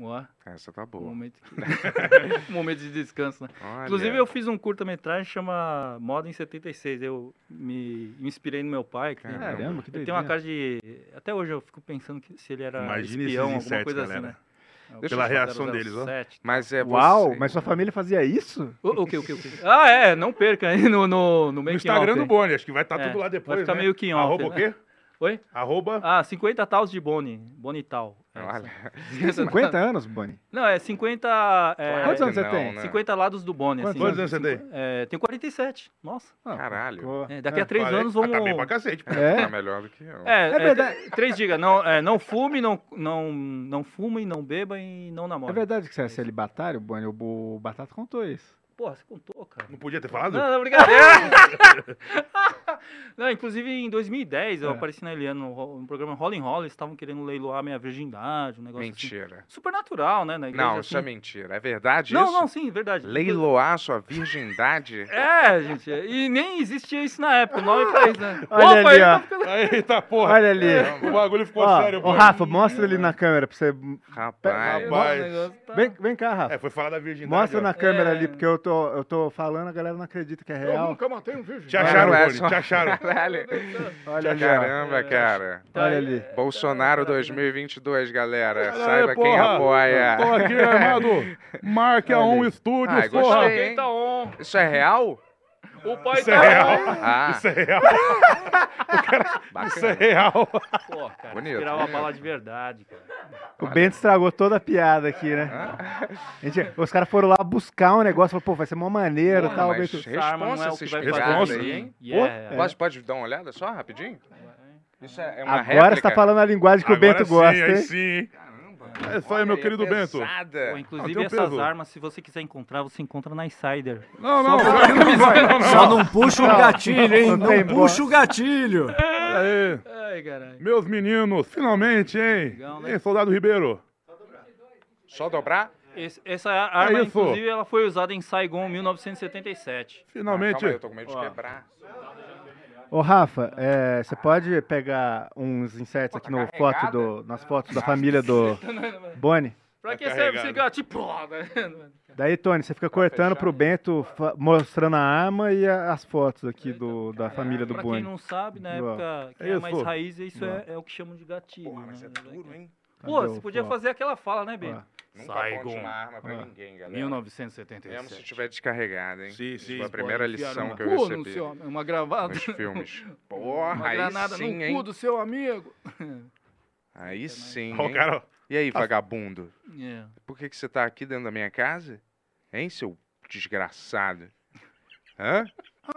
[SPEAKER 4] Ó,
[SPEAKER 8] Essa tá boa.
[SPEAKER 4] um momento, (laughs) momento de descanso, né?
[SPEAKER 8] Olha.
[SPEAKER 4] Inclusive eu fiz um curta-metragem que chama Moda em 76. Eu me me inspirei no meu pai. Que
[SPEAKER 7] Caramba,
[SPEAKER 4] ele-
[SPEAKER 7] que
[SPEAKER 4] ele tem
[SPEAKER 7] doideira.
[SPEAKER 4] uma cara de... Até hoje eu fico pensando que se ele era
[SPEAKER 3] Imagine
[SPEAKER 4] espião,
[SPEAKER 3] esses
[SPEAKER 4] alguma coisa
[SPEAKER 3] insetos,
[SPEAKER 4] assim, né?
[SPEAKER 3] galera.
[SPEAKER 4] É, o
[SPEAKER 3] Pela reação
[SPEAKER 4] 007,
[SPEAKER 3] deles, ó.
[SPEAKER 8] Mas é
[SPEAKER 7] Uau,
[SPEAKER 8] você.
[SPEAKER 7] mas sua família fazia isso?
[SPEAKER 4] O, o que, o que, o que? Ah, é, não perca aí no, no, no making
[SPEAKER 3] Instagram
[SPEAKER 4] off,
[SPEAKER 3] do
[SPEAKER 4] hein?
[SPEAKER 3] Boni, acho que vai estar
[SPEAKER 4] É,
[SPEAKER 3] tudo lá depois.
[SPEAKER 4] Vai ficar
[SPEAKER 3] né?
[SPEAKER 4] meio que em off.
[SPEAKER 3] Arroba o quê?
[SPEAKER 4] Oi?
[SPEAKER 3] Arroba.
[SPEAKER 4] Ah, 50 taus de Boni. Boni tal. É,
[SPEAKER 8] Olha.
[SPEAKER 4] essa.
[SPEAKER 7] Tem
[SPEAKER 4] (laughs)
[SPEAKER 7] 50 anos, Boni?
[SPEAKER 4] Não, é 50. É,
[SPEAKER 7] Quantos anos você
[SPEAKER 8] né?
[SPEAKER 7] tem?
[SPEAKER 4] 50 lados do Boni.
[SPEAKER 7] Quantos anos você
[SPEAKER 4] tem? É, tenho 47. Nossa.
[SPEAKER 8] Caralho.
[SPEAKER 4] É, daqui a
[SPEAKER 7] É,
[SPEAKER 4] 3
[SPEAKER 8] parece-
[SPEAKER 4] anos
[SPEAKER 8] ah, tá
[SPEAKER 4] vamos.
[SPEAKER 8] bem pra cacete, pô.
[SPEAKER 7] É?
[SPEAKER 8] Tá melhor do que eu.
[SPEAKER 7] É
[SPEAKER 4] É, é,
[SPEAKER 7] verdade.
[SPEAKER 4] 3 diga, não, é, não fume, não, não, não fume, não beba e não namore.
[SPEAKER 7] É verdade que você é celibatário, Boni? O, o Batata contou isso.
[SPEAKER 4] Porra, você contou, cara.
[SPEAKER 3] Não podia ter falado?
[SPEAKER 4] Não, não, brincadeira. (laughs) não, inclusive em 2010 eu
[SPEAKER 3] É.
[SPEAKER 4] apareci na Eliana no, ro- no programa Rolling Roll, eles estavam querendo leiloar minha virgindade, um negócio
[SPEAKER 8] Mentira.
[SPEAKER 4] assim. Super natural, né? Na igreja,
[SPEAKER 8] Não,
[SPEAKER 4] assim.
[SPEAKER 8] isso é mentira. É verdade
[SPEAKER 4] Não,
[SPEAKER 8] isso?
[SPEAKER 4] não, sim, verdade.
[SPEAKER 8] Leiloar sua virgindade?
[SPEAKER 4] É, gente, e nem existia isso na época, o nome pra isso, né?
[SPEAKER 7] Olha
[SPEAKER 4] Opa,
[SPEAKER 7] ali,
[SPEAKER 4] ele tá
[SPEAKER 7] ó.
[SPEAKER 4] ficando-
[SPEAKER 3] (laughs)
[SPEAKER 4] É.
[SPEAKER 3] Eita porra.
[SPEAKER 7] Olha ali.
[SPEAKER 3] O bagulho ficou
[SPEAKER 7] Ó,
[SPEAKER 3] sério,
[SPEAKER 7] Ô,
[SPEAKER 3] Boni.
[SPEAKER 7] Rafa, mostra ele na câmera pra você...
[SPEAKER 8] Rapaz.
[SPEAKER 3] Rapaz.
[SPEAKER 4] tá
[SPEAKER 7] Vem, vem cá, Rafa.
[SPEAKER 3] É, foi falar da virgindade.
[SPEAKER 7] Mostra
[SPEAKER 3] ó.
[SPEAKER 7] na câmera
[SPEAKER 4] É.
[SPEAKER 7] ali, porque eu tô, eu tô falando, a galera não acredita que é real.
[SPEAKER 12] matei um virgem.
[SPEAKER 3] Te acharam,
[SPEAKER 8] Olha
[SPEAKER 3] Boni,
[SPEAKER 8] é só.
[SPEAKER 3] te
[SPEAKER 8] (laughs)
[SPEAKER 3] acharam.
[SPEAKER 8] Caralho.
[SPEAKER 7] Olha ali, ó.
[SPEAKER 8] Caramba, cara.
[SPEAKER 7] Olha ali.
[SPEAKER 8] Bolsonaro 2022, galera.
[SPEAKER 3] (laughs) Caralho,
[SPEAKER 8] Saiba quem
[SPEAKER 3] porra.
[SPEAKER 8] apoia.
[SPEAKER 3] Tô aqui, amado. Marque a On Studios,
[SPEAKER 8] Ah,
[SPEAKER 3] porra.
[SPEAKER 8] gostei, hein?
[SPEAKER 4] Tá on,
[SPEAKER 8] Isso é
[SPEAKER 3] (laughs)
[SPEAKER 8] real?
[SPEAKER 4] o pai
[SPEAKER 3] Isso
[SPEAKER 4] tá
[SPEAKER 3] é real.
[SPEAKER 4] on.
[SPEAKER 8] Ah.
[SPEAKER 3] Isso é real.
[SPEAKER 8] Bacana.
[SPEAKER 3] Isso é real.
[SPEAKER 4] Pô, cara,
[SPEAKER 8] Bonito,
[SPEAKER 4] tirar uma
[SPEAKER 8] bonito.
[SPEAKER 4] bala de verdade, cara.
[SPEAKER 7] O Bento estragou toda a piada aqui, né? A gente- os caras foram lá buscar um negócio, falaram, pô, vai ser mó maneiro e
[SPEAKER 8] Pô,
[SPEAKER 7] tal. o
[SPEAKER 8] mas
[SPEAKER 7] Bento-
[SPEAKER 4] Essa arma não é
[SPEAKER 8] responsa
[SPEAKER 4] o que
[SPEAKER 8] esses
[SPEAKER 4] vai
[SPEAKER 8] pegados
[SPEAKER 4] fazer,
[SPEAKER 8] aí,
[SPEAKER 4] hein?
[SPEAKER 8] Pô, é.
[SPEAKER 4] Yeah.
[SPEAKER 8] Pode, pode dar uma olhada só, rapidinho? Isso é, é uma
[SPEAKER 7] Agora você
[SPEAKER 8] réplica?
[SPEAKER 7] tá falando a linguagem que o
[SPEAKER 3] Agora
[SPEAKER 7] Bento
[SPEAKER 3] sim,
[SPEAKER 7] gosta,
[SPEAKER 3] aí
[SPEAKER 7] hein?
[SPEAKER 3] sim. Caramba. É isso aí,
[SPEAKER 8] Olha,
[SPEAKER 3] meu
[SPEAKER 8] é
[SPEAKER 3] querido Bento.
[SPEAKER 8] pesada.
[SPEAKER 4] Pô,
[SPEAKER 3] Ah,
[SPEAKER 4] inclusive
[SPEAKER 3] tem um
[SPEAKER 4] essas
[SPEAKER 3] peso.
[SPEAKER 4] armas, se você quiser encontrar, você encontra na Insider.
[SPEAKER 3] Não, não, não, não, não,
[SPEAKER 14] Só
[SPEAKER 3] não.
[SPEAKER 14] não puxa o
[SPEAKER 7] Não,
[SPEAKER 14] gatilho, hein?
[SPEAKER 7] não tem
[SPEAKER 14] Não puxa o gatilho.
[SPEAKER 3] Olha aí.
[SPEAKER 4] Ai, caralho.
[SPEAKER 3] Meus meninos, finalmente, hein?
[SPEAKER 4] Legal, né?
[SPEAKER 3] Hein, soldado Ribeiro?
[SPEAKER 8] Só dobrar? Ah,
[SPEAKER 4] Esse- essa arma,
[SPEAKER 3] isso.
[SPEAKER 4] inclusive, ela foi usada em Saigon em 1977.
[SPEAKER 8] Ah, Calma
[SPEAKER 3] Finalmente.
[SPEAKER 8] aí, eu tô com medo de quebrar.
[SPEAKER 7] Ô, Rafa, é, você pode pegar uns insetos aqui no foto do, nas fotos da família do Boni?
[SPEAKER 4] Pra que serve
[SPEAKER 3] Tá carregado.
[SPEAKER 4] esse gatilho? Pô, né?
[SPEAKER 7] Daí, Tony, você fica cortando pro Bento, fa- mostrando a arma e a- as fotos aqui do, da família do
[SPEAKER 4] É, Pra quem
[SPEAKER 7] Boni.
[SPEAKER 4] não sabe, na
[SPEAKER 7] Boa.
[SPEAKER 4] época, quem
[SPEAKER 3] É
[SPEAKER 4] é
[SPEAKER 3] isso.
[SPEAKER 4] mais raiz, isso
[SPEAKER 7] Boa.
[SPEAKER 4] é, é o que chamam de gatilho. né?
[SPEAKER 8] Duro, hein?
[SPEAKER 4] Pô,
[SPEAKER 7] Cadê
[SPEAKER 4] você
[SPEAKER 7] o
[SPEAKER 4] podia
[SPEAKER 7] foco?
[SPEAKER 4] fazer aquela fala, né, Ben?
[SPEAKER 7] Ó.
[SPEAKER 8] Nunca aponte uma arma pra ninguém, galera.
[SPEAKER 11] 1977.
[SPEAKER 8] Mesmo se tiver descarregado, hein?
[SPEAKER 11] Sim,
[SPEAKER 8] Isso
[SPEAKER 11] sim,
[SPEAKER 8] Foi a
[SPEAKER 11] pode
[SPEAKER 8] primeira
[SPEAKER 11] enfiar
[SPEAKER 8] lição
[SPEAKER 11] numa-
[SPEAKER 8] que eu
[SPEAKER 11] Pô, no
[SPEAKER 8] recebi.
[SPEAKER 11] seu- uma gravada.
[SPEAKER 8] Nos filmes. Porra,
[SPEAKER 11] Uma
[SPEAKER 8] aí
[SPEAKER 11] granada
[SPEAKER 8] sim,
[SPEAKER 11] no
[SPEAKER 8] hein?
[SPEAKER 11] cu do seu amigo.
[SPEAKER 8] Aí sim,
[SPEAKER 11] Ó,
[SPEAKER 8] hein?
[SPEAKER 11] cara,
[SPEAKER 8] E aí,
[SPEAKER 11] a-
[SPEAKER 8] vagabundo?
[SPEAKER 11] É.
[SPEAKER 8] Por que, que você tá aqui dentro da minha casa? Hein, seu desgraçado?
[SPEAKER 3] (laughs)
[SPEAKER 8] Hã?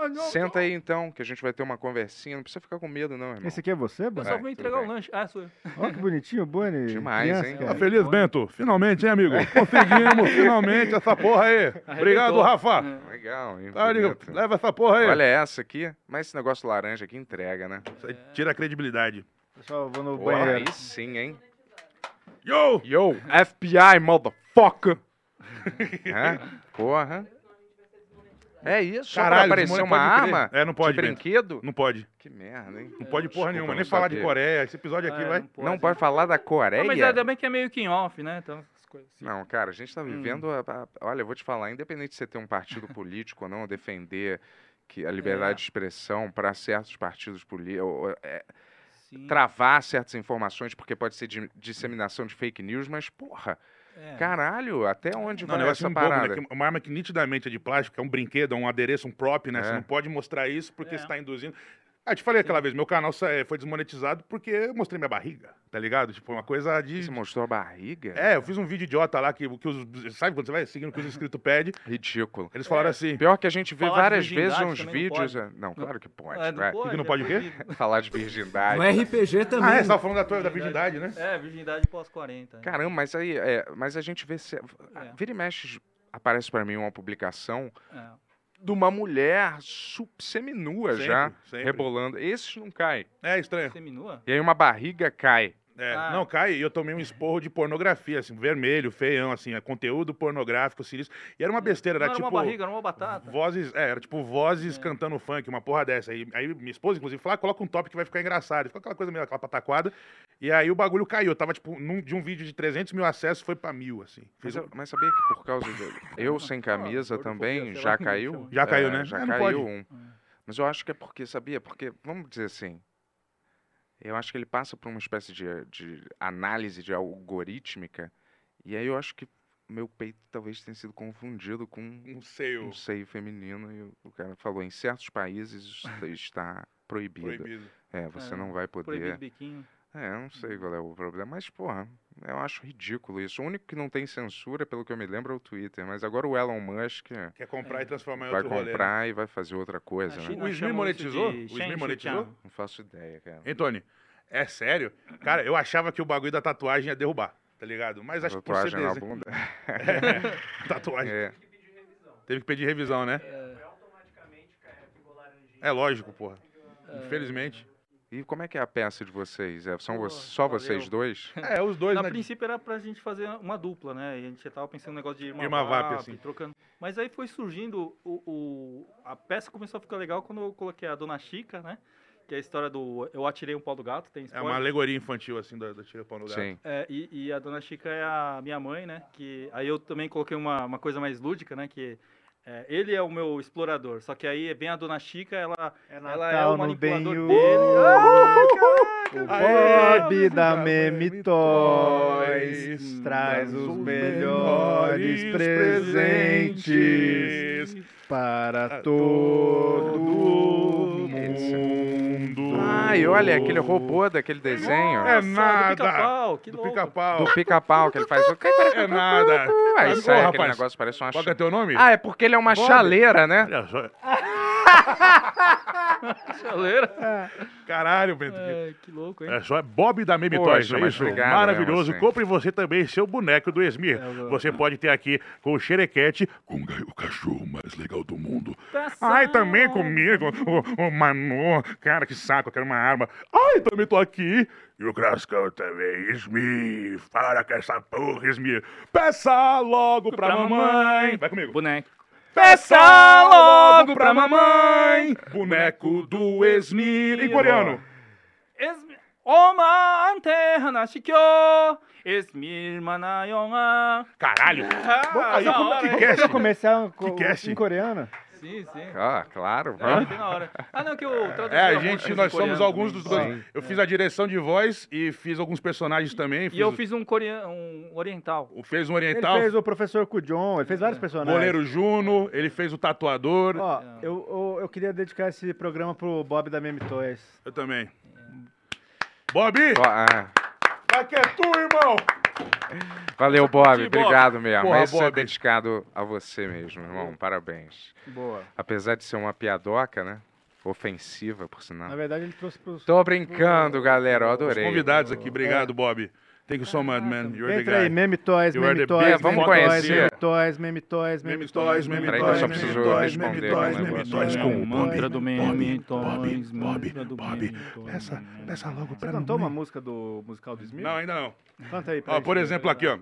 [SPEAKER 11] Ah, não,
[SPEAKER 8] Senta aí então, que a gente vai ter uma conversinha. Não precisa ficar com medo, não, irmão.
[SPEAKER 7] Esse aqui é você,
[SPEAKER 8] Eu
[SPEAKER 7] Bonnie?
[SPEAKER 8] só vou entregar
[SPEAKER 11] o lanche. Ah, sou eu.
[SPEAKER 7] Olha que bonitinho, Bonnie.
[SPEAKER 8] Demais,
[SPEAKER 7] criança,
[SPEAKER 8] hein?
[SPEAKER 7] cara.
[SPEAKER 8] Tá
[SPEAKER 3] Feliz, Bento. Finalmente, hein, (laughs) amigo? Conseguimos, finalmente, essa porra aí. Obrigado,
[SPEAKER 4] É.
[SPEAKER 3] Rafa.
[SPEAKER 8] Legal, hein?
[SPEAKER 3] Tá, amigo,
[SPEAKER 8] bonito.
[SPEAKER 3] leva essa porra aí.
[SPEAKER 8] Olha essa aqui, mas esse negócio laranja aqui entrega, né?
[SPEAKER 3] Tira a credibilidade.
[SPEAKER 7] Pessoal, vou no
[SPEAKER 8] Pô,
[SPEAKER 7] banheiro.
[SPEAKER 8] aí sim, hein?
[SPEAKER 3] Yo!
[SPEAKER 8] Yo, FBI, motherfucker! (laughs) Hã? Porra. É isso, só pra
[SPEAKER 3] Caralho,
[SPEAKER 8] aparecer
[SPEAKER 3] não
[SPEAKER 8] uma
[SPEAKER 3] pode crer.
[SPEAKER 8] arma?
[SPEAKER 3] É, não pode.
[SPEAKER 8] De
[SPEAKER 3] Bento.
[SPEAKER 8] brinquedo?
[SPEAKER 3] Não pode.
[SPEAKER 8] Que merda, hein?
[SPEAKER 3] Não pode
[SPEAKER 8] Desculpa,
[SPEAKER 3] porra nenhuma.
[SPEAKER 8] não
[SPEAKER 3] Nem falar de
[SPEAKER 8] sabia.
[SPEAKER 3] Coreia. Esse episódio aqui
[SPEAKER 8] É,
[SPEAKER 3] vai.
[SPEAKER 8] não pode. Não pode falar da Coreia?
[SPEAKER 4] Ah, mas ainda bem que é meio que em off, né? Então, essas coisas.
[SPEAKER 8] Não, cara, a gente
[SPEAKER 3] Hum.
[SPEAKER 8] tá vivendo. a- a- olha, eu vou te falar, independente de você ter um
[SPEAKER 3] (laughs)
[SPEAKER 8] partido político ou não, defender que a liberdade
[SPEAKER 3] É.
[SPEAKER 8] de expressão para certos partidos políticos. é,
[SPEAKER 3] Hum.
[SPEAKER 8] travar certas informações, porque pode ser di- disseminação de fake news, mas, porra,
[SPEAKER 4] É.
[SPEAKER 8] caralho, até onde
[SPEAKER 3] Não,
[SPEAKER 8] vai essa
[SPEAKER 3] negócio é um bobo, né?
[SPEAKER 8] parada?
[SPEAKER 3] Que Uma arma que nitidamente é de plástico, é um brinquedo, é um adereço, um prop, né?
[SPEAKER 8] É.
[SPEAKER 3] Você não pode mostrar isso porque você está induzindo. Ah, te falei aquela vez, meu canal sa- eh, foi desmonetizado porque eu mostrei minha barriga, tá ligado? Tipo, uma coisa de. Você
[SPEAKER 8] mostrou a barriga?
[SPEAKER 3] É, eu fiz um vídeo idiota lá que, que os. Sabe quando você vai seguindo o que os inscritos pedem?
[SPEAKER 8] Ridículo.
[SPEAKER 3] Eles falaram assim.
[SPEAKER 8] Pior que a gente vê
[SPEAKER 3] É. Falar de
[SPEAKER 8] várias vezes
[SPEAKER 3] virgindade
[SPEAKER 8] uns
[SPEAKER 3] também não
[SPEAKER 8] vídeos.
[SPEAKER 3] pode.
[SPEAKER 8] é- Não, claro que pode.
[SPEAKER 4] Ah,
[SPEAKER 3] É, não
[SPEAKER 8] vai.
[SPEAKER 3] pode, Que não é pode (laughs) o quê?
[SPEAKER 8] Falar de virgindade.
[SPEAKER 14] No RPG também.
[SPEAKER 3] Ah, é, você tava falando da tua da virgindade, né?
[SPEAKER 4] É, virgindade pós 40. né?
[SPEAKER 8] Caramba, mas aí, é, mas a gente vê se vira e mexe aparece pra mim uma publicação
[SPEAKER 4] É.
[SPEAKER 8] de uma mulher su- seminua
[SPEAKER 4] Sempre,
[SPEAKER 8] já
[SPEAKER 4] sempre.
[SPEAKER 8] rebolando. Esses não caem.
[SPEAKER 3] É estranho.
[SPEAKER 4] Seminua?
[SPEAKER 8] E aí uma barriga cai.
[SPEAKER 3] É,
[SPEAKER 8] Ah.
[SPEAKER 3] não, cai, e eu tomei um esporro de pornografia, assim, vermelho, feião, assim, é, conteúdo pornográfico, sinistro. E era uma besteira,
[SPEAKER 4] Não
[SPEAKER 3] era
[SPEAKER 4] era
[SPEAKER 3] tipo.
[SPEAKER 4] uma barriga, era uma batata.
[SPEAKER 3] Vozes, é, era tipo vozes cantando funk, uma porra dessa. Aí, aí minha esposa, inclusive, falou: ah, coloca um top que vai ficar engraçado. Ficou aquela coisa meio, aquela pataquada. E aí o bagulho caiu. Eu tava, tipo, num- de um vídeo de 300 mil acessos, foi pra mil, assim.
[SPEAKER 8] Mas,
[SPEAKER 3] Fiz Ah, um-
[SPEAKER 8] eu- mas sabia que por causa do
[SPEAKER 3] (laughs)
[SPEAKER 8] eu sem
[SPEAKER 4] Ah,
[SPEAKER 8] camisa também
[SPEAKER 3] sei lá
[SPEAKER 8] já
[SPEAKER 3] como que
[SPEAKER 8] caiu?
[SPEAKER 3] chama. Já caiu,
[SPEAKER 8] É,
[SPEAKER 3] né?
[SPEAKER 8] Já
[SPEAKER 3] É, não
[SPEAKER 8] caiu
[SPEAKER 3] pode.
[SPEAKER 8] um. Mas eu acho que é porque, sabia? Porque, vamos dizer assim, eu acho que ele passa por uma espécie de, de análise de algorítmica, e aí eu acho que meu peito talvez tenha sido confundido com um
[SPEAKER 3] seio,
[SPEAKER 8] feminino, e o- o cara falou, em certos países
[SPEAKER 3] (laughs)
[SPEAKER 8] isso está proibido.
[SPEAKER 4] Proibido.
[SPEAKER 8] É, você
[SPEAKER 4] É, uhum.
[SPEAKER 8] não vai poder...
[SPEAKER 4] proibido biquinho.
[SPEAKER 8] É, eu não sei qual é o problema, mas, porra, eu acho ridículo isso. O único que não tem censura, pelo que eu me lembro, é o Twitter. Mas agora o Elon Musk
[SPEAKER 3] Quer comprar e transformar em
[SPEAKER 8] vai
[SPEAKER 3] outro rolê, né?
[SPEAKER 8] comprar e vai fazer outra coisa, né?
[SPEAKER 3] China é, O Smith chamou isso monetizou? de O Smith Shen monetizou? Shuqiang.
[SPEAKER 8] Não faço ideia, cara.
[SPEAKER 3] Hein, Tony? É sério? Cara, eu achava que o bagulho da tatuagem ia derrubar, tá ligado? Mas acho que por ser
[SPEAKER 8] Tatuagem na
[SPEAKER 3] desenho-
[SPEAKER 8] bunda.
[SPEAKER 3] É, (laughs) tatuagem. Teve que pedir revisão, né? É lógico, porra.
[SPEAKER 4] É.
[SPEAKER 3] Infelizmente.
[SPEAKER 8] E como é que é a peça de vocês? É, são vo- só vocês
[SPEAKER 4] valeu.
[SPEAKER 8] dois?
[SPEAKER 3] É, os dois,
[SPEAKER 4] Na
[SPEAKER 3] né?
[SPEAKER 4] princípio era pra gente fazer uma dupla, né? E a gente já tava pensando no negócio de irmã,
[SPEAKER 3] Irmã
[SPEAKER 4] VAP,
[SPEAKER 3] Vap, assim.
[SPEAKER 4] trocando. Mas aí foi surgindo o, o- A peça começou a ficar legal quando eu coloquei a Dona Chica, né? Que é a história do Eu Atirei um Pau do Gato, tem
[SPEAKER 3] É
[SPEAKER 4] spoiler.
[SPEAKER 3] uma alegoria infantil, assim, da, da Tira Pão no Gato.
[SPEAKER 8] Sim.
[SPEAKER 4] É, e, e a Dona Chica é a minha mãe, né? Que aí eu também coloquei uma, uma coisa mais lúdica, né? Que é, ele é o meu explorador, só que aí vem a Dona Chica, ela é, ela é o
[SPEAKER 7] Natal no
[SPEAKER 4] manipulador
[SPEAKER 7] Benhur.
[SPEAKER 4] dele.
[SPEAKER 7] O
[SPEAKER 4] Aê,
[SPEAKER 7] Bob da Meme Toys traz os melhores presentes para todo mundo.
[SPEAKER 8] Ah, e olha, aquele robô daquele desenho.
[SPEAKER 3] É nada.
[SPEAKER 4] Pau, que
[SPEAKER 3] Do pica-pau.
[SPEAKER 8] Do pica-pau que ele faz.
[SPEAKER 3] É nada.
[SPEAKER 8] Aí
[SPEAKER 3] Mas,
[SPEAKER 8] sai
[SPEAKER 3] pô,
[SPEAKER 8] aquele
[SPEAKER 3] rapaz,
[SPEAKER 8] negócio, parece uma
[SPEAKER 3] Qual que é
[SPEAKER 8] chaleira.
[SPEAKER 3] teu nome?
[SPEAKER 8] Ah, é porque ele é uma
[SPEAKER 3] Bob.
[SPEAKER 8] chaleira, né?
[SPEAKER 3] Olha só.
[SPEAKER 4] Chaleira.
[SPEAKER 3] Caralho, Bento.
[SPEAKER 4] É, que louco, hein?
[SPEAKER 3] É só Bob da Meme
[SPEAKER 8] Poxa,
[SPEAKER 3] Toys, não é
[SPEAKER 8] mas
[SPEAKER 3] isso?
[SPEAKER 8] obrigado,
[SPEAKER 3] Maravilhoso.
[SPEAKER 8] mesmo assim.
[SPEAKER 3] Compre você também seu boneco do Esmir. Você pode ter aqui com o Xerequete, com o ga- o cachorro mais legal do mundo. Ai, também comigo, o, o Manu. Cara, que saco, eu quero uma arma. Ai, também tô aqui. E o Crascão também, Esmir. Para com essa porra, Esmir. Peça logo pra, mamãe. Vai comigo.
[SPEAKER 4] Boneco.
[SPEAKER 3] Peça logo pra mamãe. Boneco do Esmir. Em coreano.
[SPEAKER 4] Esmi- Oma anterna shikyo, esmir manayonga.
[SPEAKER 3] Caralho!
[SPEAKER 4] Ah,
[SPEAKER 3] Vamos fazer
[SPEAKER 4] da
[SPEAKER 3] um
[SPEAKER 4] hora, hein?
[SPEAKER 3] podcast.
[SPEAKER 7] Começar um
[SPEAKER 3] Que cast?
[SPEAKER 7] em coreano?
[SPEAKER 4] Sim, sim.
[SPEAKER 8] Ah, claro,
[SPEAKER 4] É,
[SPEAKER 8] vamos.
[SPEAKER 4] eu fiz na hora. Ah, não, que eu traduzi
[SPEAKER 3] É, a
[SPEAKER 4] algumas
[SPEAKER 3] gente,
[SPEAKER 4] coisas
[SPEAKER 3] nós
[SPEAKER 4] em
[SPEAKER 3] somos
[SPEAKER 4] coreano
[SPEAKER 3] alguns
[SPEAKER 4] também.
[SPEAKER 3] dos. Eu fiz a direção de voz e fiz alguns personagens também.
[SPEAKER 4] E eu fiz um coreano, um oriental.
[SPEAKER 3] Fez um
[SPEAKER 7] Ele
[SPEAKER 3] oriental,
[SPEAKER 7] fez o professor Cujon, ele fez vários personagens.
[SPEAKER 3] goleiro Juno, ele fez o tatuador.
[SPEAKER 7] Ó, eu, eu, eu queria dedicar esse programa pro Bob da Meme Toys.
[SPEAKER 3] Eu também. Bob!
[SPEAKER 8] ah,
[SPEAKER 3] Vai que é tu, irmão!
[SPEAKER 8] Valeu, Bob.
[SPEAKER 3] Sim, Bob.
[SPEAKER 8] Obrigado mesmo.
[SPEAKER 3] Porra,
[SPEAKER 8] Esse é
[SPEAKER 3] Bob.
[SPEAKER 8] dedicado a você mesmo, irmão. Parabéns.
[SPEAKER 7] Boa.
[SPEAKER 8] Apesar de ser uma piadoca, né? Ofensiva, por sinal.
[SPEAKER 7] Na verdade, ele trouxe pros.
[SPEAKER 8] Ah. Tô brincando, galera. Eu adorei.
[SPEAKER 3] Os convidados aqui, obrigado, Bob. Thank you so much, man. You're the
[SPEAKER 7] Entra
[SPEAKER 3] guy.
[SPEAKER 7] aí, Meme Toys,
[SPEAKER 3] You are the
[SPEAKER 7] Meme Toys,
[SPEAKER 3] best
[SPEAKER 7] Meme
[SPEAKER 3] fucking
[SPEAKER 7] Toys,
[SPEAKER 3] singer.
[SPEAKER 7] Meme Toys, Meme Toys, Meme Toys, Meme
[SPEAKER 8] Peraí que eu só preciso responder aqui um negócio.
[SPEAKER 4] Mantra do meme, Toys, mantra do meme.
[SPEAKER 3] Peça, peça logo
[SPEAKER 7] Você cantou uma música do musical do Smith?
[SPEAKER 3] Não, ainda não.
[SPEAKER 7] Canta aí, pra
[SPEAKER 3] Ó,
[SPEAKER 7] gente.
[SPEAKER 3] por exemplo, aqui, ó.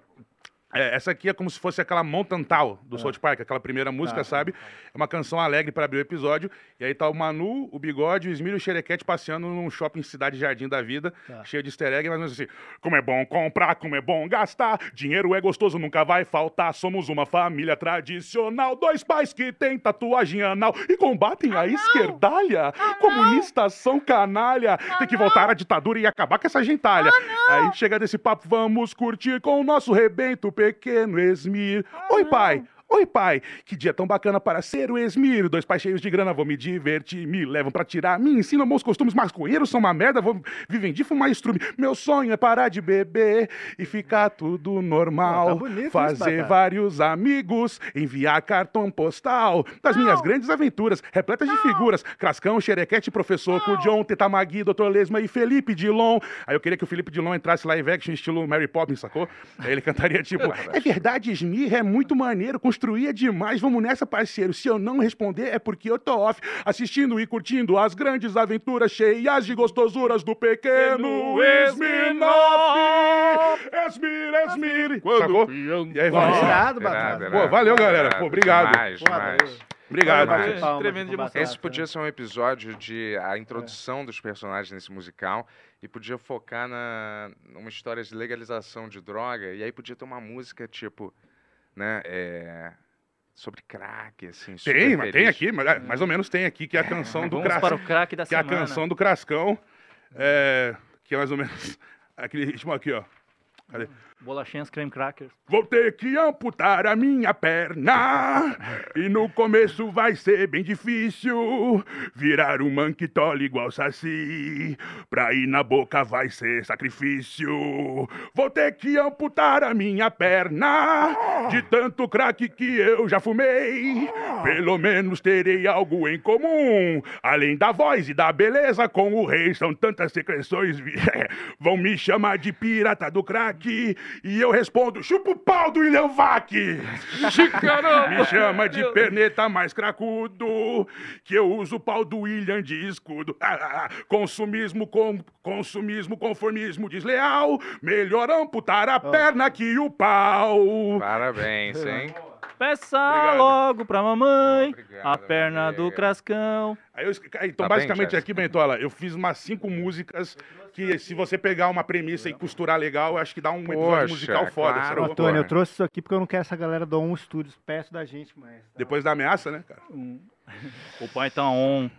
[SPEAKER 3] É, essa aqui é como se fosse aquela Mountain Tal do South Park, aquela primeira música,
[SPEAKER 7] Ah. Tá.
[SPEAKER 3] sabe? É uma canção alegre para abrir o episódio. E aí tá o Manu, o Bigode, o Esmílio e o Xerequete passeando num shopping Cidade Jardim da Vida,
[SPEAKER 7] Tá.
[SPEAKER 3] cheio de easter egg, mas não assim. Como é bom comprar, como é bom gastar, dinheiro é gostoso, nunca vai faltar. Somos uma família tradicional, dois pais que têm tatuagem anal e combatem a esquerdalha. Comunistas são canalha, tem que voltar à ditadura e acabar com essa gentalha.
[SPEAKER 7] Ah,
[SPEAKER 3] Aí chega desse papo, vamos curtir com o nosso rebento pequeno Esmir.
[SPEAKER 7] Ah,
[SPEAKER 3] Oi, pai! Oi, pai, que dia tão bacana para ser o Esmir. Dois pais cheios de grana, vou me divertir, me levam pra tirar, me ensinam meus costumes maconheiros, são uma merda, vou vivem de fumar estrume. Meu sonho é parar de beber e ficar tudo normal.
[SPEAKER 7] Pô, tá bonito isso,
[SPEAKER 3] fazer
[SPEAKER 7] Batata.
[SPEAKER 3] vários amigos, enviar cartão postal das minhas grandes aventuras, repletas de figuras, Crascão, Xerequete, Professor Cudion, Teta Magui, Dr. Lesma e Felipe Dilon. Aí eu queria que o Felipe Dilon entrasse live action estilo Mary Poppins, sacou? Aí ele cantaria tipo, é verdade, Smir, é muito maneiro, construía demais, vamos nessa, parceiro. Se eu não responder é porque eu tô off, assistindo e curtindo as grandes aventuras cheias de gostosuras do pequeno Esminoff. Esmir, Esmir. Sacou? E aí, vai.
[SPEAKER 7] Irado,
[SPEAKER 8] Irado,
[SPEAKER 7] Batata.
[SPEAKER 8] irado,
[SPEAKER 3] Pô, valeu, galera.
[SPEAKER 8] irado.
[SPEAKER 3] Pô, obrigado.
[SPEAKER 8] Demais,
[SPEAKER 3] Pô, Tá,
[SPEAKER 8] demais.
[SPEAKER 3] Obrigado.
[SPEAKER 8] Demais.
[SPEAKER 3] Tremendo Palmas, tremendo de emoção.
[SPEAKER 8] Esse podia ser um episódio de a introdução
[SPEAKER 3] É.
[SPEAKER 8] dos personagens nesse musical e podia focar na numa história de legalização de droga e aí podia ter uma música tipo, né, é, sobre crack, assim.
[SPEAKER 3] Tem,
[SPEAKER 8] super
[SPEAKER 3] mas
[SPEAKER 8] feliz.
[SPEAKER 3] tem aqui, mas- mais ou menos tem aqui, que é a canção do
[SPEAKER 8] Vamos
[SPEAKER 3] Cras-
[SPEAKER 8] para o craque da
[SPEAKER 3] Que é a
[SPEAKER 8] semana.
[SPEAKER 3] canção do Crascão, é, que é mais ou menos (laughs) aquele ritmo aqui, ó. Cadê?
[SPEAKER 4] Bolachinhas, creme crackers.
[SPEAKER 3] Vou ter que amputar a minha perna E no começo vai ser bem difícil Virar um manquitola igual saci Pra ir na boca vai ser sacrifício Vou ter que amputar a minha perna De tanto crack que eu já fumei Pelo menos terei algo em comum Além da voz e da beleza com o rei São tantas secreções vi- (laughs) Vão me chamar de pirata do crack E eu respondo, chupa o pau do Ilhão Vac
[SPEAKER 10] Chicaramba!
[SPEAKER 3] Me chama de perneta mais cracudo Que eu uso o pau do William de escudo Ah, ah, ah. Consumismo, com, consumismo, conformismo desleal Melhor amputar a perna que o pau (laughs)
[SPEAKER 8] Parabéns,
[SPEAKER 3] É.
[SPEAKER 8] hein?
[SPEAKER 4] Peça logo pra mamãe a perna do
[SPEAKER 3] obrigado.
[SPEAKER 4] Crascão.
[SPEAKER 3] Aí eu es- então,
[SPEAKER 4] Tá bem,
[SPEAKER 3] basicamente,
[SPEAKER 4] Jéssica?
[SPEAKER 3] aqui, Bentola, eu fiz umas cinco músicas que, se você pegar uma premissa e costurar legal, eu acho que dá um episódio
[SPEAKER 8] Poxa,
[SPEAKER 3] musical foda.
[SPEAKER 8] claro,
[SPEAKER 3] sacou?
[SPEAKER 7] Antônio, eu trouxe isso aqui porque eu não quero essa galera do um estúdios perto da gente, mas.
[SPEAKER 3] Depois da ameaça, né, cara?
[SPEAKER 4] O pai tá on.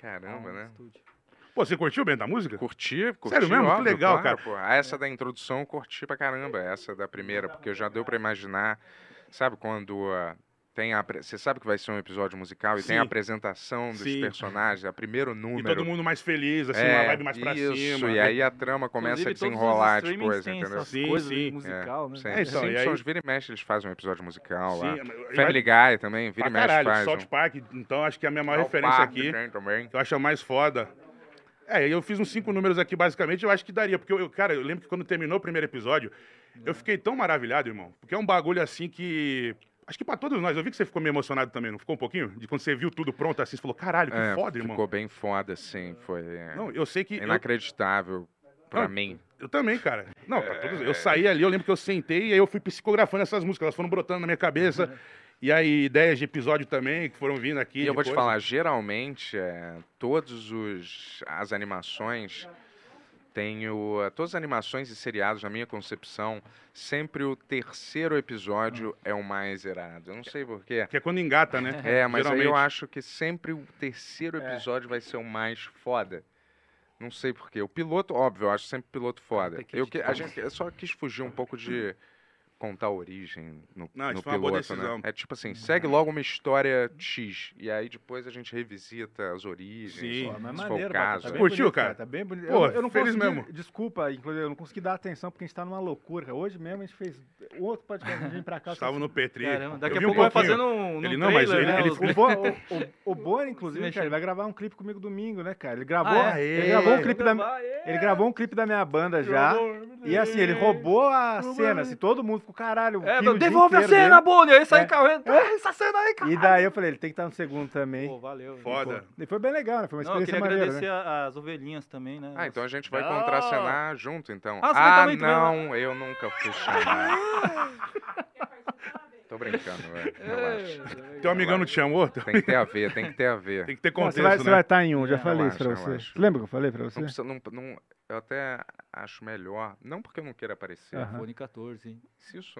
[SPEAKER 8] Caramba, né?
[SPEAKER 3] Pô, você curtiu, Bento, a música?
[SPEAKER 8] Curti, curti.
[SPEAKER 3] Sério mesmo?
[SPEAKER 8] óbvio,
[SPEAKER 3] que legal,
[SPEAKER 8] claro,
[SPEAKER 3] cara.
[SPEAKER 8] pô. Ah, Essa da introdução eu curti pra caramba, essa da primeira, porque já deu pra imaginar, sabe, quando ah, tem a. apre- Você sabe que vai ser um episódio musical e tem a
[SPEAKER 3] Sim.
[SPEAKER 8] apresentação dos
[SPEAKER 3] Sim.
[SPEAKER 8] personagens, a primeiro
[SPEAKER 3] E
[SPEAKER 8] um número.
[SPEAKER 3] todo mundo mais feliz, assim,
[SPEAKER 8] É,
[SPEAKER 3] uma vibe mais pra
[SPEAKER 8] isso,
[SPEAKER 3] cima. né?
[SPEAKER 8] e aí a trama começa a
[SPEAKER 3] Inclusive, todos os
[SPEAKER 8] desenrolar
[SPEAKER 3] streamings
[SPEAKER 8] depois,
[SPEAKER 3] têm
[SPEAKER 8] entendeu?
[SPEAKER 3] essas Sim, coisas sim. de
[SPEAKER 4] musical, né?
[SPEAKER 8] sempre.
[SPEAKER 3] É, então, e aí-
[SPEAKER 8] Simpsons, vira e mexe, eles fazem um episódio musical lá.
[SPEAKER 3] Sim, mas-
[SPEAKER 8] Family Guy também, vira
[SPEAKER 3] Pra
[SPEAKER 8] e mexe
[SPEAKER 3] caralho,
[SPEAKER 8] faz. um-
[SPEAKER 3] South Park, então acho que é a minha maior
[SPEAKER 8] South
[SPEAKER 3] referência
[SPEAKER 8] Park né?
[SPEAKER 3] aqui.
[SPEAKER 8] tem
[SPEAKER 3] Que eu acho a mais foda. É, eu fiz uns cinco números aqui, basicamente, eu acho que daria. Porque, eu, eu- cara, eu lembro que quando terminou o primeiro episódio, eu fiquei tão maravilhado, irmão. Porque é um bagulho assim que. Acho que pra todos nós, eu vi que você ficou meio emocionado também, não ficou um pouquinho? De quando você viu tudo pronto assim, você falou, caralho, que
[SPEAKER 8] É,
[SPEAKER 3] foda, irmão.
[SPEAKER 8] Ficou bem foda, sim. Foi. é,
[SPEAKER 3] Não, eu sei que eu-
[SPEAKER 8] Inacreditável pra
[SPEAKER 3] Não,
[SPEAKER 8] mim.
[SPEAKER 3] Eu também, cara. Não,
[SPEAKER 8] É.
[SPEAKER 3] pra todos. Eu saí ali, eu lembro que eu sentei e aí eu fui psicografando essas músicas, elas foram brotando na minha cabeça. E aí, ideias de episódio também que foram vindo aqui.
[SPEAKER 8] Uhum. E eu vou te
[SPEAKER 3] depois.
[SPEAKER 8] falar, geralmente, é, todos os as animações Tenho eh, todas as animações e seriados, na minha concepção, sempre o terceiro episódio é o mais errado. Eu não sei porquê.
[SPEAKER 3] Que Hum. é quando engata, né? (laughs)
[SPEAKER 8] É, mas aí eu
[SPEAKER 3] Geralmente.
[SPEAKER 8] acho que sempre o terceiro episódio vai ser o mais foda. Não sei porquê. O piloto, óbvio, eu acho sempre o piloto foda. Eu, que, a gente, eu só quis fugir um pouco de contar a origem no,
[SPEAKER 3] Não, isso
[SPEAKER 8] no
[SPEAKER 3] foi uma boa
[SPEAKER 8] piloto, né?
[SPEAKER 3] decisão.
[SPEAKER 8] É tipo assim, segue logo uma história X, e aí depois a gente revisita as origens, se
[SPEAKER 3] Sim. Pô, mas
[SPEAKER 8] for
[SPEAKER 3] maneiro,
[SPEAKER 8] o
[SPEAKER 3] Baca,
[SPEAKER 8] caso.
[SPEAKER 3] tá
[SPEAKER 8] né?
[SPEAKER 3] bem Curtiu, bonito, cara?
[SPEAKER 7] Tá bem bonito.
[SPEAKER 3] Pô,
[SPEAKER 7] eu, eu não
[SPEAKER 3] feliz
[SPEAKER 7] consegui,
[SPEAKER 3] mesmo.
[SPEAKER 7] Desculpa, inclusive, eu não consegui dar atenção porque a gente tá numa loucura. cara. Hoje mesmo a gente fez outro podcast, a gente vem pra cá.
[SPEAKER 3] Estava no Petri.
[SPEAKER 7] Caramba,
[SPEAKER 3] Eu vi um pouquinho. Ele não, mas ele,
[SPEAKER 4] né?
[SPEAKER 3] ele (laughs)
[SPEAKER 7] o, Bo, o, o, o Boni, inclusive,
[SPEAKER 3] mexendo.
[SPEAKER 7] cara, ele vai gravar um clipe comigo domingo, né, cara? Ele gravou,
[SPEAKER 3] Ah, é?
[SPEAKER 7] ele gravou um
[SPEAKER 3] Vamos
[SPEAKER 7] clipe da, ele gravou um clipe da minha banda já. E assim, ele roubou a cena, assim, todo mundo ficou caralho.
[SPEAKER 4] É,
[SPEAKER 7] filho,
[SPEAKER 4] meu,
[SPEAKER 7] o dia
[SPEAKER 4] devolve a
[SPEAKER 7] inteiro
[SPEAKER 4] cena,
[SPEAKER 7] dele.
[SPEAKER 4] Boni! Aí sai
[SPEAKER 7] É.
[SPEAKER 4] correndo. "Ah, Essa cena aí, cara!
[SPEAKER 7] E daí eu falei, ele tem que estar no segundo também.
[SPEAKER 4] Pô, valeu.
[SPEAKER 7] E foi, e foi bem legal, né? Foi uma
[SPEAKER 4] Não, eu
[SPEAKER 7] experiência
[SPEAKER 4] queria
[SPEAKER 7] maneira, né?
[SPEAKER 4] agradecer a- as ovelhinhas também, né?
[SPEAKER 8] Ah, então a gente vai
[SPEAKER 4] Ah.
[SPEAKER 8] contracenar junto, então.
[SPEAKER 4] Ah, você vai
[SPEAKER 8] Ah,
[SPEAKER 4] também, tu vai lá.
[SPEAKER 8] não, eu nunca fui chamado. Tô brincando, velho.
[SPEAKER 4] É.
[SPEAKER 8] Relaxa.
[SPEAKER 3] Teu um amigão não te chamou?
[SPEAKER 8] Tem que ter a ver, tem que ter a ver.
[SPEAKER 3] Tem que ter né?
[SPEAKER 7] Não, você vai,
[SPEAKER 4] né?
[SPEAKER 7] você vai estar em um,
[SPEAKER 4] É,
[SPEAKER 7] já falei isso pra você. Lembra que eu falei pra você?
[SPEAKER 8] Não precisa- não- não- eu até acho melhor, não porque eu não queira aparecer.
[SPEAKER 7] Aham.
[SPEAKER 4] Fone 14.
[SPEAKER 8] Se isso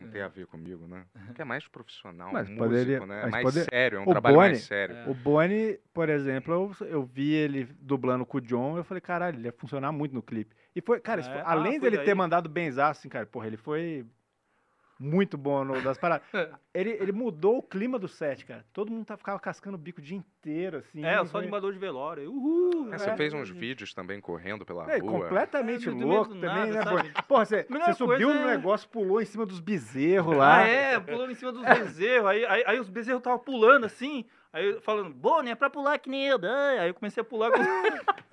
[SPEAKER 8] não tem a ver comigo, né? Porque é mais profissional,
[SPEAKER 7] Mas
[SPEAKER 8] músico,
[SPEAKER 7] poderia.
[SPEAKER 8] né?
[SPEAKER 7] mas
[SPEAKER 8] mais
[SPEAKER 7] poder-
[SPEAKER 8] sério, é um
[SPEAKER 7] o
[SPEAKER 8] trabalho
[SPEAKER 7] Boni-
[SPEAKER 8] mais sério.
[SPEAKER 4] É.
[SPEAKER 7] O Boni, por exemplo, eu, eu vi ele dublando com o John, eu falei, caralho, ele ia funcionar muito no clipe. E foi, cara, isso
[SPEAKER 4] Ah,
[SPEAKER 7] foi-
[SPEAKER 4] é? Ah,
[SPEAKER 7] além
[SPEAKER 4] foi
[SPEAKER 7] dele ter
[SPEAKER 4] daí?
[SPEAKER 7] mandado benzaço, assim, cara, porra, ele foi muito bom no, das
[SPEAKER 4] (laughs)
[SPEAKER 7] paradas. ele, ele mudou o clima do set, cara. Todo mundo tá- ficava cascando o bico o dia inteiro, assim.
[SPEAKER 4] É, eu sou
[SPEAKER 7] foi-
[SPEAKER 4] animador de velório. Uhul!
[SPEAKER 8] É, você
[SPEAKER 7] É.
[SPEAKER 8] fez uns vídeos também correndo pela
[SPEAKER 7] É,
[SPEAKER 8] rua.
[SPEAKER 7] completamente
[SPEAKER 4] É, do meio
[SPEAKER 7] louco
[SPEAKER 4] do
[SPEAKER 7] também,
[SPEAKER 4] nada,
[SPEAKER 7] né,
[SPEAKER 4] sabe?
[SPEAKER 7] Boni? Porra, você,
[SPEAKER 4] Melhor
[SPEAKER 7] você subiu
[SPEAKER 4] coisa
[SPEAKER 7] no
[SPEAKER 4] é-
[SPEAKER 7] negócio, pulou em cima dos bezerros lá.
[SPEAKER 4] Ah, é, pulando em cima dos bezerros. Aí, aí, aí os bezerros estavam pulando assim. Aí eu falando, Boni, é pra pular que nem eu. Dan." Aí eu comecei a pular. com- (laughs)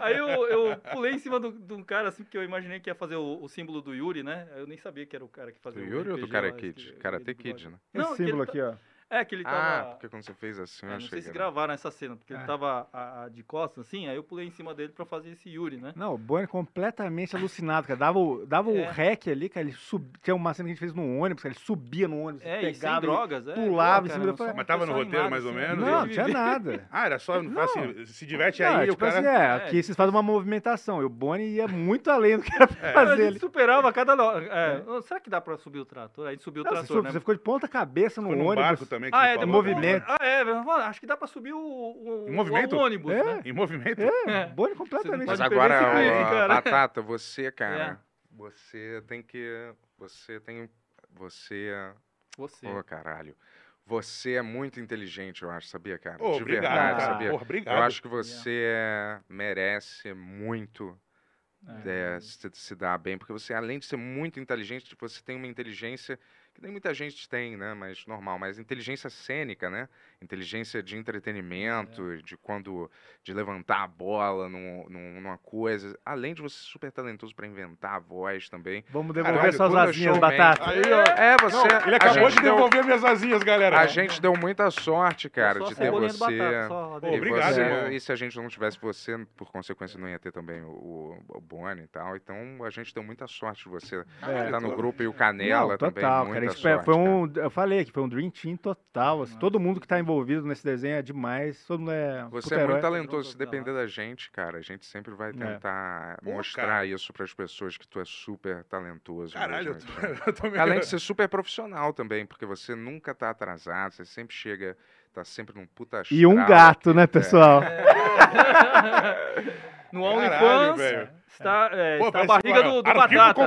[SPEAKER 4] aí eu, eu pulei em cima do- de um cara assim, porque eu imaginei que ia fazer o, o símbolo do Yuri, né? Eu nem sabia que era o cara que
[SPEAKER 8] Do
[SPEAKER 4] fazia o
[SPEAKER 8] Yuri ou do
[SPEAKER 4] RPG
[SPEAKER 8] Karate
[SPEAKER 4] lá,
[SPEAKER 8] Kid?
[SPEAKER 4] esse-
[SPEAKER 8] Karate Kid, né?
[SPEAKER 4] Não,
[SPEAKER 7] Esse
[SPEAKER 4] que ele
[SPEAKER 7] símbolo
[SPEAKER 4] tá-
[SPEAKER 7] aqui, ó.
[SPEAKER 4] É, que ele
[SPEAKER 8] Ah,
[SPEAKER 4] tava...
[SPEAKER 8] porque quando você fez assim,
[SPEAKER 4] É,
[SPEAKER 8] eu
[SPEAKER 4] não
[SPEAKER 8] achei
[SPEAKER 4] sei
[SPEAKER 8] que
[SPEAKER 4] se
[SPEAKER 8] era-
[SPEAKER 4] gravaram essa cena, porque
[SPEAKER 7] É.
[SPEAKER 4] ele tava a- a- de costas, assim, aí eu pulei em cima dele pra fazer esse Yuri, né?
[SPEAKER 7] Não, o Bonner completamente alucinado, cara. Dava o, dava o
[SPEAKER 4] É.
[SPEAKER 7] rec ali, cara. Ele sub... Tinha uma cena que a gente fez no ônibus, cara. Ele subia no ônibus,
[SPEAKER 4] É, e sem
[SPEAKER 7] pegava, ele
[SPEAKER 4] drogas, é.
[SPEAKER 7] pulava
[SPEAKER 4] Pô,
[SPEAKER 7] em cima
[SPEAKER 4] cara,
[SPEAKER 7] do...
[SPEAKER 4] não sou-
[SPEAKER 3] Mas tava no
[SPEAKER 4] Pessoal
[SPEAKER 3] roteiro,
[SPEAKER 4] animado,
[SPEAKER 3] mais ou
[SPEAKER 4] assim,
[SPEAKER 3] menos?
[SPEAKER 7] Não,
[SPEAKER 3] e-
[SPEAKER 4] (laughs)
[SPEAKER 7] tinha nada.
[SPEAKER 3] Ah, era só, assim, se diverte
[SPEAKER 7] Não,
[SPEAKER 3] aí,
[SPEAKER 7] tipo
[SPEAKER 3] o cara...
[SPEAKER 7] assim, é, aqui vocês fazem uma movimentação. E o Bonnie ia muito além do que era pra
[SPEAKER 4] É.
[SPEAKER 7] fazer.
[SPEAKER 4] a gente
[SPEAKER 7] Ele...
[SPEAKER 4] superava cada... no- é, oh, Será que dá pra subir o trator? Aí a gente subiu o
[SPEAKER 7] Não, você,
[SPEAKER 4] trator,
[SPEAKER 7] sub-
[SPEAKER 4] né?
[SPEAKER 7] você ficou de ponta cabeça no
[SPEAKER 3] Foi num
[SPEAKER 7] um ônibus.
[SPEAKER 3] barco também que
[SPEAKER 4] Ah,
[SPEAKER 3] você
[SPEAKER 4] é,
[SPEAKER 3] falou.
[SPEAKER 4] demorou.
[SPEAKER 7] movimento.
[SPEAKER 4] Ah, é, mano, acho que dá pra subir o, o,
[SPEAKER 3] Em movimento?
[SPEAKER 4] o ônibus,
[SPEAKER 7] É.
[SPEAKER 4] né?
[SPEAKER 3] Em movimento?
[SPEAKER 7] É,
[SPEAKER 4] É.
[SPEAKER 7] o Bonnie completamente
[SPEAKER 8] Mas
[SPEAKER 4] Pode
[SPEAKER 8] agora, é
[SPEAKER 4] perder esse
[SPEAKER 8] ó,
[SPEAKER 4] clipe, cara. É.
[SPEAKER 8] Batata, você, cara, você tem que... Você tem... Você...
[SPEAKER 4] Você.
[SPEAKER 8] Ô, caralho. Você é muito inteligente, eu acho, sabia, cara?
[SPEAKER 3] Ô,
[SPEAKER 8] De
[SPEAKER 3] obrigado,
[SPEAKER 8] verdade,
[SPEAKER 3] cara.
[SPEAKER 8] sabia?
[SPEAKER 3] Porra, obrigado.
[SPEAKER 8] Eu acho que você é, merece muito
[SPEAKER 4] Tá
[SPEAKER 8] é, se, se dar bem, porque você, além de ser muito inteligente, tipo, você tem uma inteligência que nem muita gente tem, né? Mas normal, mas inteligência cênica, né? Inteligência de entretenimento, de quando de levantar a bola num, num- numa coisa. Além de você ser super talentoso para inventar a voz também.
[SPEAKER 7] Vamos
[SPEAKER 8] Caralho,
[SPEAKER 7] devolver suas
[SPEAKER 8] quando eu
[SPEAKER 7] asinhas,
[SPEAKER 8] showman-
[SPEAKER 7] Batata.
[SPEAKER 3] Aí, ó.
[SPEAKER 8] É, você-
[SPEAKER 3] Não, ele
[SPEAKER 8] a
[SPEAKER 3] acabou
[SPEAKER 8] gente
[SPEAKER 3] de
[SPEAKER 8] deu-
[SPEAKER 3] devolver né? minhas asinhas, galera.
[SPEAKER 8] a gente deu muita sorte, cara,
[SPEAKER 4] só
[SPEAKER 8] de
[SPEAKER 4] só
[SPEAKER 8] ter
[SPEAKER 4] né? bolinha do
[SPEAKER 8] você.
[SPEAKER 4] batata, só, É.
[SPEAKER 3] Pô,
[SPEAKER 8] e
[SPEAKER 3] obrigado,
[SPEAKER 8] você-
[SPEAKER 3] irmão.
[SPEAKER 8] E se a gente não tivesse você, por consequência, não ia ter também o, o, o Boni e tal. Então a gente deu muita sorte de você
[SPEAKER 7] É.
[SPEAKER 8] estar no grupo e o Canela
[SPEAKER 7] Não,
[SPEAKER 8] também. é
[SPEAKER 7] total,
[SPEAKER 8] muita
[SPEAKER 7] cara. Isso
[SPEAKER 8] sorte,
[SPEAKER 7] foi um, eu falei aqui, foi um dream team total. assim, todo mundo que tá envolvido nesse desenho é demais. Todo mundo é.
[SPEAKER 8] Você
[SPEAKER 7] puta
[SPEAKER 8] é muito
[SPEAKER 7] herói.
[SPEAKER 8] talentoso. Se depender da gente, cara, a gente sempre
[SPEAKER 7] É.
[SPEAKER 8] vai tentar
[SPEAKER 3] Pô,
[SPEAKER 8] mostrar
[SPEAKER 3] cara.
[SPEAKER 8] isso para as pessoas que tu é super talentoso.
[SPEAKER 3] Caralho,
[SPEAKER 8] (laughs)
[SPEAKER 3] eu
[SPEAKER 8] mesmo,
[SPEAKER 3] tô,
[SPEAKER 8] então.
[SPEAKER 3] eu tô meio-
[SPEAKER 8] Além de ser super profissional também, porque você nunca tá atrasado, você sempre chega, tá sempre num puta
[SPEAKER 7] E um
[SPEAKER 8] astral
[SPEAKER 7] gato,
[SPEAKER 8] aqui,
[SPEAKER 7] né,
[SPEAKER 8] é. (laughs)
[SPEAKER 7] pessoal?
[SPEAKER 4] (laughs) No
[SPEAKER 3] Caralho,
[SPEAKER 4] OnlyFans
[SPEAKER 3] velho.
[SPEAKER 4] está, é,
[SPEAKER 3] Pô,
[SPEAKER 4] está
[SPEAKER 3] parece
[SPEAKER 4] a barriga
[SPEAKER 3] um
[SPEAKER 4] do, do
[SPEAKER 3] arquivo
[SPEAKER 4] Batata.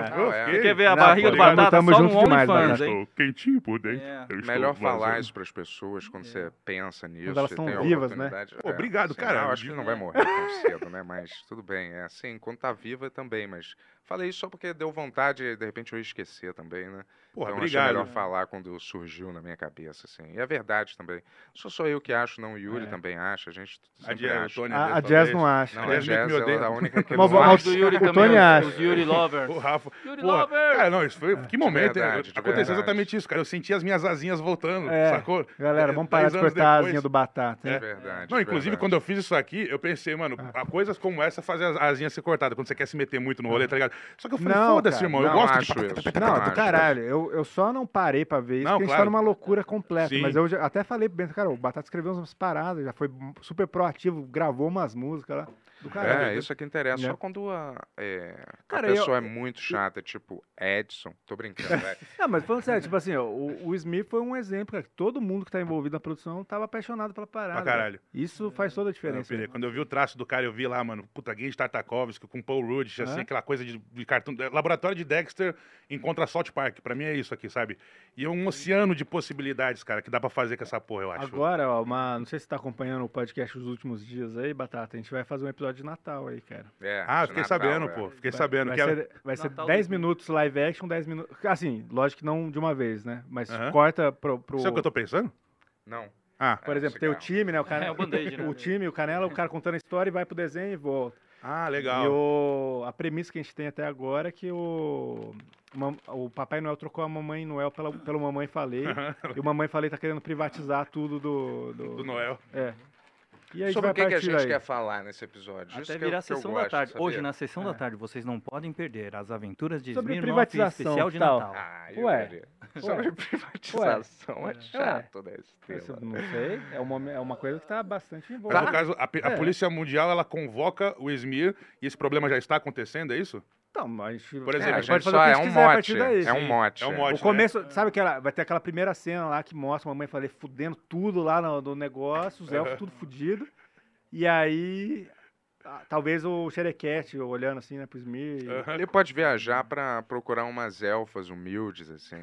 [SPEAKER 8] É.
[SPEAKER 3] Eu
[SPEAKER 8] Ah, é.
[SPEAKER 3] fiquei-
[SPEAKER 4] Quer ver a
[SPEAKER 7] Não,
[SPEAKER 4] barriga
[SPEAKER 7] pô,
[SPEAKER 4] do
[SPEAKER 7] legal,
[SPEAKER 4] Batata
[SPEAKER 7] tamo
[SPEAKER 4] só no
[SPEAKER 7] junto demais,
[SPEAKER 4] OnlyFans,
[SPEAKER 7] Batata.
[SPEAKER 4] hein?
[SPEAKER 3] Estou quentinho por dentro.
[SPEAKER 4] É.
[SPEAKER 3] Eu estou Então,
[SPEAKER 8] Melhor falar
[SPEAKER 3] vazando.
[SPEAKER 8] isso para as pessoas quando você pensa nisso.
[SPEAKER 7] É. elas
[SPEAKER 8] e
[SPEAKER 7] estão
[SPEAKER 8] tem a
[SPEAKER 7] vivas, né?
[SPEAKER 8] oportunidade.
[SPEAKER 3] Pô, obrigado,
[SPEAKER 8] sei
[SPEAKER 3] cara.
[SPEAKER 8] lá, Eu acho que ele não vai morrer tão (laughs) cedo, né? Mas tudo bem. É assim, quando tá viva também. Mas falei isso só porque deu vontade, de repente eu ia esquecer também, né?
[SPEAKER 3] Porra,
[SPEAKER 8] então achei
[SPEAKER 3] é obrigado.
[SPEAKER 8] melhor falar quando surgiu na minha cabeça, assim. E é verdade também. Não sou só eu que acho, não. O Yuri também acha. A gente
[SPEAKER 3] A
[SPEAKER 8] sempre
[SPEAKER 3] Dia- a
[SPEAKER 8] acha.
[SPEAKER 3] Tônia
[SPEAKER 7] É. A, a
[SPEAKER 3] deve
[SPEAKER 7] Jazz
[SPEAKER 3] fazer
[SPEAKER 7] não
[SPEAKER 3] isso.
[SPEAKER 7] acha.
[SPEAKER 8] Não,
[SPEAKER 3] Jazz
[SPEAKER 8] a
[SPEAKER 3] meio que
[SPEAKER 8] Jess,
[SPEAKER 3] me
[SPEAKER 8] ela é
[SPEAKER 3] odeia.
[SPEAKER 8] a única que
[SPEAKER 7] Mas
[SPEAKER 8] não
[SPEAKER 7] vamos-
[SPEAKER 8] acha.
[SPEAKER 4] Do Yuri
[SPEAKER 7] O
[SPEAKER 4] também,
[SPEAKER 7] Tony
[SPEAKER 4] os-
[SPEAKER 7] acha.
[SPEAKER 4] os Yuri Lovers.
[SPEAKER 3] O Rafa.
[SPEAKER 4] Yuri
[SPEAKER 3] Pô,
[SPEAKER 4] Lover!
[SPEAKER 3] cara, não, isso foi.
[SPEAKER 7] É,
[SPEAKER 3] Que momento, hein?
[SPEAKER 8] verdade, de
[SPEAKER 3] Aconteceu
[SPEAKER 8] verdade.
[SPEAKER 3] exatamente isso, cara. Eu senti as minhas asinhas voltando,
[SPEAKER 7] É.
[SPEAKER 3] sacou?
[SPEAKER 7] Galera, vamos
[SPEAKER 3] Dez
[SPEAKER 7] parar de
[SPEAKER 3] anos
[SPEAKER 7] cortar a
[SPEAKER 3] depois.
[SPEAKER 7] asinha do Batata. hein?
[SPEAKER 8] É verdade.
[SPEAKER 3] Não,
[SPEAKER 8] é
[SPEAKER 3] inclusive,
[SPEAKER 8] verdade.
[SPEAKER 3] quando eu fiz isso aqui, eu pensei, mano,
[SPEAKER 7] Ah.
[SPEAKER 3] a coisas como essa fazem as asinhas ser cortadas, quando você quer se meter muito no rolê, tá ligado? Só que eu falei,
[SPEAKER 7] Ah. Não,
[SPEAKER 3] foda-se,
[SPEAKER 7] cara,
[SPEAKER 3] irmão, eu
[SPEAKER 8] não
[SPEAKER 3] gosto
[SPEAKER 8] acho
[SPEAKER 3] de...
[SPEAKER 8] isso.
[SPEAKER 7] Não,
[SPEAKER 8] Não,
[SPEAKER 7] é do
[SPEAKER 8] acho.
[SPEAKER 7] caralho. Eu, eu só não parei pra ver isso,
[SPEAKER 3] Tá Não,
[SPEAKER 7] porque a gente tá
[SPEAKER 3] claro.
[SPEAKER 7] numa loucura completa.
[SPEAKER 3] Sim.
[SPEAKER 7] Mas eu já- até falei pro Bento, cara, o Batata escreveu umas paradas, já foi super proativo, gravou umas músicas lá. Do
[SPEAKER 8] é, isso é que interessa. Só quando a, é,
[SPEAKER 7] Cara,
[SPEAKER 8] a
[SPEAKER 7] eu-
[SPEAKER 8] pessoa é muito chata, tipo Edson. Tô
[SPEAKER 7] (laughs)
[SPEAKER 8] brincando, é.
[SPEAKER 7] Não, mas falando sério, tipo assim, ó, o, o Smith foi um exemplo, cara, que todo mundo que tá envolvido na produção tava apaixonado pela parada.
[SPEAKER 3] Pra caralho.
[SPEAKER 7] Isso faz toda a
[SPEAKER 3] Não,
[SPEAKER 7] diferença. né?
[SPEAKER 3] Pereira, quando eu vi o traço do cara, eu vi lá, mano, puta, Gage Tartakovsky com Paul Rudd, assim,
[SPEAKER 7] É.
[SPEAKER 3] aquela coisa de, de cartão. é, Laboratório de Dexter encontra Salt Park. Pra mim é isso aqui, sabe? E é um oceano de possibilidades, cara, que dá pra fazer com essa porra, eu acho.
[SPEAKER 7] Agora, ó, uma, não sei se você tá acompanhando o podcast os últimos dias aí, Batata, a gente vai fazer um episódio de Natal aí, cara.
[SPEAKER 8] É,
[SPEAKER 3] Ah, fiquei
[SPEAKER 8] de Natal,
[SPEAKER 3] sabendo,
[SPEAKER 8] é.
[SPEAKER 3] pô. Fiquei
[SPEAKER 7] Vai-
[SPEAKER 3] sabendo
[SPEAKER 7] Vai
[SPEAKER 3] que
[SPEAKER 7] ser,
[SPEAKER 3] era-
[SPEAKER 7] vai ser
[SPEAKER 3] Natal
[SPEAKER 7] 10
[SPEAKER 3] do-
[SPEAKER 7] minutos live action, 10 minutos... Assim, lógico que não de uma vez, né? Mas
[SPEAKER 3] Aham.
[SPEAKER 7] corta pro... pro...
[SPEAKER 3] Sabe o que eu tô pensando?
[SPEAKER 8] Não.
[SPEAKER 3] Ah.
[SPEAKER 7] Por exemplo, tem o time, né? O, cara...
[SPEAKER 3] É, o band-aid, né?
[SPEAKER 7] o time, o Canela, o cara contando a história e vai pro desenho e volta.
[SPEAKER 3] Ah, legal.
[SPEAKER 7] E o... a premissa que a gente tem até agora é que o... mam- O Papai Noel trocou a Mamãe Noel pela... pelo Mamãe Falei.
[SPEAKER 3] Aham.
[SPEAKER 7] e o Mamãe Falei tá querendo privatizar tudo do... Do,
[SPEAKER 3] Do
[SPEAKER 7] (laughs)
[SPEAKER 3] Noel.
[SPEAKER 7] É. E aí
[SPEAKER 8] Sobre
[SPEAKER 7] vai
[SPEAKER 8] o que, que a
[SPEAKER 7] partir
[SPEAKER 8] gente
[SPEAKER 7] aí.
[SPEAKER 8] quer falar nesse episódio? Isso
[SPEAKER 4] Até
[SPEAKER 8] que eu-
[SPEAKER 4] virar a
[SPEAKER 8] que eu
[SPEAKER 4] sessão da
[SPEAKER 8] gosto,
[SPEAKER 4] tarde.
[SPEAKER 8] sabia?
[SPEAKER 4] Hoje, né? na sessão da tarde, vocês não podem perder as aventuras de
[SPEAKER 7] É. Sobre
[SPEAKER 4] Smirnoff e
[SPEAKER 7] privatização,
[SPEAKER 4] especial de
[SPEAKER 7] tal.
[SPEAKER 4] Natal.
[SPEAKER 7] Ah, eu Ué. queria.
[SPEAKER 8] (laughs) Sobre
[SPEAKER 7] Ué.
[SPEAKER 8] privatização
[SPEAKER 7] Ué.
[SPEAKER 8] é chato da estrela.
[SPEAKER 7] Esse- Não sei, é uma, é uma coisa que tá bastante envolvida.
[SPEAKER 3] Mas no caso, a, pe- a
[SPEAKER 7] É.
[SPEAKER 3] Polícia Mundial, ela convoca o Esmir e esse problema já está acontecendo, é isso?
[SPEAKER 7] Então, mas...
[SPEAKER 3] Por
[SPEAKER 8] É,
[SPEAKER 3] exemplo,
[SPEAKER 7] a gente pode fazer
[SPEAKER 3] é
[SPEAKER 7] o que a
[SPEAKER 3] um
[SPEAKER 8] um
[SPEAKER 7] gente quiser a partir daí. Sim, É um O começo, sabe que ela- vai ter aquela primeira cena lá que mostra a mamãe falei fudendo tudo lá no, no negócio, os elfos
[SPEAKER 3] Aham.
[SPEAKER 7] tudo fudido. E aí, ah, talvez o Xerequete olhando assim, né, pro Smir. e-
[SPEAKER 8] Ele pode viajar pra procurar umas elfas humildes, assim,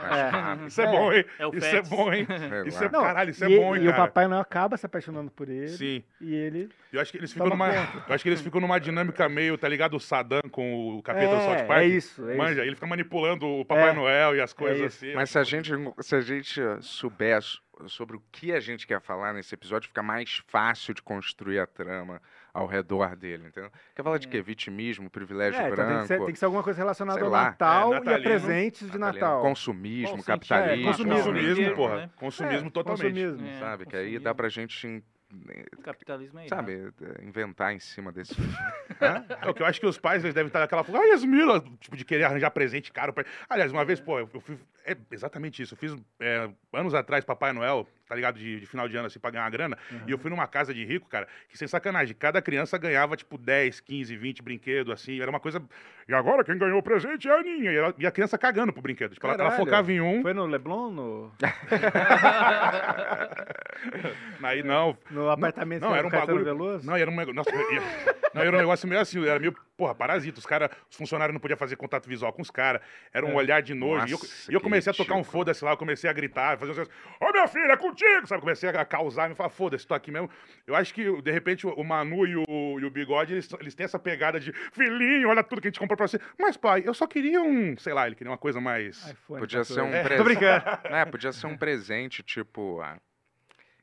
[SPEAKER 8] lá.
[SPEAKER 7] É.
[SPEAKER 8] nas
[SPEAKER 7] Isso é bom, hein?
[SPEAKER 4] (laughs)
[SPEAKER 3] É o Isso é Fats. bom, hein?
[SPEAKER 8] Sei
[SPEAKER 3] Isso
[SPEAKER 8] lá.
[SPEAKER 3] é bom. Caralho, isso é
[SPEAKER 7] e,
[SPEAKER 3] bom, hein,
[SPEAKER 7] E o
[SPEAKER 3] cara?
[SPEAKER 7] Papai Noel acaba se apaixonando por (laughs) ele.
[SPEAKER 3] Sim.
[SPEAKER 7] E ele...
[SPEAKER 3] Eu acho que eles ficam
[SPEAKER 7] Toma
[SPEAKER 3] numa,
[SPEAKER 7] conta.
[SPEAKER 3] eu acho que eles ficam numa dinâmica meio, tá ligado, o Saddam com o capeta do
[SPEAKER 7] É,
[SPEAKER 3] South Park.
[SPEAKER 7] é isso, é
[SPEAKER 3] Manja,
[SPEAKER 7] isso.
[SPEAKER 3] ele fica manipulando o Papai
[SPEAKER 7] É,
[SPEAKER 3] Noel e as
[SPEAKER 7] é
[SPEAKER 3] coisas
[SPEAKER 7] isso.
[SPEAKER 3] assim.
[SPEAKER 8] Mas se a gente, se a gente uh, souber so- sobre o que a gente quer falar nesse episódio, fica mais fácil de construir a trama ao redor dele, entendeu? Quer falar de quê? Vitimismo, privilégio
[SPEAKER 7] É, então
[SPEAKER 8] branco?
[SPEAKER 7] tem que, ser, tem que ser alguma coisa relacionada
[SPEAKER 8] sei
[SPEAKER 7] ao
[SPEAKER 8] lá.
[SPEAKER 7] Natal
[SPEAKER 8] É,
[SPEAKER 7] e a
[SPEAKER 8] natalino.
[SPEAKER 7] presentes de
[SPEAKER 8] Natalino.
[SPEAKER 7] Natal.
[SPEAKER 8] Consumismo,
[SPEAKER 7] Bom, sim,
[SPEAKER 8] capitalismo.
[SPEAKER 7] é, consumismo,
[SPEAKER 8] consumismo,
[SPEAKER 7] mesmo,
[SPEAKER 8] porra.
[SPEAKER 7] né?
[SPEAKER 3] Consumismo
[SPEAKER 7] É,
[SPEAKER 3] totalmente.
[SPEAKER 7] consumismo. É,
[SPEAKER 8] sabe? Que aí dá pra gente... in-
[SPEAKER 4] Capitalismo é
[SPEAKER 8] Sabe, eh, inventar em cima desse.
[SPEAKER 3] É o que eu acho que os pais eles devem estar naquela forma, ah, Yasmila, tipo, de querer arranjar presente caro. Pra... Aliás, uma vez, pô, eu fui. É exatamente isso. Eu fiz é, anos atrás Papai Noel, tá ligado? De, de final de ano, assim, pra ganhar uma grana. E eu fui numa casa de rico, cara, que sem sacanagem, cada criança ganhava, tipo, 10, 15, 20 brinquedos, assim. Era uma coisa. E agora quem ganhou o presente é a Aninha. E, ela- e a criança cagando pro brinquedo. Tipo, ela, ela
[SPEAKER 7] Caralho.
[SPEAKER 3] focava em
[SPEAKER 8] Hum.
[SPEAKER 3] um.
[SPEAKER 7] Foi no Leblon? No,
[SPEAKER 3] Aí (laughs) não.
[SPEAKER 7] no apartamento
[SPEAKER 3] Não,
[SPEAKER 7] do
[SPEAKER 3] era um
[SPEAKER 7] Caetano
[SPEAKER 3] bagulho.
[SPEAKER 7] Veloso?
[SPEAKER 3] Não, era um negócio. Nossa, eu- eu- não, era um negócio meio assim, era meio, porra, parasita. Os caras, os funcionários não podiam fazer contato visual com os caras. Era um
[SPEAKER 8] É.
[SPEAKER 3] olhar de nojo. e eu,
[SPEAKER 8] Nossa,
[SPEAKER 3] e eu
[SPEAKER 8] que
[SPEAKER 3] comecei a tocar um foda-se lá, eu comecei a gritar, fazer uns. Ô minha filha, é contigo! Sabe? Comecei a causar, me falar, foda-se, tô aqui mesmo. Eu acho que, de repente, o Manu e o, e o Bigode, eles, eles têm essa pegada de filhinho, olha tudo que a gente comprou pra você. Mas, pai, eu só queria um, sei lá, ele queria uma coisa mais.
[SPEAKER 7] tá
[SPEAKER 8] Podia ser um
[SPEAKER 3] É,
[SPEAKER 8] presente. (laughs)
[SPEAKER 3] Tô brincando.
[SPEAKER 8] É, podia ser um presente, tipo. ah,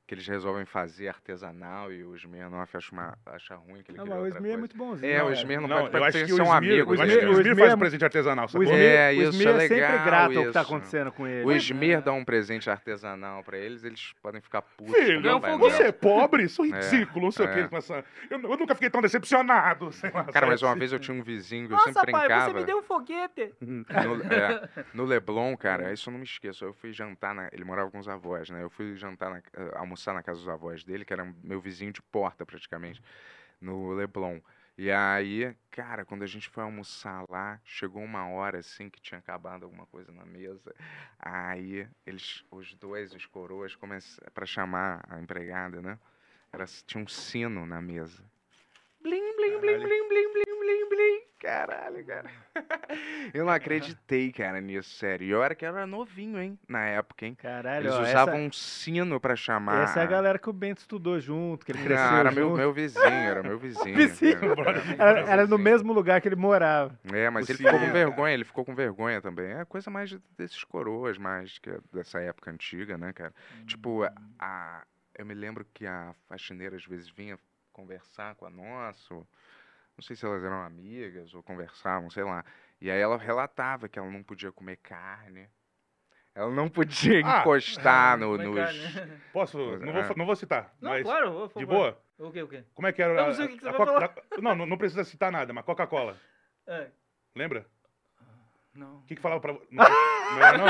[SPEAKER 8] que eles resolvem fazer artesanal e o Smirnoff acha, uma, acha ruim que ele queria
[SPEAKER 7] Não, mas o
[SPEAKER 8] outra
[SPEAKER 7] Smir é
[SPEAKER 8] coisa.
[SPEAKER 7] muito bonzinho.
[SPEAKER 8] É,
[SPEAKER 7] Não,
[SPEAKER 8] o
[SPEAKER 7] é.
[SPEAKER 8] Smirnoff
[SPEAKER 3] Não,
[SPEAKER 8] não,
[SPEAKER 3] eu
[SPEAKER 8] pode
[SPEAKER 3] acho que
[SPEAKER 8] ser
[SPEAKER 3] o
[SPEAKER 8] um
[SPEAKER 3] Smir-
[SPEAKER 8] amigo.
[SPEAKER 3] o
[SPEAKER 8] né?
[SPEAKER 3] Smir- o Smir faz presente artesanal,
[SPEAKER 7] O
[SPEAKER 3] sacou?
[SPEAKER 7] Smir,
[SPEAKER 8] É,
[SPEAKER 7] o
[SPEAKER 8] isso
[SPEAKER 7] Smir
[SPEAKER 8] é
[SPEAKER 7] é, sempre
[SPEAKER 8] legal,
[SPEAKER 7] grato ao que tá
[SPEAKER 8] isso.
[SPEAKER 7] acontecendo com ele.
[SPEAKER 8] O Smir dá um presente artesanal pra eles, eles podem ficar putos.
[SPEAKER 3] Filho,
[SPEAKER 4] um
[SPEAKER 8] com o Papai
[SPEAKER 3] você é
[SPEAKER 8] Noel.
[SPEAKER 3] pobre? Sou
[SPEAKER 8] um É,
[SPEAKER 3] ridículo, não sei o
[SPEAKER 8] é.
[SPEAKER 3] quê. com essa- Eu, eu nunca fiquei tão decepcionado. sei assim. lá,
[SPEAKER 8] Cara,
[SPEAKER 3] sabe?
[SPEAKER 8] mas uma vez eu tinha um vizinho que eu
[SPEAKER 4] Nossa,
[SPEAKER 8] sempre
[SPEAKER 4] pai,
[SPEAKER 8] brincava.
[SPEAKER 4] você me deu um foguete!
[SPEAKER 8] (laughs) No, é, no Leblon, cara, isso eu não me esqueço. Eu fui jantar, na, ele morava com os avós, né? Eu fui jantar, na- eh, almoçar na casa dos avós dele, que era meu vizinho de porta praticamente, no Leblon. E aí, cara, quando a gente foi almoçar lá, chegou uma hora assim que tinha acabado alguma coisa na mesa. Aí eles, os dois, os coroas, começaram para chamar a empregada, né? Era, tinha um sino na mesa. Blim, blim, blim, blim, blim, blim, blim, blim. Caralho, cara. Eu não acreditei, cara, nisso, sério. E eu era que era novinho, hein? Na época, hein?
[SPEAKER 7] Caralho,
[SPEAKER 8] Eles
[SPEAKER 7] ó,
[SPEAKER 8] usavam
[SPEAKER 7] essa-
[SPEAKER 8] um sino pra chamar.
[SPEAKER 7] Essa é a galera que o Bento estudou junto, que ele
[SPEAKER 8] Não,
[SPEAKER 7] cresceu
[SPEAKER 8] era
[SPEAKER 7] junto.
[SPEAKER 8] meu- meu vizinho, era
[SPEAKER 7] (laughs)
[SPEAKER 8] meu vizinho.
[SPEAKER 7] vizinho. Era, era no mesmo lugar que ele morava.
[SPEAKER 8] É, mas
[SPEAKER 7] O
[SPEAKER 8] ele ficou
[SPEAKER 7] sino.
[SPEAKER 8] com vergonha, ele ficou com vergonha também. É coisa mais de- desses coroas, mais que é dessa época antiga, né, cara? Tipo,
[SPEAKER 3] Hum.
[SPEAKER 8] a- a, eu me lembro que a faxineira às vezes vinha conversar com a nossa, ou- não sei se elas eram amigas ou conversavam, sei lá. E aí ela relatava que ela não podia comer carne, ela não podia
[SPEAKER 3] Ah,
[SPEAKER 8] encostar no,
[SPEAKER 4] comer
[SPEAKER 8] nos... (laughs)
[SPEAKER 4] carne.
[SPEAKER 3] Posso? Não
[SPEAKER 8] É.
[SPEAKER 3] vou, fa- não vou citar.
[SPEAKER 4] (laughs) Não,
[SPEAKER 3] mas-
[SPEAKER 4] claro, por favor.
[SPEAKER 3] De boa?
[SPEAKER 4] O quê, o quê?
[SPEAKER 3] Como é que era?
[SPEAKER 4] Eu
[SPEAKER 3] a-
[SPEAKER 4] não sei o que que
[SPEAKER 3] a
[SPEAKER 4] você vai
[SPEAKER 3] Coca-
[SPEAKER 4] falar.
[SPEAKER 3] a- Não, não, não precisa citar nada, mas Coca-Cola.
[SPEAKER 4] É,
[SPEAKER 3] Lembra? O que, que falava
[SPEAKER 4] (laughs)
[SPEAKER 3] pra. Não, não era, não?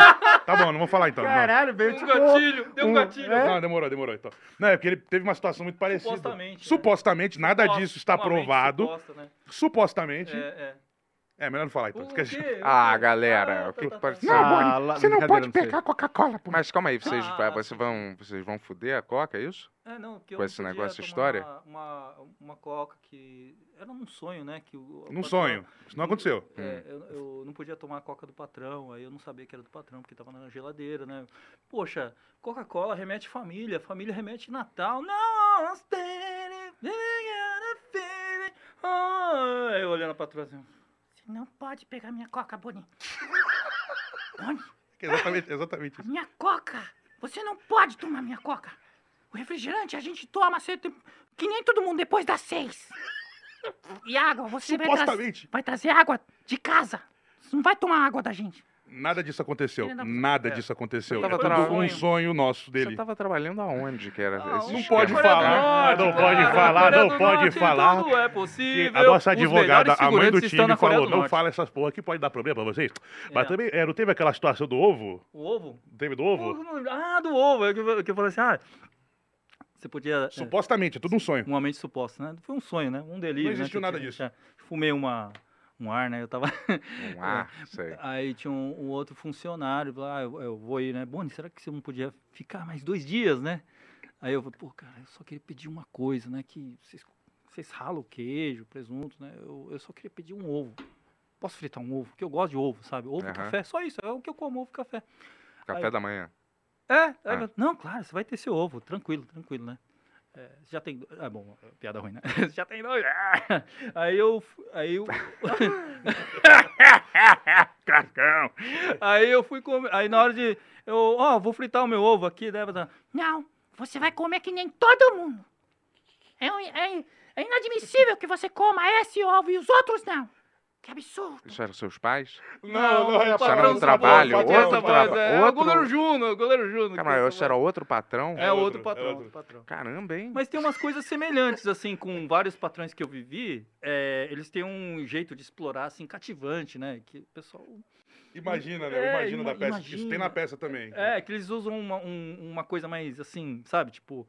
[SPEAKER 3] Tá bom, não vou falar então. não.
[SPEAKER 7] Caralho, veio
[SPEAKER 3] Um
[SPEAKER 7] tipo...
[SPEAKER 3] gatilho,
[SPEAKER 7] um- é?
[SPEAKER 3] Não, demorou, demorou então. Não, é porque ele teve uma situação muito parecida.
[SPEAKER 4] Supostamente, né?
[SPEAKER 3] Supostamente, nada disso está
[SPEAKER 4] Uma mente
[SPEAKER 3] provado.
[SPEAKER 4] suposta, né?
[SPEAKER 3] Supostamente. É,
[SPEAKER 4] É, é.
[SPEAKER 3] melhor não falar então. esquece.
[SPEAKER 8] Ah, galera,
[SPEAKER 4] tá,
[SPEAKER 8] o que, que pode ser?
[SPEAKER 3] Não,
[SPEAKER 7] Ah,
[SPEAKER 3] Boni, você não pode pegar
[SPEAKER 8] Coca-Cola. Mas calma aí, vocês,
[SPEAKER 3] Ah,
[SPEAKER 8] vocês, vão, vocês vão foder a Coca, é isso?
[SPEAKER 4] É, não, porque
[SPEAKER 8] Com
[SPEAKER 4] eu
[SPEAKER 8] esse
[SPEAKER 4] não podia
[SPEAKER 8] negócio de
[SPEAKER 4] tomar
[SPEAKER 8] história?
[SPEAKER 4] Uma, uma coca que. Era um sonho, né? Que o, o
[SPEAKER 3] Num
[SPEAKER 4] patrão-
[SPEAKER 3] um sonho. Hum. Isso não aconteceu.
[SPEAKER 4] É, eu, eu não podia tomar a coca do patrão, aí eu não sabia que era do patrão, porque tava na geladeira, né? Poxa, Coca-Cola remete família, família remete Natal. Não, I'm standing, I got a feeling. Ah, eu olhando pra trás assim.
[SPEAKER 13] Você não pode pegar minha coca, Boni.
[SPEAKER 3] Exatamente, exatamente isso.
[SPEAKER 13] Minha coca! Você não pode tomar minha coca! O refrigerante a gente toma sempre, que nem todo mundo depois das seis. E água, você vai, traz-
[SPEAKER 3] Supostamente.
[SPEAKER 13] vai trazer água de casa. Você não vai tomar água da gente.
[SPEAKER 3] Nada disso aconteceu.
[SPEAKER 13] Ele não-
[SPEAKER 3] Nada
[SPEAKER 13] é.
[SPEAKER 3] disso aconteceu.
[SPEAKER 8] Você tava
[SPEAKER 3] Era tudo
[SPEAKER 8] trabalhando-
[SPEAKER 3] um sonho nosso dele.
[SPEAKER 8] Você
[SPEAKER 4] tá
[SPEAKER 8] tava trabalhando aonde que era esse
[SPEAKER 3] Não
[SPEAKER 8] esquema?
[SPEAKER 3] pode falar, não pode falar, não pode falar.
[SPEAKER 4] tudo é
[SPEAKER 3] que
[SPEAKER 4] possível.
[SPEAKER 3] A nossa
[SPEAKER 4] Os
[SPEAKER 3] advogada,
[SPEAKER 4] melhores
[SPEAKER 3] a mãe do
[SPEAKER 4] figurantes estão
[SPEAKER 3] time,
[SPEAKER 4] na Coreia
[SPEAKER 3] falou:
[SPEAKER 4] do
[SPEAKER 3] não
[SPEAKER 4] Norte."
[SPEAKER 3] fala essas porra que pode dar problema pra vocês. Mas também, é, não teve aquela situação do ovo?
[SPEAKER 4] O ovo?
[SPEAKER 3] Teve do ovo?
[SPEAKER 4] Ah, do ovo. é que eu- que eu falei assim, ah, você podia... é,
[SPEAKER 3] Supostamente, é tudo um sonho.
[SPEAKER 4] Uma mente suposta, né? Foi um sonho, né? Um
[SPEAKER 3] Não
[SPEAKER 4] delírio.
[SPEAKER 3] existiu
[SPEAKER 4] né?
[SPEAKER 3] nada
[SPEAKER 4] Que eu tinha- tinha- Fumei uma, um ar, né? Eu
[SPEAKER 3] (laughs)
[SPEAKER 4] tava.
[SPEAKER 8] Um ar, sei.
[SPEAKER 4] Aí tinha um, um outro funcionário lá, ah, eu, eu vou ir, né? Boni, será que você não podia ficar mais dois dias, né? Aí eu falei, pô, cara, eu só queria pedir uma coisa, né? Que vocês, vocês ralam o queijo, presunto, né? Eu, eu só queria pedir um ovo. Posso fritar um ovo? Porque eu gosto de ovo, sabe? Ovo,
[SPEAKER 8] Aham.
[SPEAKER 4] café, só isso. É o que eu como, ovo, café.
[SPEAKER 8] Café
[SPEAKER 4] Aí-
[SPEAKER 8] da manhã.
[SPEAKER 4] é, aí
[SPEAKER 8] Ah.
[SPEAKER 4] eu- não, claro, você vai ter seu ovo, tranquilo, tranquilo, né? É, já tem. do- Ah, bom, é piada ruim, né? (laughs) já tem dois. ah! Aí eu. fu- Aí eu. Cascão! Aí eu fui comer. Aí na hora de. Eu, ó, vou fritar o meu ovo aqui, né? Batata?
[SPEAKER 13] Não, você vai comer que nem todo mundo. É, um- é- é inadmissível que você coma esse ovo e os outros não. Que absurdo.
[SPEAKER 8] Isso eram seus pais?
[SPEAKER 4] Não,
[SPEAKER 7] assim,
[SPEAKER 4] não, é
[SPEAKER 8] Isso
[SPEAKER 4] patrão
[SPEAKER 8] era um
[SPEAKER 4] do
[SPEAKER 8] trabalho?
[SPEAKER 4] sabor,
[SPEAKER 8] Outro
[SPEAKER 4] patrão do
[SPEAKER 8] trabalho?
[SPEAKER 4] sabor, é, é o goleiro Juno, é o goleiro Juno.
[SPEAKER 8] Cara, mas isso era outro patrão?
[SPEAKER 4] É outro patrão, outro patrão.
[SPEAKER 8] Caramba, hein?
[SPEAKER 4] Mas tem umas coisas semelhantes, assim, com vários patrões que eu vivi. é, eles têm um jeito de explorar, assim, cativante, né? Que o pessoal.
[SPEAKER 3] Imagina, né?
[SPEAKER 4] É,
[SPEAKER 3] Imagina da
[SPEAKER 4] ima-
[SPEAKER 3] peça. Isso tem na
[SPEAKER 4] imagina.
[SPEAKER 3] peça também.
[SPEAKER 4] É, que eles usam uma, um- uma coisa mais assim, sabe? Tipo,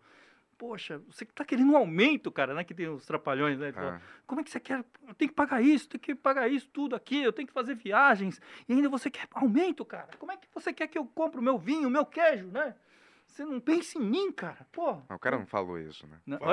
[SPEAKER 4] poxa, você que tá querendo um aumento, cara, né? Que tem os trapalhões, né? Ele fala,
[SPEAKER 8] Ah.
[SPEAKER 4] Como é que você quer? Eu tenho que pagar isso, tenho que pagar isso, tudo aqui, eu tenho que fazer viagens, e ainda você quer aumento, cara? Como é que você quer que eu compre o meu vinho, o meu queijo, né? Você não pensa em mim, cara, pô.
[SPEAKER 8] Mas O cara não falou isso, né?
[SPEAKER 4] Oi?
[SPEAKER 8] Como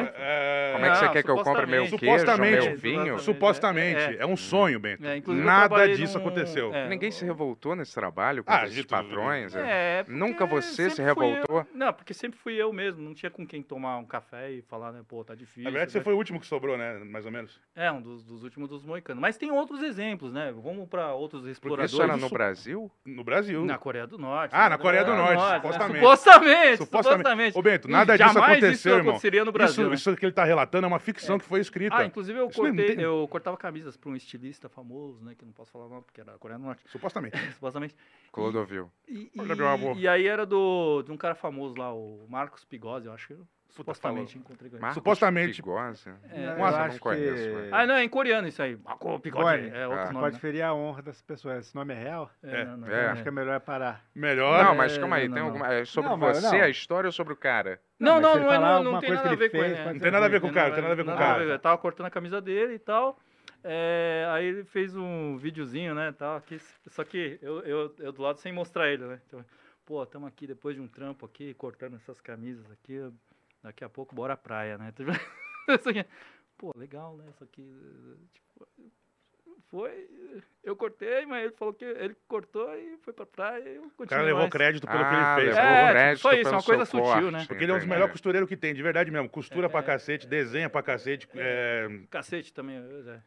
[SPEAKER 8] é que você
[SPEAKER 4] Não,
[SPEAKER 8] quer que eu compre meu queijo,
[SPEAKER 3] supostamente,
[SPEAKER 8] meu vinho?
[SPEAKER 3] Supostamente. É, um sonho, Bento.
[SPEAKER 4] né? É, inclusive eu
[SPEAKER 3] Nada
[SPEAKER 4] trabalhei
[SPEAKER 3] disso
[SPEAKER 4] num-
[SPEAKER 3] aconteceu.
[SPEAKER 4] é,
[SPEAKER 8] Ninguém se revoltou nesse trabalho com
[SPEAKER 3] Ah,
[SPEAKER 8] esses
[SPEAKER 3] gente,
[SPEAKER 8] patrões?
[SPEAKER 4] É, porque
[SPEAKER 8] Nunca você se
[SPEAKER 4] sempre fui eu-
[SPEAKER 8] revoltou?
[SPEAKER 4] Não, porque sempre fui eu mesmo, não tinha com quem tomar um café e falar, né, pô, tá difícil.
[SPEAKER 3] Na verdade, você
[SPEAKER 4] né?
[SPEAKER 3] foi o último que sobrou, né? Mais ou menos.
[SPEAKER 4] É, um dos, dos últimos dos moicanos. Mas tem outros exemplos, né? Vamos para outros exploradores.
[SPEAKER 8] Isso era no Brasil?
[SPEAKER 3] No Brasil.
[SPEAKER 4] Na Coreia do Norte.
[SPEAKER 3] Ah,
[SPEAKER 4] né?
[SPEAKER 3] na Coreia do Norte,
[SPEAKER 4] né?
[SPEAKER 3] supostamente.
[SPEAKER 4] Supostamente,
[SPEAKER 3] Supostamente.
[SPEAKER 4] supostamente.
[SPEAKER 3] Ô, Bento, nada
[SPEAKER 4] E
[SPEAKER 3] disso
[SPEAKER 4] jamais
[SPEAKER 3] aconteceu,
[SPEAKER 4] isso
[SPEAKER 3] irmão.
[SPEAKER 4] aconteceria no Brasil.
[SPEAKER 3] Isso,
[SPEAKER 4] né?
[SPEAKER 3] isso que ele tá relatando é uma ficção que foi escrita.
[SPEAKER 4] Ah, inclusive eu,
[SPEAKER 3] Isso não
[SPEAKER 4] cortei,
[SPEAKER 3] tem-
[SPEAKER 4] eu cortava camisas para um estilista famoso, né? Que eu não posso falar não, porque era da Coreia do Norte. (laughs)
[SPEAKER 3] Supostamente.
[SPEAKER 4] supostamente.
[SPEAKER 8] Clodovil.
[SPEAKER 4] E,
[SPEAKER 3] Olha, meu amor.
[SPEAKER 4] e, e aí era do, de um cara famoso lá, o Marcos Pigosi, eu acho que eu supostamente
[SPEAKER 3] falou. um
[SPEAKER 4] encontrei com ele.
[SPEAKER 8] Marcos
[SPEAKER 3] Supostamente.
[SPEAKER 8] Pigosi?
[SPEAKER 7] né?
[SPEAKER 4] É,
[SPEAKER 8] Essa
[SPEAKER 4] eu
[SPEAKER 8] eu não
[SPEAKER 7] acho
[SPEAKER 8] conheço.
[SPEAKER 7] que-
[SPEAKER 8] né?
[SPEAKER 4] Ah, não, é em coreano isso aí. Marco Pigode,
[SPEAKER 7] Boni,
[SPEAKER 4] é outro
[SPEAKER 8] ah.
[SPEAKER 4] nome,
[SPEAKER 7] pode
[SPEAKER 4] né?
[SPEAKER 7] ferir a honra das pessoas. Esse nome é real?
[SPEAKER 4] É, não, não,
[SPEAKER 8] É.
[SPEAKER 4] não
[SPEAKER 7] Acho que é melhor parar.
[SPEAKER 3] Melhor.
[SPEAKER 8] Não, mas
[SPEAKER 4] É,
[SPEAKER 8] calma aí,
[SPEAKER 4] não,
[SPEAKER 8] tem
[SPEAKER 4] não.
[SPEAKER 8] alguma. É sobre
[SPEAKER 7] Não, mas
[SPEAKER 8] você
[SPEAKER 7] não.
[SPEAKER 8] a história ou sobre o cara?
[SPEAKER 4] Não,
[SPEAKER 7] mas
[SPEAKER 4] não,
[SPEAKER 7] se ele
[SPEAKER 4] não, é-
[SPEAKER 7] falar
[SPEAKER 4] não,
[SPEAKER 7] alguma
[SPEAKER 4] não tem
[SPEAKER 7] coisa
[SPEAKER 4] nada a
[SPEAKER 7] que ele
[SPEAKER 4] ver com
[SPEAKER 7] fez,
[SPEAKER 4] ele.
[SPEAKER 7] pode
[SPEAKER 4] né?
[SPEAKER 7] ser
[SPEAKER 3] Não tem nada a ver com o
[SPEAKER 4] Ele
[SPEAKER 3] cara,
[SPEAKER 4] não
[SPEAKER 3] tem nada a ver com o
[SPEAKER 4] nada
[SPEAKER 3] cara.
[SPEAKER 4] Eu tava cortando a camisa dele e tal. É, aí ele fez um videozinho, né, tal, aqui, só que eu, eu, eu do lado sem mostrar ele, né? Então, pô, estamos aqui depois de um trampo aqui, cortando essas camisas aqui, daqui a pouco bora à praia, né? (laughs) Tipo, isso aqui, pô, legal, né? Só que, tipo, foi, eu cortei, mas ele falou que ele cortou e foi pra praia e eu continuei.
[SPEAKER 3] O cara levou crédito pelo que
[SPEAKER 8] Ah,
[SPEAKER 3] ele fez.
[SPEAKER 8] levou
[SPEAKER 4] É, tipo,
[SPEAKER 8] crédito
[SPEAKER 4] só isso,
[SPEAKER 8] pelo
[SPEAKER 4] uma coisa
[SPEAKER 8] seu
[SPEAKER 4] sutil,
[SPEAKER 8] corte,
[SPEAKER 4] né?
[SPEAKER 3] Porque ele é um dos
[SPEAKER 8] entendeu?
[SPEAKER 3] melhores costureiros que tem, de verdade mesmo. Costura
[SPEAKER 4] É.
[SPEAKER 3] pra cacete, desenha pra cacete. é,
[SPEAKER 4] Cacete também, eu- é.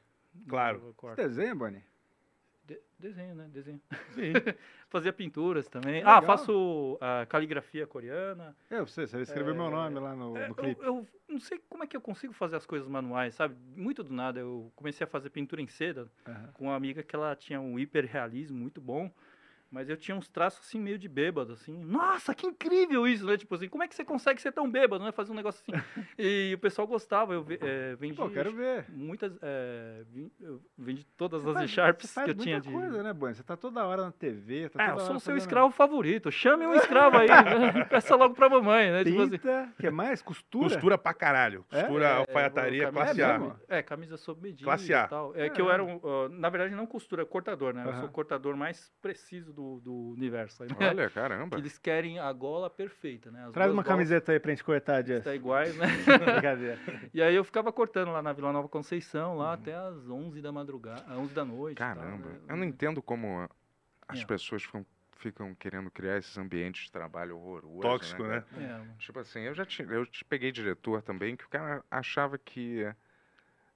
[SPEAKER 3] Claro.
[SPEAKER 4] Eu
[SPEAKER 7] Esse
[SPEAKER 4] corto.
[SPEAKER 7] desenho, Boni?
[SPEAKER 4] De- desenho, né? Desenho.
[SPEAKER 3] Sim.
[SPEAKER 4] (laughs) Fazia pinturas também.
[SPEAKER 7] Legal.
[SPEAKER 4] Ah, faço ah, caligrafia coreana.
[SPEAKER 7] Eu sei, você escreveu meu nome lá no,
[SPEAKER 4] É,
[SPEAKER 7] no
[SPEAKER 4] eu,
[SPEAKER 7] clipe.
[SPEAKER 4] eu não sei como é que eu consigo fazer as coisas manuais, sabe? Muito do nada. Eu comecei a fazer pintura em seda
[SPEAKER 7] Aham.
[SPEAKER 4] com uma amiga que ela tinha um hiperrealismo muito bom. Mas eu tinha uns traços assim meio de bêbado, assim. Nossa, que incrível isso, né? Tipo assim, como é que você consegue ser tão bêbado, né? Fazer um negócio assim.
[SPEAKER 7] (laughs)
[SPEAKER 4] E o pessoal gostava. Eu ve- é, vendi.
[SPEAKER 7] Pô, quero ver.
[SPEAKER 4] Muitas. é, vin- eu vendi todas
[SPEAKER 7] Você
[SPEAKER 4] as
[SPEAKER 7] faz-
[SPEAKER 4] Sharps
[SPEAKER 7] você faz
[SPEAKER 4] que eu
[SPEAKER 7] muita
[SPEAKER 4] tinha de.
[SPEAKER 7] coisa, né, Bunny? Você tá toda hora na TV, tá toda
[SPEAKER 4] É, eu sou
[SPEAKER 7] hora
[SPEAKER 4] o seu
[SPEAKER 7] fazendo-
[SPEAKER 4] escravo favorito. Chame um
[SPEAKER 7] (laughs)
[SPEAKER 4] escravo aí. né? Peça logo pra mamãe, né? Tipo assim.
[SPEAKER 7] Pinta, que mais? Costura?
[SPEAKER 4] Costura É?
[SPEAKER 3] pra caralho. Costura, alfaiataria,
[SPEAKER 4] camisa
[SPEAKER 3] classe A.
[SPEAKER 4] sob- É, camisa sob medida
[SPEAKER 3] Classe A.
[SPEAKER 4] e tal. É, que eu era um, ah, na verdade, não costura, cortador, né? Eu sou
[SPEAKER 3] Aham.
[SPEAKER 4] o cortador mais preciso do, do universo. Aí, né?
[SPEAKER 8] Olha, caramba.
[SPEAKER 4] Eles querem a gola perfeita, né? As
[SPEAKER 7] Traz
[SPEAKER 4] duas
[SPEAKER 7] uma
[SPEAKER 4] golas
[SPEAKER 7] camiseta aí pra gente cortar, Jess.
[SPEAKER 4] Tá iguais, né?
[SPEAKER 7] (laughs) Brincadeira.
[SPEAKER 4] E aí eu ficava cortando lá na Vila Nova Conceição,
[SPEAKER 7] Uhum.
[SPEAKER 4] lá até às 11 da madrugada, às 11 da noite. e tal,
[SPEAKER 8] Caramba,
[SPEAKER 4] né?
[SPEAKER 8] eu não entendo como as
[SPEAKER 4] É.
[SPEAKER 8] pessoas ficam, ficam querendo criar esses ambientes de trabalho horrorosos.
[SPEAKER 3] Tóxico,
[SPEAKER 8] né?
[SPEAKER 3] né?
[SPEAKER 8] cara?
[SPEAKER 4] É.
[SPEAKER 8] Tipo assim, eu já te, eu te peguei diretor também, que o cara achava que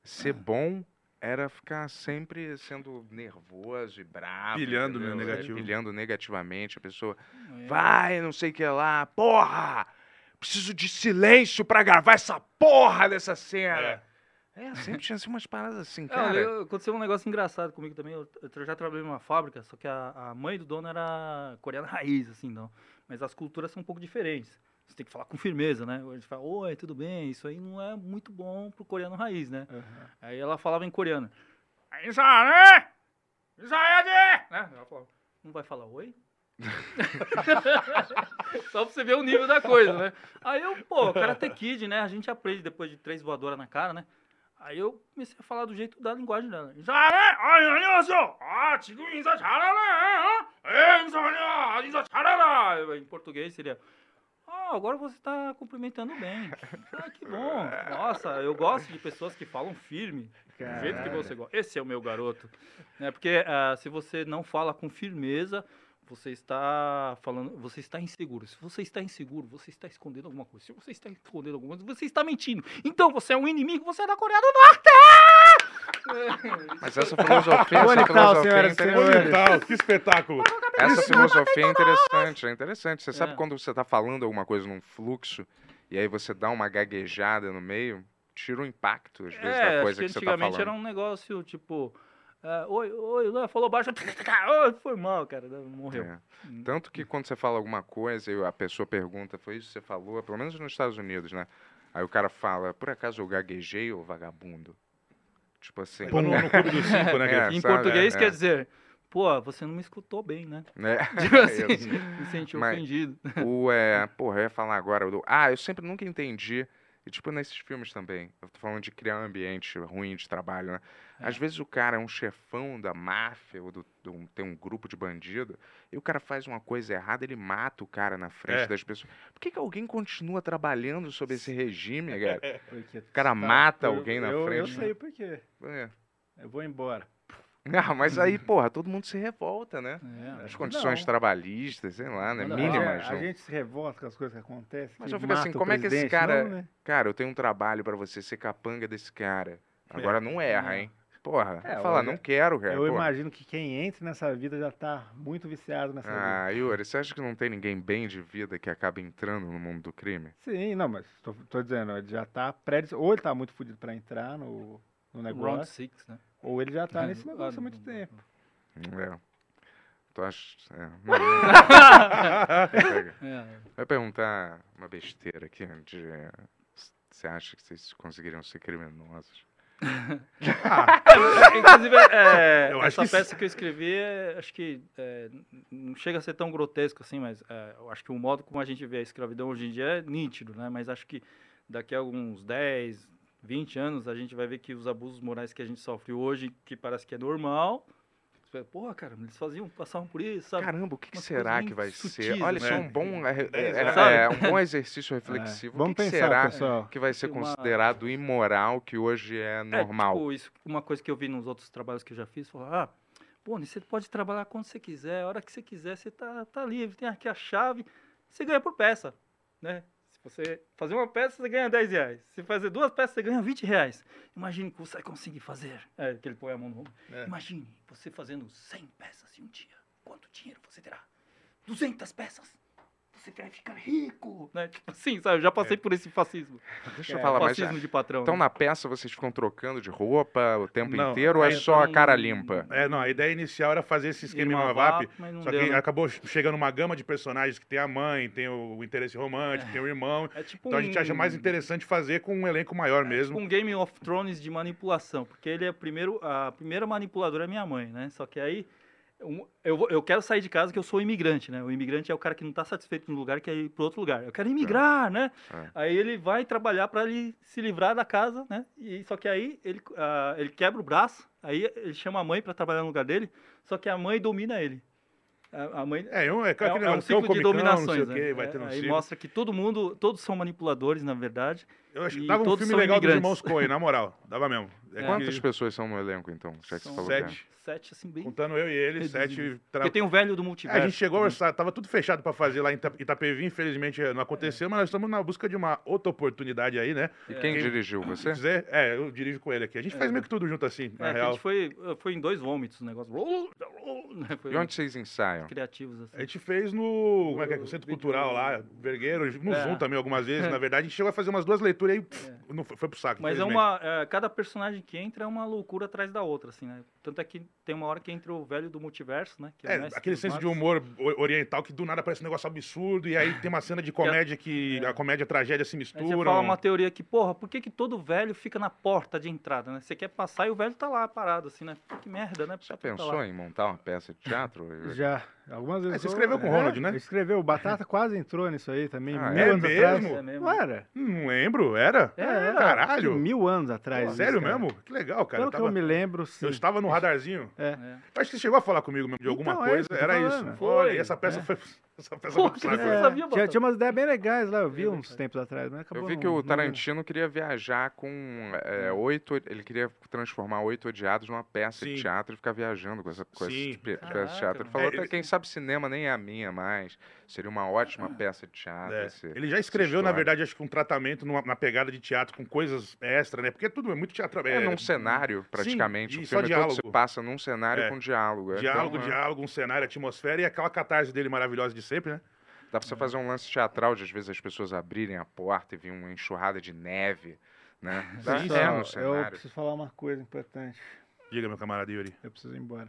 [SPEAKER 8] ser bom era ficar sempre sendo nervoso e bravo.
[SPEAKER 3] Pilhando, né,
[SPEAKER 8] entendeu? É,
[SPEAKER 3] negativo.
[SPEAKER 8] Pilhando negativamente. A pessoa
[SPEAKER 4] É.
[SPEAKER 8] vai, não sei o que lá, porra! Preciso de silêncio pra gravar essa porra dessa cena. É, sempre tinha assim, umas paradas assim,
[SPEAKER 4] É, olha,
[SPEAKER 8] cara.
[SPEAKER 4] eu- aconteceu um negócio engraçado comigo também. Eu, eu já trabalhei numa fábrica, só que a, a mãe do dono era coreana raiz, assim, não. Mas as culturas são um pouco diferentes. Você tem que falar com firmeza, né? A gente fala, oi, tudo bem? Isso aí não é muito bom pro coreano raiz, né? Aí ela falava em coreano. Isso aí! né? Isso aí, né? Ela falava, não vai falar oi? (laughs) Só pra você ver o nível da coisa, né? Aí eu, pô, Karate Kid, né? A gente aprende depois de três voadoras na cara, né? Aí eu comecei a falar do jeito da linguagem dela.
[SPEAKER 10] 잘해! 아니, 안녕하세요!
[SPEAKER 4] "Ah,
[SPEAKER 10] 아, 지금 인사 잘하네! 어? 에, 인사하냐! 인사 잘하라!
[SPEAKER 4] Em português seria. Ah, agora você tá cumprimentando bem. Ah, que bom. Nossa, eu gosto de pessoas que falam firme. Do jeito que
[SPEAKER 10] Caralho.
[SPEAKER 4] você gosta. Esse é o meu garoto. Né? Porque ah, se você não fala com firmeza, você está falando. Você está inseguro. Se você está inseguro, você está escondendo alguma coisa. Se você está escondendo alguma coisa, você está mentindo. Então você é um inimigo, você é da Coreia do Norte!
[SPEAKER 8] Mas essa filosofia, essa filosofia é interessante.
[SPEAKER 3] que espetáculo.
[SPEAKER 8] Essa filosofia é interessante, é interessante. Você sabe quando você tá falando alguma coisa num fluxo e aí você dá uma gaguejada no meio, tira o impacto, às vezes,
[SPEAKER 4] É,
[SPEAKER 8] da
[SPEAKER 4] acho
[SPEAKER 8] coisa
[SPEAKER 4] que
[SPEAKER 8] que, você tá
[SPEAKER 4] antigamente
[SPEAKER 8] falando.
[SPEAKER 4] era um negócio tipo. ah, oi, oi, né, falou baixo. (laughs) Oi, foi mal, cara. né, Morreu.
[SPEAKER 8] É. Tanto que quando você fala alguma coisa e a pessoa pergunta, foi isso que você falou, pelo menos nos Estados Unidos, né? Aí o cara fala, por acaso eu gaguejei ou vagabundo? Tipo assim.
[SPEAKER 3] Então,
[SPEAKER 4] Pô,
[SPEAKER 3] né,
[SPEAKER 8] É,
[SPEAKER 4] em
[SPEAKER 8] sabe?
[SPEAKER 4] português
[SPEAKER 8] É,
[SPEAKER 4] quer
[SPEAKER 8] é.
[SPEAKER 4] dizer, pô, você não me escutou bem, né?
[SPEAKER 8] Né?
[SPEAKER 4] (laughs) Tipo
[SPEAKER 8] (laughs)
[SPEAKER 4] assim,
[SPEAKER 8] Eu sei.
[SPEAKER 4] me senti
[SPEAKER 8] Mas
[SPEAKER 4] ofendido.
[SPEAKER 8] O, é, porra, eu ia falar agora. do- ah, eu sempre nunca entendi. E, tipo, nesses filmes também. Eu tô falando de criar um ambiente ruim de trabalho, né? Às vezes o cara é um chefão da máfia ou do, de um- tem um grupo de bandido e o cara faz uma coisa errada, ele mata o cara na frente
[SPEAKER 3] É.
[SPEAKER 8] das pessoas. Por que, que alguém continua trabalhando sob esse regime, cara?
[SPEAKER 7] Porque
[SPEAKER 8] O cara
[SPEAKER 7] tá-
[SPEAKER 8] mata
[SPEAKER 7] eu-
[SPEAKER 8] alguém na
[SPEAKER 7] eu-
[SPEAKER 8] frente.
[SPEAKER 7] Eu
[SPEAKER 8] né?
[SPEAKER 7] sei por quê. Eu vou embora.
[SPEAKER 8] Ah, mas aí, porra, todo mundo se revolta, né?
[SPEAKER 7] É, acho
[SPEAKER 4] (laughs)
[SPEAKER 8] As
[SPEAKER 7] que
[SPEAKER 8] condições
[SPEAKER 7] não.
[SPEAKER 8] trabalhistas, sei lá, né?
[SPEAKER 7] Olha,
[SPEAKER 8] Mínimas.
[SPEAKER 7] É, A,
[SPEAKER 8] não-
[SPEAKER 7] a gente se revolta com as coisas que acontecem.
[SPEAKER 8] Mas
[SPEAKER 7] que
[SPEAKER 8] eu fico assim,
[SPEAKER 7] mata o
[SPEAKER 8] como é que esse
[SPEAKER 7] presidente,
[SPEAKER 8] cara.
[SPEAKER 7] não, né?
[SPEAKER 8] Cara, eu tenho um trabalho pra você ser capanga desse cara. Agora
[SPEAKER 7] É.
[SPEAKER 8] não erra,
[SPEAKER 7] É.
[SPEAKER 8] hein? Porra,
[SPEAKER 7] É,
[SPEAKER 8] fala,
[SPEAKER 7] olha,
[SPEAKER 8] não quero, cara.
[SPEAKER 7] Eu
[SPEAKER 8] pô.
[SPEAKER 7] imagino que quem entra nessa vida já tá muito viciado nessa vida.
[SPEAKER 8] Ah, Yuri, você acha que não tem ninguém bem de vida que acaba entrando no mundo do crime?
[SPEAKER 7] Sim, não, mas tô, tô dizendo, ele já tá pré Ou ele tá muito fudido pra entrar no, no negócio.
[SPEAKER 4] Round six, né?
[SPEAKER 7] Ou ele já
[SPEAKER 4] (laughs)
[SPEAKER 7] tá
[SPEAKER 4] É,
[SPEAKER 7] nesse
[SPEAKER 4] ah,
[SPEAKER 7] negócio há muito
[SPEAKER 4] não-
[SPEAKER 7] tempo.
[SPEAKER 8] É. Tu acha. É. não, não.
[SPEAKER 4] É.
[SPEAKER 8] Vai perguntar uma besteira aqui de. Você acha que vocês conseguiriam ser criminosos?
[SPEAKER 4] (laughs) Inclusive, é,
[SPEAKER 8] Eu acho
[SPEAKER 4] essa
[SPEAKER 8] que
[SPEAKER 4] peça que eu escrevi, é, acho que é, n- não chega a ser tão grotesco assim, mas é, eu acho que o modo como a gente vê a escravidão hoje em dia é nítido, né? Mas acho que daqui a alguns 10, 20 anos, a gente vai ver que os abusos morais que a gente sofre hoje, que parece que é normal... você fala, Porra, cara, eles faziam, passavam por isso, sabe?
[SPEAKER 8] Caramba, o que, que
[SPEAKER 4] Umas
[SPEAKER 8] será
[SPEAKER 4] coisas
[SPEAKER 8] que
[SPEAKER 4] bem
[SPEAKER 8] vai
[SPEAKER 4] sutis,
[SPEAKER 8] ser? Olha,
[SPEAKER 4] né?
[SPEAKER 8] isso é um bom, é,
[SPEAKER 4] Dez
[SPEAKER 8] é-
[SPEAKER 4] anos.
[SPEAKER 8] é um bom exercício reflexivo.
[SPEAKER 7] Vamos
[SPEAKER 8] o que, que
[SPEAKER 7] pensar,
[SPEAKER 8] será
[SPEAKER 7] pessoal.
[SPEAKER 8] que vai ser
[SPEAKER 4] Tem uma-
[SPEAKER 8] considerado imoral que hoje é normal?
[SPEAKER 4] É, tipo, isso, uma coisa que eu vi nos outros trabalhos que eu já fiz, falar, ah, pô, você pode trabalhar quando você quiser, a hora que você quiser, você tá, tá livre, tem aqui a chave, você ganha por peça, né? Se você fazer uma peça, você ganha 10 reais. Se fazer duas peças, você ganha 20 reais. Imagine que você vai conseguir fazer. É, que ele põe a mão no ombro.
[SPEAKER 8] É.
[SPEAKER 4] Imagine você fazendo 100 peças em um dia. Quanto dinheiro você terá? 200 peças.
[SPEAKER 13] você vai ficar rico.
[SPEAKER 4] Né? Tipo assim, sabe? Eu já passei por esse fascismo.
[SPEAKER 8] É. Deixa
[SPEAKER 4] É,
[SPEAKER 8] eu falar mais.
[SPEAKER 4] Fascismo de patrão.
[SPEAKER 8] Então
[SPEAKER 4] né?
[SPEAKER 8] na peça vocês ficam trocando de roupa o tempo
[SPEAKER 3] Não,
[SPEAKER 8] inteiro ou é
[SPEAKER 3] aí,
[SPEAKER 8] só a
[SPEAKER 3] então,
[SPEAKER 8] cara limpa?
[SPEAKER 3] É, não, a ideia inicial era fazer esse esquema
[SPEAKER 8] Irmã
[SPEAKER 3] em VAP,
[SPEAKER 8] Vap, mas não
[SPEAKER 3] só
[SPEAKER 8] deu,
[SPEAKER 3] que
[SPEAKER 8] né?
[SPEAKER 3] acabou chegando uma gama de personagens que tem a mãe, tem o, o interesse romântico, tem o irmão. então a gente acha
[SPEAKER 4] É. um-
[SPEAKER 3] mais interessante fazer com um elenco maior mesmo.
[SPEAKER 4] um Game of Thrones de manipulação, porque ele é o primeiro, a primeira manipuladora é minha mãe, né? Só que aí um- eu, vou- eu quero sair de casa que eu sou imigrante, né? O imigrante é o cara que não tá satisfeito num lugar, quer ir para outro lugar. Eu quero imigrar, né?
[SPEAKER 8] É.
[SPEAKER 4] Aí ele vai trabalhar para ele se livrar da casa, né? E só que aí ele, ah, ele quebra o braço, aí ele chama a mãe para trabalhar no lugar dele, só que a mãe domina ele. A a mãe
[SPEAKER 3] É, um- é aquele
[SPEAKER 4] um
[SPEAKER 3] negócio,
[SPEAKER 4] ciclo
[SPEAKER 3] cão come
[SPEAKER 4] de
[SPEAKER 3] cão, não sei
[SPEAKER 4] dominações,
[SPEAKER 3] o quê,
[SPEAKER 4] né?
[SPEAKER 3] vai ter um
[SPEAKER 4] aí
[SPEAKER 3] ciclo.
[SPEAKER 4] mostra que todo mundo, todos são manipuladores, na verdade.
[SPEAKER 3] Eu acho que
[SPEAKER 4] e
[SPEAKER 3] dava um
[SPEAKER 4] todos
[SPEAKER 3] filme
[SPEAKER 4] são
[SPEAKER 3] legal dos irmãos
[SPEAKER 4] imigrantes. É.
[SPEAKER 3] Coen, na moral. Dava mesmo. É que-
[SPEAKER 8] Quantas pessoas são no elenco, então? Já que você
[SPEAKER 3] São
[SPEAKER 8] falou que é?
[SPEAKER 3] sete.
[SPEAKER 4] Sete, assim, bem.
[SPEAKER 3] Contando eu e ele, sete. É,
[SPEAKER 4] Porque Uhum. tem um velho do multiverso.
[SPEAKER 3] A gente chegou a conversar, tava tudo fechado pra fazer lá em Ita- Itapevi, infelizmente eh, não aconteceu, mas nós estamos na busca de uma outra oportunidade aí, né?
[SPEAKER 8] E é? quem dirigiu, você?
[SPEAKER 3] Se quiser, é, eu dirijo com ele aqui. A gente faz
[SPEAKER 4] É.
[SPEAKER 3] meio que tudo junto assim, na
[SPEAKER 4] É, que a
[SPEAKER 3] real.
[SPEAKER 4] gente foi, foi em dois vômitos o negócio. (laughs) né? Foi
[SPEAKER 8] E onde vocês ensaiam?
[SPEAKER 4] Criativos, assim.
[SPEAKER 3] tá? A gente fez no. Como é que é? O Centro Cultural lá, Vergueiro, no
[SPEAKER 4] É.
[SPEAKER 3] Zoom também algumas vezes,
[SPEAKER 4] (laughs) É.
[SPEAKER 3] na verdade. A gente chegou a fazer umas duas leituras e aí pff, não foi, foi pro saco.
[SPEAKER 4] Mas é
[SPEAKER 3] tá, infelizmente.
[SPEAKER 4] uma. é, cada personagem que entra é uma loucura atrás da outra, assim, né? Tanto é que tem uma hora que entra o velho do multiverso, né? Que é o
[SPEAKER 3] É,
[SPEAKER 4] mestre
[SPEAKER 3] aquele
[SPEAKER 4] dos
[SPEAKER 3] senso de
[SPEAKER 4] magos.
[SPEAKER 3] humor o- oriental que do nada parece um negócio absurdo, e aí tem uma cena de comédia que
[SPEAKER 7] É.
[SPEAKER 3] a comédia e a tragédia se um
[SPEAKER 4] Aí você
[SPEAKER 3] misturam.
[SPEAKER 4] fala uma teoria que, porra, por que, que todo velho fica na porta de entrada, né? Você quer passar e o velho tá lá parado, assim, né? Pô, Que merda, né? Já
[SPEAKER 8] Pensou em montar uma peça de teatro?
[SPEAKER 7] Já. Algumas
[SPEAKER 8] É.
[SPEAKER 7] vezes.
[SPEAKER 8] Ah, você
[SPEAKER 7] eu-
[SPEAKER 8] escreveu com o
[SPEAKER 7] É,
[SPEAKER 8] Ronald, né?
[SPEAKER 7] Escreveu. O Batata quase entrou nisso aí também.
[SPEAKER 8] Ah,
[SPEAKER 7] mil
[SPEAKER 8] é
[SPEAKER 7] anos
[SPEAKER 8] mesmo?
[SPEAKER 7] atrás.
[SPEAKER 8] É
[SPEAKER 3] mesmo.
[SPEAKER 7] Não era?
[SPEAKER 3] Hum, Não lembro, era?
[SPEAKER 7] Era.
[SPEAKER 3] Caralho.
[SPEAKER 7] Mil anos atrás. isso,
[SPEAKER 3] Sério
[SPEAKER 7] cara.
[SPEAKER 3] mesmo? Que legal, cara.
[SPEAKER 7] Pelo que eu me lembro, sim.
[SPEAKER 3] Eu estava no radarzinho.
[SPEAKER 7] É.
[SPEAKER 3] Eu Acho que você chegou a falar comigo mesmo de alguma
[SPEAKER 7] Então, é
[SPEAKER 3] coisa.
[SPEAKER 7] isso que eu tô
[SPEAKER 3] era
[SPEAKER 7] falando.
[SPEAKER 3] isso.
[SPEAKER 7] Foi,
[SPEAKER 3] Olha, e essa peça
[SPEAKER 7] é.
[SPEAKER 3] foi. (laughs) Essa peça
[SPEAKER 7] Pô,
[SPEAKER 3] foi pro
[SPEAKER 7] que
[SPEAKER 3] saco.
[SPEAKER 7] é, tinha, tinha umas ideias bem legais lá, eu vi uns tempos atrás, mas acabou
[SPEAKER 8] Eu vi que
[SPEAKER 7] não-
[SPEAKER 8] o
[SPEAKER 7] não-
[SPEAKER 8] Tarantino queria viajar com é,
[SPEAKER 3] Hum.
[SPEAKER 8] oito. Ele queria transformar oito odiados numa peça de teatro e ficar viajando com essa com esse
[SPEAKER 3] Sim.
[SPEAKER 8] tipo de peça
[SPEAKER 3] Caraca,
[SPEAKER 8] de teatro. Ele
[SPEAKER 3] mano.
[SPEAKER 8] falou
[SPEAKER 3] É,
[SPEAKER 8] até
[SPEAKER 3] ele-
[SPEAKER 8] quem sabe cinema nem é a minha mais. Seria uma ótima peça de teatro.
[SPEAKER 3] Ah, É.
[SPEAKER 8] esse-
[SPEAKER 3] Ele já
[SPEAKER 8] essa
[SPEAKER 3] escreveu, na
[SPEAKER 8] história.
[SPEAKER 3] verdade, acho que um tratamento numa, na pegada de teatro com coisas extra, né? Porque tudo é muito teatro.
[SPEAKER 8] É,
[SPEAKER 7] hum,
[SPEAKER 8] num cenário, praticamente.
[SPEAKER 3] Sim,
[SPEAKER 8] o
[SPEAKER 3] e só
[SPEAKER 8] filme todo
[SPEAKER 3] diálogo.
[SPEAKER 8] se passa num cenário
[SPEAKER 3] É.
[SPEAKER 8] com diálogo. é,
[SPEAKER 3] Diálogo,
[SPEAKER 8] então, é.
[SPEAKER 3] diálogo, um cenário, atmosfera e aquela catarse dele maravilhosa de sempre, né?
[SPEAKER 8] Dá pra você fazer um lance teatral de às vezes as pessoas abrirem a porta e vir uma enxurrada de neve, né?
[SPEAKER 7] (laughs)
[SPEAKER 8] Dá
[SPEAKER 7] Sim,
[SPEAKER 8] até
[SPEAKER 7] só,
[SPEAKER 8] no
[SPEAKER 7] eu
[SPEAKER 8] cenário.
[SPEAKER 7] preciso falar uma coisa importante.
[SPEAKER 3] Diga, meu camarada Yuri.
[SPEAKER 7] Eu preciso ir embora.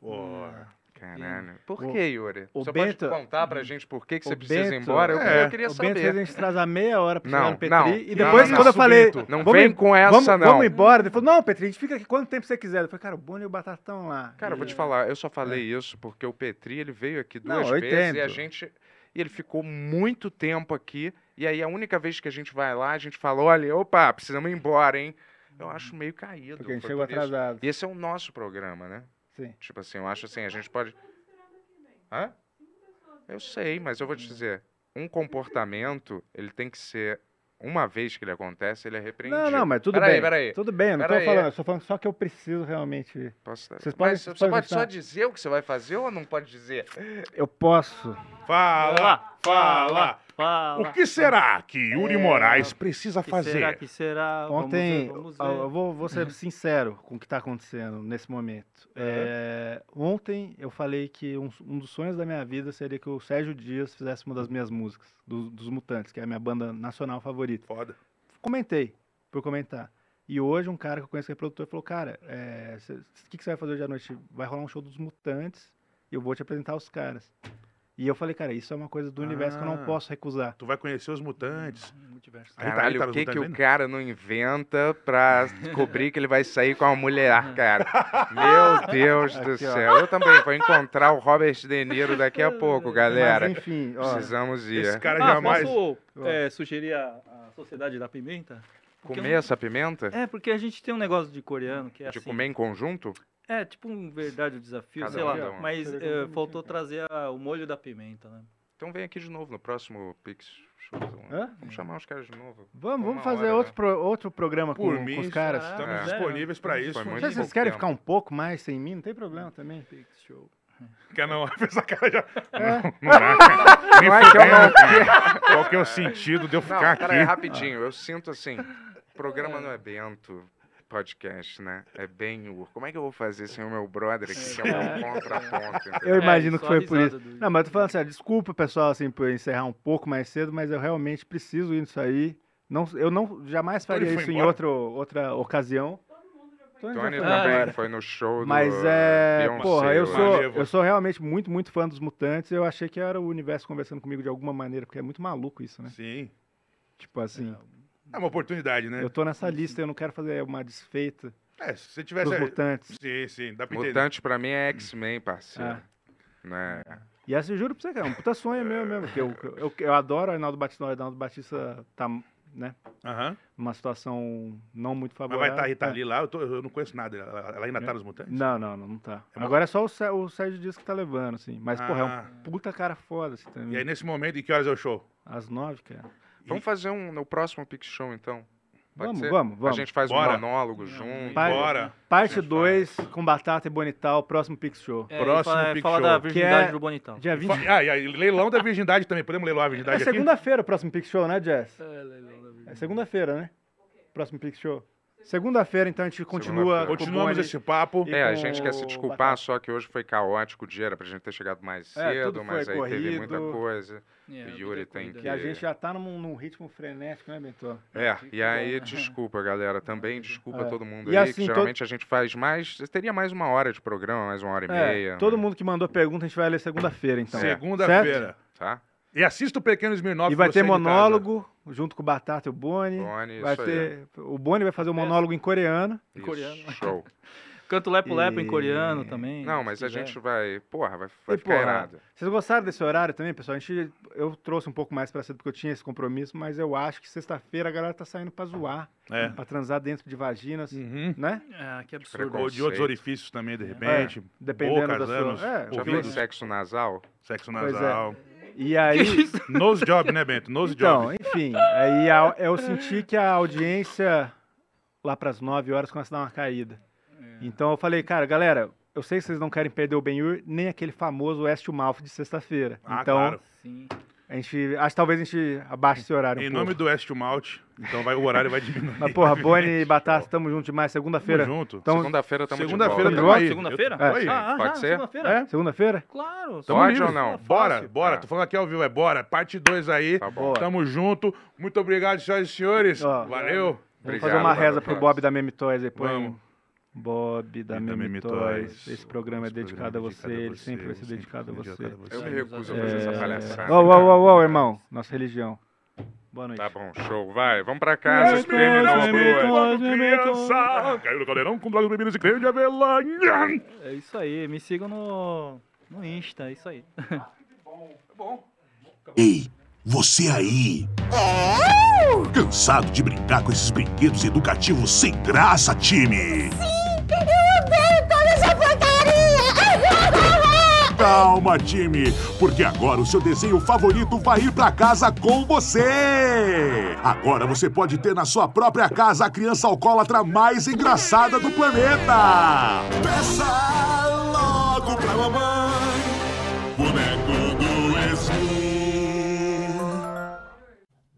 [SPEAKER 7] Hum.
[SPEAKER 3] Pô.
[SPEAKER 8] Caralho. Por
[SPEAKER 7] O-
[SPEAKER 8] que, Yuri?
[SPEAKER 7] o
[SPEAKER 8] você
[SPEAKER 7] Bento-
[SPEAKER 8] pode contar pra gente por que, que
[SPEAKER 7] O
[SPEAKER 8] você precisa ir
[SPEAKER 7] Bento-
[SPEAKER 8] embora? Eu,
[SPEAKER 7] é,
[SPEAKER 8] eu queria
[SPEAKER 7] o
[SPEAKER 8] saber.
[SPEAKER 7] Bento fez a gente atrasar meia hora pra chegar
[SPEAKER 8] Não,
[SPEAKER 7] no Petri.
[SPEAKER 8] não,
[SPEAKER 7] e
[SPEAKER 8] não,
[SPEAKER 7] depois,
[SPEAKER 8] não,
[SPEAKER 7] quando eu falei.
[SPEAKER 8] Bento, não
[SPEAKER 7] "Vamos
[SPEAKER 8] vem
[SPEAKER 7] em-
[SPEAKER 8] com essa,
[SPEAKER 7] vamos,
[SPEAKER 8] não."
[SPEAKER 7] Vamos embora. Ele falou: Não, Petri, a gente fica aqui quanto tempo você quiser. Eu falei: Cara, o Bono e o Batatão lá.
[SPEAKER 8] Cara, eu vou te falar, eu só falei isso porque o Petri ele veio aqui
[SPEAKER 7] É. Não,
[SPEAKER 8] duas
[SPEAKER 7] eu
[SPEAKER 8] vezes e a
[SPEAKER 7] entendo.
[SPEAKER 8] gente. E ele ficou muito tempo aqui. E aí a única vez que a gente vai lá, a gente fala: olha, opa, precisamos ir embora, hein? Eu acho meio caído.
[SPEAKER 7] Uhum. Porque a gente
[SPEAKER 8] foi
[SPEAKER 7] chegou
[SPEAKER 8] por isso.
[SPEAKER 7] atrasado.
[SPEAKER 8] E esse é o nosso programa, né?
[SPEAKER 7] Sim.
[SPEAKER 8] Tipo assim, eu acho assim, a gente pode. Hã? Eu sei, mas eu vou
[SPEAKER 7] Uhum.
[SPEAKER 8] te dizer: um comportamento, ele tem que ser. Uma vez que ele acontece, ele é repreendido.
[SPEAKER 7] Não, não, mas tudo
[SPEAKER 8] Peraí,
[SPEAKER 7] bem.
[SPEAKER 8] peraí.
[SPEAKER 7] Tudo bem, eu não tô
[SPEAKER 8] Peraí.
[SPEAKER 7] falando. Eu tô falando só que eu preciso realmente. ir.
[SPEAKER 8] Posso dar-
[SPEAKER 7] Vocês podem,
[SPEAKER 8] Mas
[SPEAKER 7] vocês
[SPEAKER 8] você
[SPEAKER 7] podem
[SPEAKER 8] pode só
[SPEAKER 7] continuar?
[SPEAKER 8] dizer o que você vai fazer ou não pode dizer?
[SPEAKER 7] Eu posso.
[SPEAKER 3] Fala, fala.
[SPEAKER 4] Fala.
[SPEAKER 3] O que será que Yuri
[SPEAKER 4] É,
[SPEAKER 3] Moraes precisa
[SPEAKER 4] O que Será
[SPEAKER 3] fazer?
[SPEAKER 4] que será? Ah, Vamos
[SPEAKER 7] Ontem,
[SPEAKER 4] ver, vamos
[SPEAKER 7] eu-
[SPEAKER 4] ver.
[SPEAKER 7] eu vou, vou
[SPEAKER 8] Uhum.
[SPEAKER 7] ser sincero com o que está acontecendo nesse momento. É, ontem eu falei que um, um dos sonhos da minha vida seria que o Sérgio Dias fizesse uma das minhas músicas, do- dos Mutantes, que é a minha banda nacional favorita.
[SPEAKER 3] Foda.
[SPEAKER 7] Comentei, por comentar. E hoje um cara que eu conheço que é produtor falou, cara, é, cê- o que, que você vai fazer hoje à noite? Vai rolar um show dos Mutantes e eu vou te apresentar os caras. E eu falei, cara, isso é uma coisa do universo que eu
[SPEAKER 3] Ah.
[SPEAKER 7] não posso recusar.
[SPEAKER 3] Tu vai conhecer os mutantes.
[SPEAKER 7] tá,
[SPEAKER 3] A tá Rita-
[SPEAKER 8] Caralho,
[SPEAKER 3] Rita
[SPEAKER 8] o
[SPEAKER 3] nos
[SPEAKER 8] que, que
[SPEAKER 3] mutantes
[SPEAKER 8] o
[SPEAKER 7] né?
[SPEAKER 3] ainda?
[SPEAKER 8] cara não inventa pra cobrir que ele vai sair com uma mulher,
[SPEAKER 7] (laughs)
[SPEAKER 8] cara? Meu Deus do
[SPEAKER 7] Aqui, ó.
[SPEAKER 8] céu. Eu também vou encontrar o Robert De Niro daqui a pouco, galera.
[SPEAKER 7] Mas, enfim, ó,
[SPEAKER 8] Precisamos ir. É.
[SPEAKER 3] esse cara
[SPEAKER 4] Ah,
[SPEAKER 3] jamais-
[SPEAKER 4] posso é, sugerir a, a Sociedade da Pimenta? Porque
[SPEAKER 8] Comer
[SPEAKER 4] eu
[SPEAKER 8] essa pimenta?
[SPEAKER 4] não- É, porque a gente tem um negócio de coreano que é
[SPEAKER 8] De
[SPEAKER 4] assim.
[SPEAKER 8] comer em conjunto?
[SPEAKER 4] É, tipo um verdade ou desafio,
[SPEAKER 8] Cada
[SPEAKER 4] sei
[SPEAKER 8] um,
[SPEAKER 4] lá.
[SPEAKER 8] cada um.
[SPEAKER 4] Mas
[SPEAKER 8] Seria
[SPEAKER 4] eh,
[SPEAKER 8] completamente
[SPEAKER 4] faltou trazer a- o molho da pimenta, né?
[SPEAKER 8] Então vem aqui de novo no próximo Pix. Show.
[SPEAKER 7] Hã?
[SPEAKER 8] Vamos chamar os caras de novo.
[SPEAKER 7] Vamos,
[SPEAKER 8] Uma
[SPEAKER 7] vamos fazer
[SPEAKER 8] hora, né?
[SPEAKER 7] outro, pro- outro programa com,
[SPEAKER 3] Por
[SPEAKER 7] com
[SPEAKER 3] mim,
[SPEAKER 7] os caras.
[SPEAKER 3] estamos
[SPEAKER 8] É.
[SPEAKER 3] disponíveis pra isso.
[SPEAKER 8] Foi muito
[SPEAKER 7] Não sei se vocês
[SPEAKER 8] pouco
[SPEAKER 7] querem
[SPEAKER 8] tempo.
[SPEAKER 7] ficar um pouco mais sem mim, não tem problema também.
[SPEAKER 3] Quer não? (laughs) Essa cara já.
[SPEAKER 7] É.
[SPEAKER 8] (laughs)
[SPEAKER 3] Não, não dá, cara.
[SPEAKER 8] um
[SPEAKER 3] Nem
[SPEAKER 8] Não é que eu
[SPEAKER 3] fudendo,
[SPEAKER 8] não
[SPEAKER 3] cara.
[SPEAKER 8] quero.
[SPEAKER 3] Qual que é o sentido de eu
[SPEAKER 8] Não,
[SPEAKER 3] ficar
[SPEAKER 8] peraí,
[SPEAKER 3] aqui?
[SPEAKER 7] (laughs)
[SPEAKER 8] rapidinho. Eu sinto assim, o programa não é Bento. podcast, né? É bem Ur. Como é que eu vou fazer sem o meu brother aqui, que é um
[SPEAKER 7] (laughs)
[SPEAKER 8] contraponto? entendeu?
[SPEAKER 4] É,
[SPEAKER 7] Eu imagino que foi por isso. Não, mas eu tô falando sério, desculpa, pessoal, assim, por encerrar um pouco mais cedo, mas eu realmente preciso ir nisso aí. Não, eu não jamais
[SPEAKER 8] Então ele
[SPEAKER 7] faria
[SPEAKER 8] foi
[SPEAKER 7] isso em
[SPEAKER 8] embora?
[SPEAKER 7] outro, outra ocasião. Tony
[SPEAKER 8] Tony
[SPEAKER 7] já foi
[SPEAKER 8] também
[SPEAKER 7] embora.
[SPEAKER 8] foi no show do
[SPEAKER 7] Mas é.
[SPEAKER 8] Beyoncé,
[SPEAKER 7] porra, eu
[SPEAKER 8] lá.
[SPEAKER 7] sou, eu sou realmente muito, muito fã dos mutantes. Eu achei que era o universo conversando comigo de alguma maneira, porque é muito maluco isso, né?
[SPEAKER 3] Sim.
[SPEAKER 7] Tipo assim.
[SPEAKER 3] É uma oportunidade, né?
[SPEAKER 7] Eu tô nessa lista, eu não quero fazer uma desfeita.
[SPEAKER 3] É, se você tivesse.
[SPEAKER 7] Dos mutantes.
[SPEAKER 3] Sim, sim, dá pra entender.
[SPEAKER 8] Mutante pra mim é X-Men, parceiro.
[SPEAKER 7] Ah.
[SPEAKER 8] Né?
[SPEAKER 7] E essa eu juro pra você, cara, é um puta sonho meu mesmo. porque eu, eu, eu adoro o Arnaldo Batista. O Arnaldo Batista tá, né? Numa situação não muito
[SPEAKER 8] tá
[SPEAKER 3] Mas
[SPEAKER 7] favorável.
[SPEAKER 3] vai estar a Rita
[SPEAKER 7] É.
[SPEAKER 3] Lee lá, eu, tô- eu não conheço nada. Ela, ela ainda tá nos mutantes?
[SPEAKER 7] Não, não, não, não tá.
[SPEAKER 3] É uma-
[SPEAKER 7] Agora é só o, Sé- o Sérgio Dias que tá levando, assim. Mas, porra, é
[SPEAKER 3] Ah.
[SPEAKER 7] um puta cara foda, assim, também.
[SPEAKER 3] E aí, nesse momento, em que horas é o show?
[SPEAKER 7] Às nove, cara.
[SPEAKER 8] Vamos fazer um no próximo Pix Show, então? Pode
[SPEAKER 7] Vamos,
[SPEAKER 8] ser?
[SPEAKER 7] vamos, vamos.
[SPEAKER 8] A gente faz
[SPEAKER 7] Bora.
[SPEAKER 8] um monólogo junto.
[SPEAKER 7] Par- Parte 2 com Batata e Bonital, próximo Pix Show.
[SPEAKER 3] É, Próximo fala- Pix fala Show. da virgindade do Bonitão.
[SPEAKER 7] Dia 20.
[SPEAKER 3] Ah, e aí, leilão da virgindade também. Podemos leiloar a
[SPEAKER 7] É
[SPEAKER 3] virgindade aqui?
[SPEAKER 7] segunda-feira o próximo Pix Show, né, Jess?
[SPEAKER 11] É,
[SPEAKER 7] É segunda-feira, né? Próximo Pix Show. Segunda-feira, então, a gente continua. com o Boni e
[SPEAKER 8] É, a
[SPEAKER 7] com
[SPEAKER 8] gente quer
[SPEAKER 7] o
[SPEAKER 8] se desculpar,
[SPEAKER 7] Batata.
[SPEAKER 8] só que hoje foi caótico o dia, era pra gente ter chegado mais
[SPEAKER 7] É,
[SPEAKER 8] cedo,
[SPEAKER 7] tudo
[SPEAKER 8] mas
[SPEAKER 7] foi
[SPEAKER 8] aí teve
[SPEAKER 7] corrido.
[SPEAKER 8] muita coisa.
[SPEAKER 7] É,
[SPEAKER 8] o
[SPEAKER 7] muita
[SPEAKER 8] Yuri tem que...
[SPEAKER 7] Que a gente já tá num, num ritmo frenético, né, Bentô?
[SPEAKER 8] É, e
[SPEAKER 7] (laughs)
[SPEAKER 8] aí, desculpa, galera. Também desculpa
[SPEAKER 7] É.
[SPEAKER 8] todo mundo
[SPEAKER 7] E
[SPEAKER 8] aí,
[SPEAKER 7] assim,
[SPEAKER 8] que
[SPEAKER 7] to-
[SPEAKER 8] geralmente a gente faz mais. Teria mais uma hora de programa, mais uma hora e
[SPEAKER 7] É,
[SPEAKER 8] meia. né?
[SPEAKER 7] todo mundo que mandou pergunta, a gente vai ler segunda-feira, então.
[SPEAKER 3] Segunda-feira.
[SPEAKER 7] Certo?
[SPEAKER 8] Tá.
[SPEAKER 3] E assista o Pequeno Smirnoff.
[SPEAKER 7] E vai
[SPEAKER 3] você
[SPEAKER 7] ter
[SPEAKER 3] de casa.
[SPEAKER 7] monólogo junto com o Batata e o Boni.
[SPEAKER 8] Boni,
[SPEAKER 7] vai
[SPEAKER 8] isso aí.
[SPEAKER 7] ter, O Boni vai fazer um monólogo em coreano.
[SPEAKER 8] Isso,
[SPEAKER 11] coreano. (laughs)
[SPEAKER 8] Show.
[SPEAKER 11] Canto lepo-lepo em coreano também.
[SPEAKER 8] Não,
[SPEAKER 11] se
[SPEAKER 8] mas a
[SPEAKER 11] quiser.
[SPEAKER 8] gente vai. Porra, vai,
[SPEAKER 7] E,
[SPEAKER 8] vai ficar
[SPEAKER 7] porra,
[SPEAKER 8] irado.
[SPEAKER 7] Vocês gostaram desse horário também, pessoal? A gente, eu trouxe um pouco mais pra cedo porque eu tinha esse compromisso, mas eu acho que sexta-feira a galera tá saindo pra zoar,
[SPEAKER 3] É.
[SPEAKER 7] pra transar dentro de vaginas, né?
[SPEAKER 4] Ah,
[SPEAKER 11] É, que
[SPEAKER 3] absurdo. Ou de outros orifícios também, de
[SPEAKER 7] É.
[SPEAKER 3] repente.
[SPEAKER 7] dependendo
[SPEAKER 3] Bocas,
[SPEAKER 7] da sua-
[SPEAKER 3] anos,
[SPEAKER 7] é,
[SPEAKER 8] Já
[SPEAKER 3] ouvidos.
[SPEAKER 8] fez sexo nasal?
[SPEAKER 3] Sexo
[SPEAKER 7] Pois é.
[SPEAKER 3] nasal.
[SPEAKER 7] E aí.
[SPEAKER 3] Nose job, né, Bento? Nose
[SPEAKER 7] então,
[SPEAKER 3] job.
[SPEAKER 7] enfim, aí a- eu senti que a audiência lá pras 9 horas começa a dar uma caída. Então eu falei, cara, galera, eu sei que vocês não querem perder o Ben-Hur, nem aquele famoso West Mouth de sexta-feira.
[SPEAKER 3] Ah,
[SPEAKER 7] então,
[SPEAKER 3] claro.
[SPEAKER 7] a gente, acho que talvez a gente abaixe esse horário um
[SPEAKER 3] Em
[SPEAKER 7] pouco.
[SPEAKER 3] nome do West Malt, então vai, o horário vai diminuir. (laughs)
[SPEAKER 7] Mas, porra, Então, Boni e Batata, tamo junto demais. Segunda-feira.
[SPEAKER 3] Tamo junto.
[SPEAKER 7] Tamo-
[SPEAKER 8] Segunda-feira tamo de
[SPEAKER 7] Segunda-feira
[SPEAKER 8] volta. Tá
[SPEAKER 7] tamo aí.
[SPEAKER 11] Segunda-feira?
[SPEAKER 7] É.
[SPEAKER 11] Oi. Ah, ah,
[SPEAKER 8] Pode
[SPEAKER 11] já,
[SPEAKER 8] ser? Então
[SPEAKER 11] segunda-feira?
[SPEAKER 4] né?
[SPEAKER 7] É? Segunda-feira?
[SPEAKER 11] Claro.
[SPEAKER 3] Tamo
[SPEAKER 8] Pode
[SPEAKER 3] livre.
[SPEAKER 8] ou não?
[SPEAKER 3] Bora,
[SPEAKER 8] Fácil. Tá
[SPEAKER 3] bora. Tô falando aqui ao vivo, é bora. Parte 2 aí. Tamo junto. Muito obrigado, senhoras e senhores. Valeu.
[SPEAKER 7] Vamos fazer uma reza pro Bob da Meme Toys aí, põe.
[SPEAKER 3] Vamos.
[SPEAKER 7] Bob da Meme,
[SPEAKER 3] Meme
[SPEAKER 7] Toys.
[SPEAKER 3] Toys.
[SPEAKER 7] Esse programa é dedicado a você, ele sempre vai ser dedicado a você.
[SPEAKER 8] Eu me recuso a
[SPEAKER 2] É.
[SPEAKER 8] fazer essa palhaçada.
[SPEAKER 7] Uou, uou, uou, uou, irmão. Nossa religião. Boa noite.
[SPEAKER 8] Tá bom, show. Vai, vamos pra
[SPEAKER 2] É,
[SPEAKER 8] casa.
[SPEAKER 7] Meme
[SPEAKER 8] creme
[SPEAKER 7] Toys,
[SPEAKER 8] nas
[SPEAKER 7] Meme
[SPEAKER 8] ruas.
[SPEAKER 7] Toys.
[SPEAKER 3] Criança! Caiu no caldeirão com drogas bebidas e creme de avelã.
[SPEAKER 11] É isso aí. Me sigam no, no Insta, é isso aí.
[SPEAKER 9] Ei, você aí! Cansado de brincar com esses brinquedos educativos sem graça, time? Calma, time, porque agora o seu desenho favorito vai ir pra casa com você! Agora você pode ter na sua própria casa a criança alcoólatra mais engraçada do planeta! Peça logo pra mamãe, boneco do Esmin.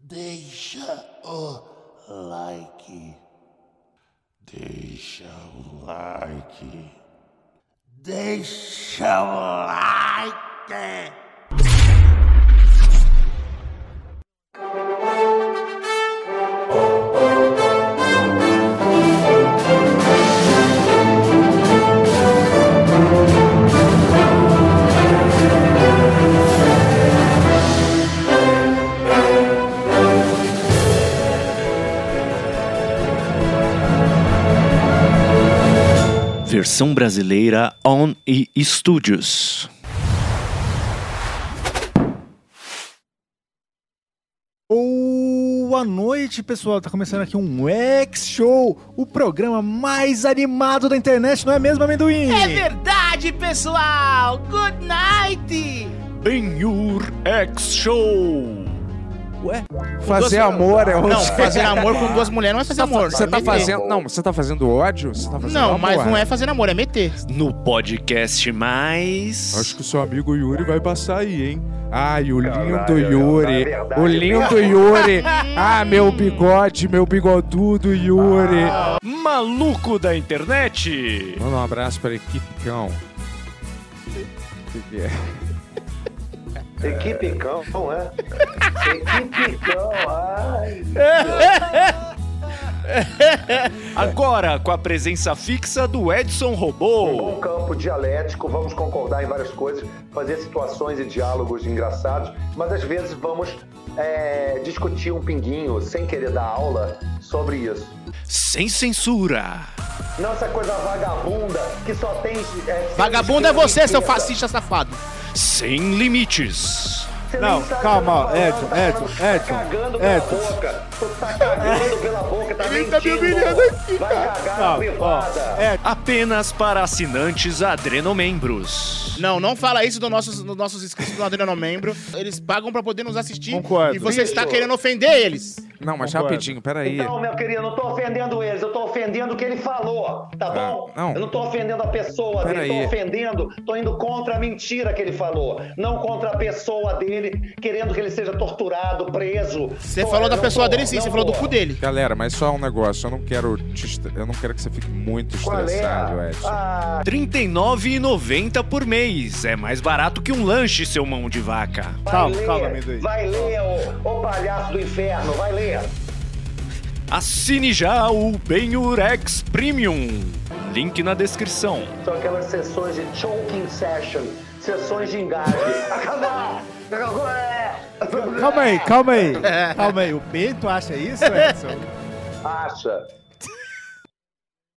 [SPEAKER 15] Deixa o like. Deixa o like. Deixa o like.
[SPEAKER 6] Versão brasileira On e Studios.
[SPEAKER 16] Boa noite, pessoal. Tá começando aqui um X Show, o programa mais animado da internet, não é mesmo, amendoim?
[SPEAKER 2] É verdade, pessoal! Good night!
[SPEAKER 16] Benhur X Show.
[SPEAKER 2] Ué?
[SPEAKER 8] Fazer amor é outro-
[SPEAKER 2] Não, fazer amor com duas mulheres não é fazer amor.
[SPEAKER 8] Você tá
[SPEAKER 2] meter.
[SPEAKER 8] fazendo. Não, você tá fazendo ódio? Você tá fazendo
[SPEAKER 2] Não, mas
[SPEAKER 8] amor.
[SPEAKER 2] não é fazer amor, é meter.
[SPEAKER 6] No podcast mais.
[SPEAKER 8] Acho que o seu amigo Yuri vai passar aí, hein? Ai, o lindo
[SPEAKER 6] Caralho,
[SPEAKER 8] Yuri.
[SPEAKER 6] na verdade,
[SPEAKER 8] O lindo Yuri. Ah, meu bigode, meu bigodudo Yuri.
[SPEAKER 16] Mas
[SPEAKER 6] maluco da internet.
[SPEAKER 8] Manda um abraço pra equipe cão. Que que é?
[SPEAKER 17] Equipe cão, é? Equipe cão, ai.
[SPEAKER 6] Agora, com a presença fixa do Edson
[SPEAKER 17] Um
[SPEAKER 6] Robô.
[SPEAKER 17] campo dialético, vamos concordar em várias coisas, fazer situações e diálogos engraçados, mas às vezes vamos é, discutir um pinguinho, sem querer dar aula, sobre isso.
[SPEAKER 6] Sem censura.
[SPEAKER 17] Não essa coisa vagabunda que só tem. é,
[SPEAKER 2] Vagabundo é você, seu fascista safado.
[SPEAKER 6] Sem limites.
[SPEAKER 7] Não, calma, ó, Edson, Edson,
[SPEAKER 17] tá
[SPEAKER 7] Edson,
[SPEAKER 8] É,
[SPEAKER 7] Edson.
[SPEAKER 17] Ele tá me
[SPEAKER 2] humilhando
[SPEAKER 17] aqui, Vai
[SPEAKER 7] Tá,
[SPEAKER 17] cagar na privada.
[SPEAKER 7] É,
[SPEAKER 6] Apenas para assinantes adrenomembros.
[SPEAKER 2] Não, não fala isso dos nossos, dos nossos inscritos do Adriano Membro. Eles pagam pra poder nos assistir.
[SPEAKER 8] Concordo.
[SPEAKER 2] E você está
[SPEAKER 8] Isso.
[SPEAKER 2] querendo ofender eles.
[SPEAKER 8] Não, mas
[SPEAKER 2] Concordo.
[SPEAKER 8] rapidinho, peraí.
[SPEAKER 17] Não, meu querido, eu não tô ofendendo eles, eu tô ofendendo o que ele falou, tá bom?
[SPEAKER 8] Ah, não.
[SPEAKER 17] Eu não tô ofendendo a pessoa
[SPEAKER 8] Pera
[SPEAKER 17] dele,
[SPEAKER 8] aí.
[SPEAKER 17] tô ofendendo, tô indo contra a mentira que ele falou, não contra a pessoa dele, querendo que ele seja torturado, preso.
[SPEAKER 2] Você falou da pessoa dele sim, você falou do cu dele.
[SPEAKER 8] Galera, mas só um negócio, eu não quero te estre- eu não quero que você fique muito
[SPEAKER 6] Qual é?
[SPEAKER 8] estressado, Edson.
[SPEAKER 17] ah,
[SPEAKER 6] R$ 39,90 por mês. É mais barato que um lanche, seu mão de vaca.
[SPEAKER 17] Calma, calma, amendoim. Vai ler, ô, ô palhaço do inferno, vai ler.
[SPEAKER 6] Assine já o Benurex Premium. Link na descrição.
[SPEAKER 17] São aquelas sessões de choking session, sessões de engasgo. Acabou! Acabou, é.
[SPEAKER 2] (laughs)
[SPEAKER 16] Calma aí, calma aí. Calma aí, o Bento acha isso, Edson?
[SPEAKER 17] Acha.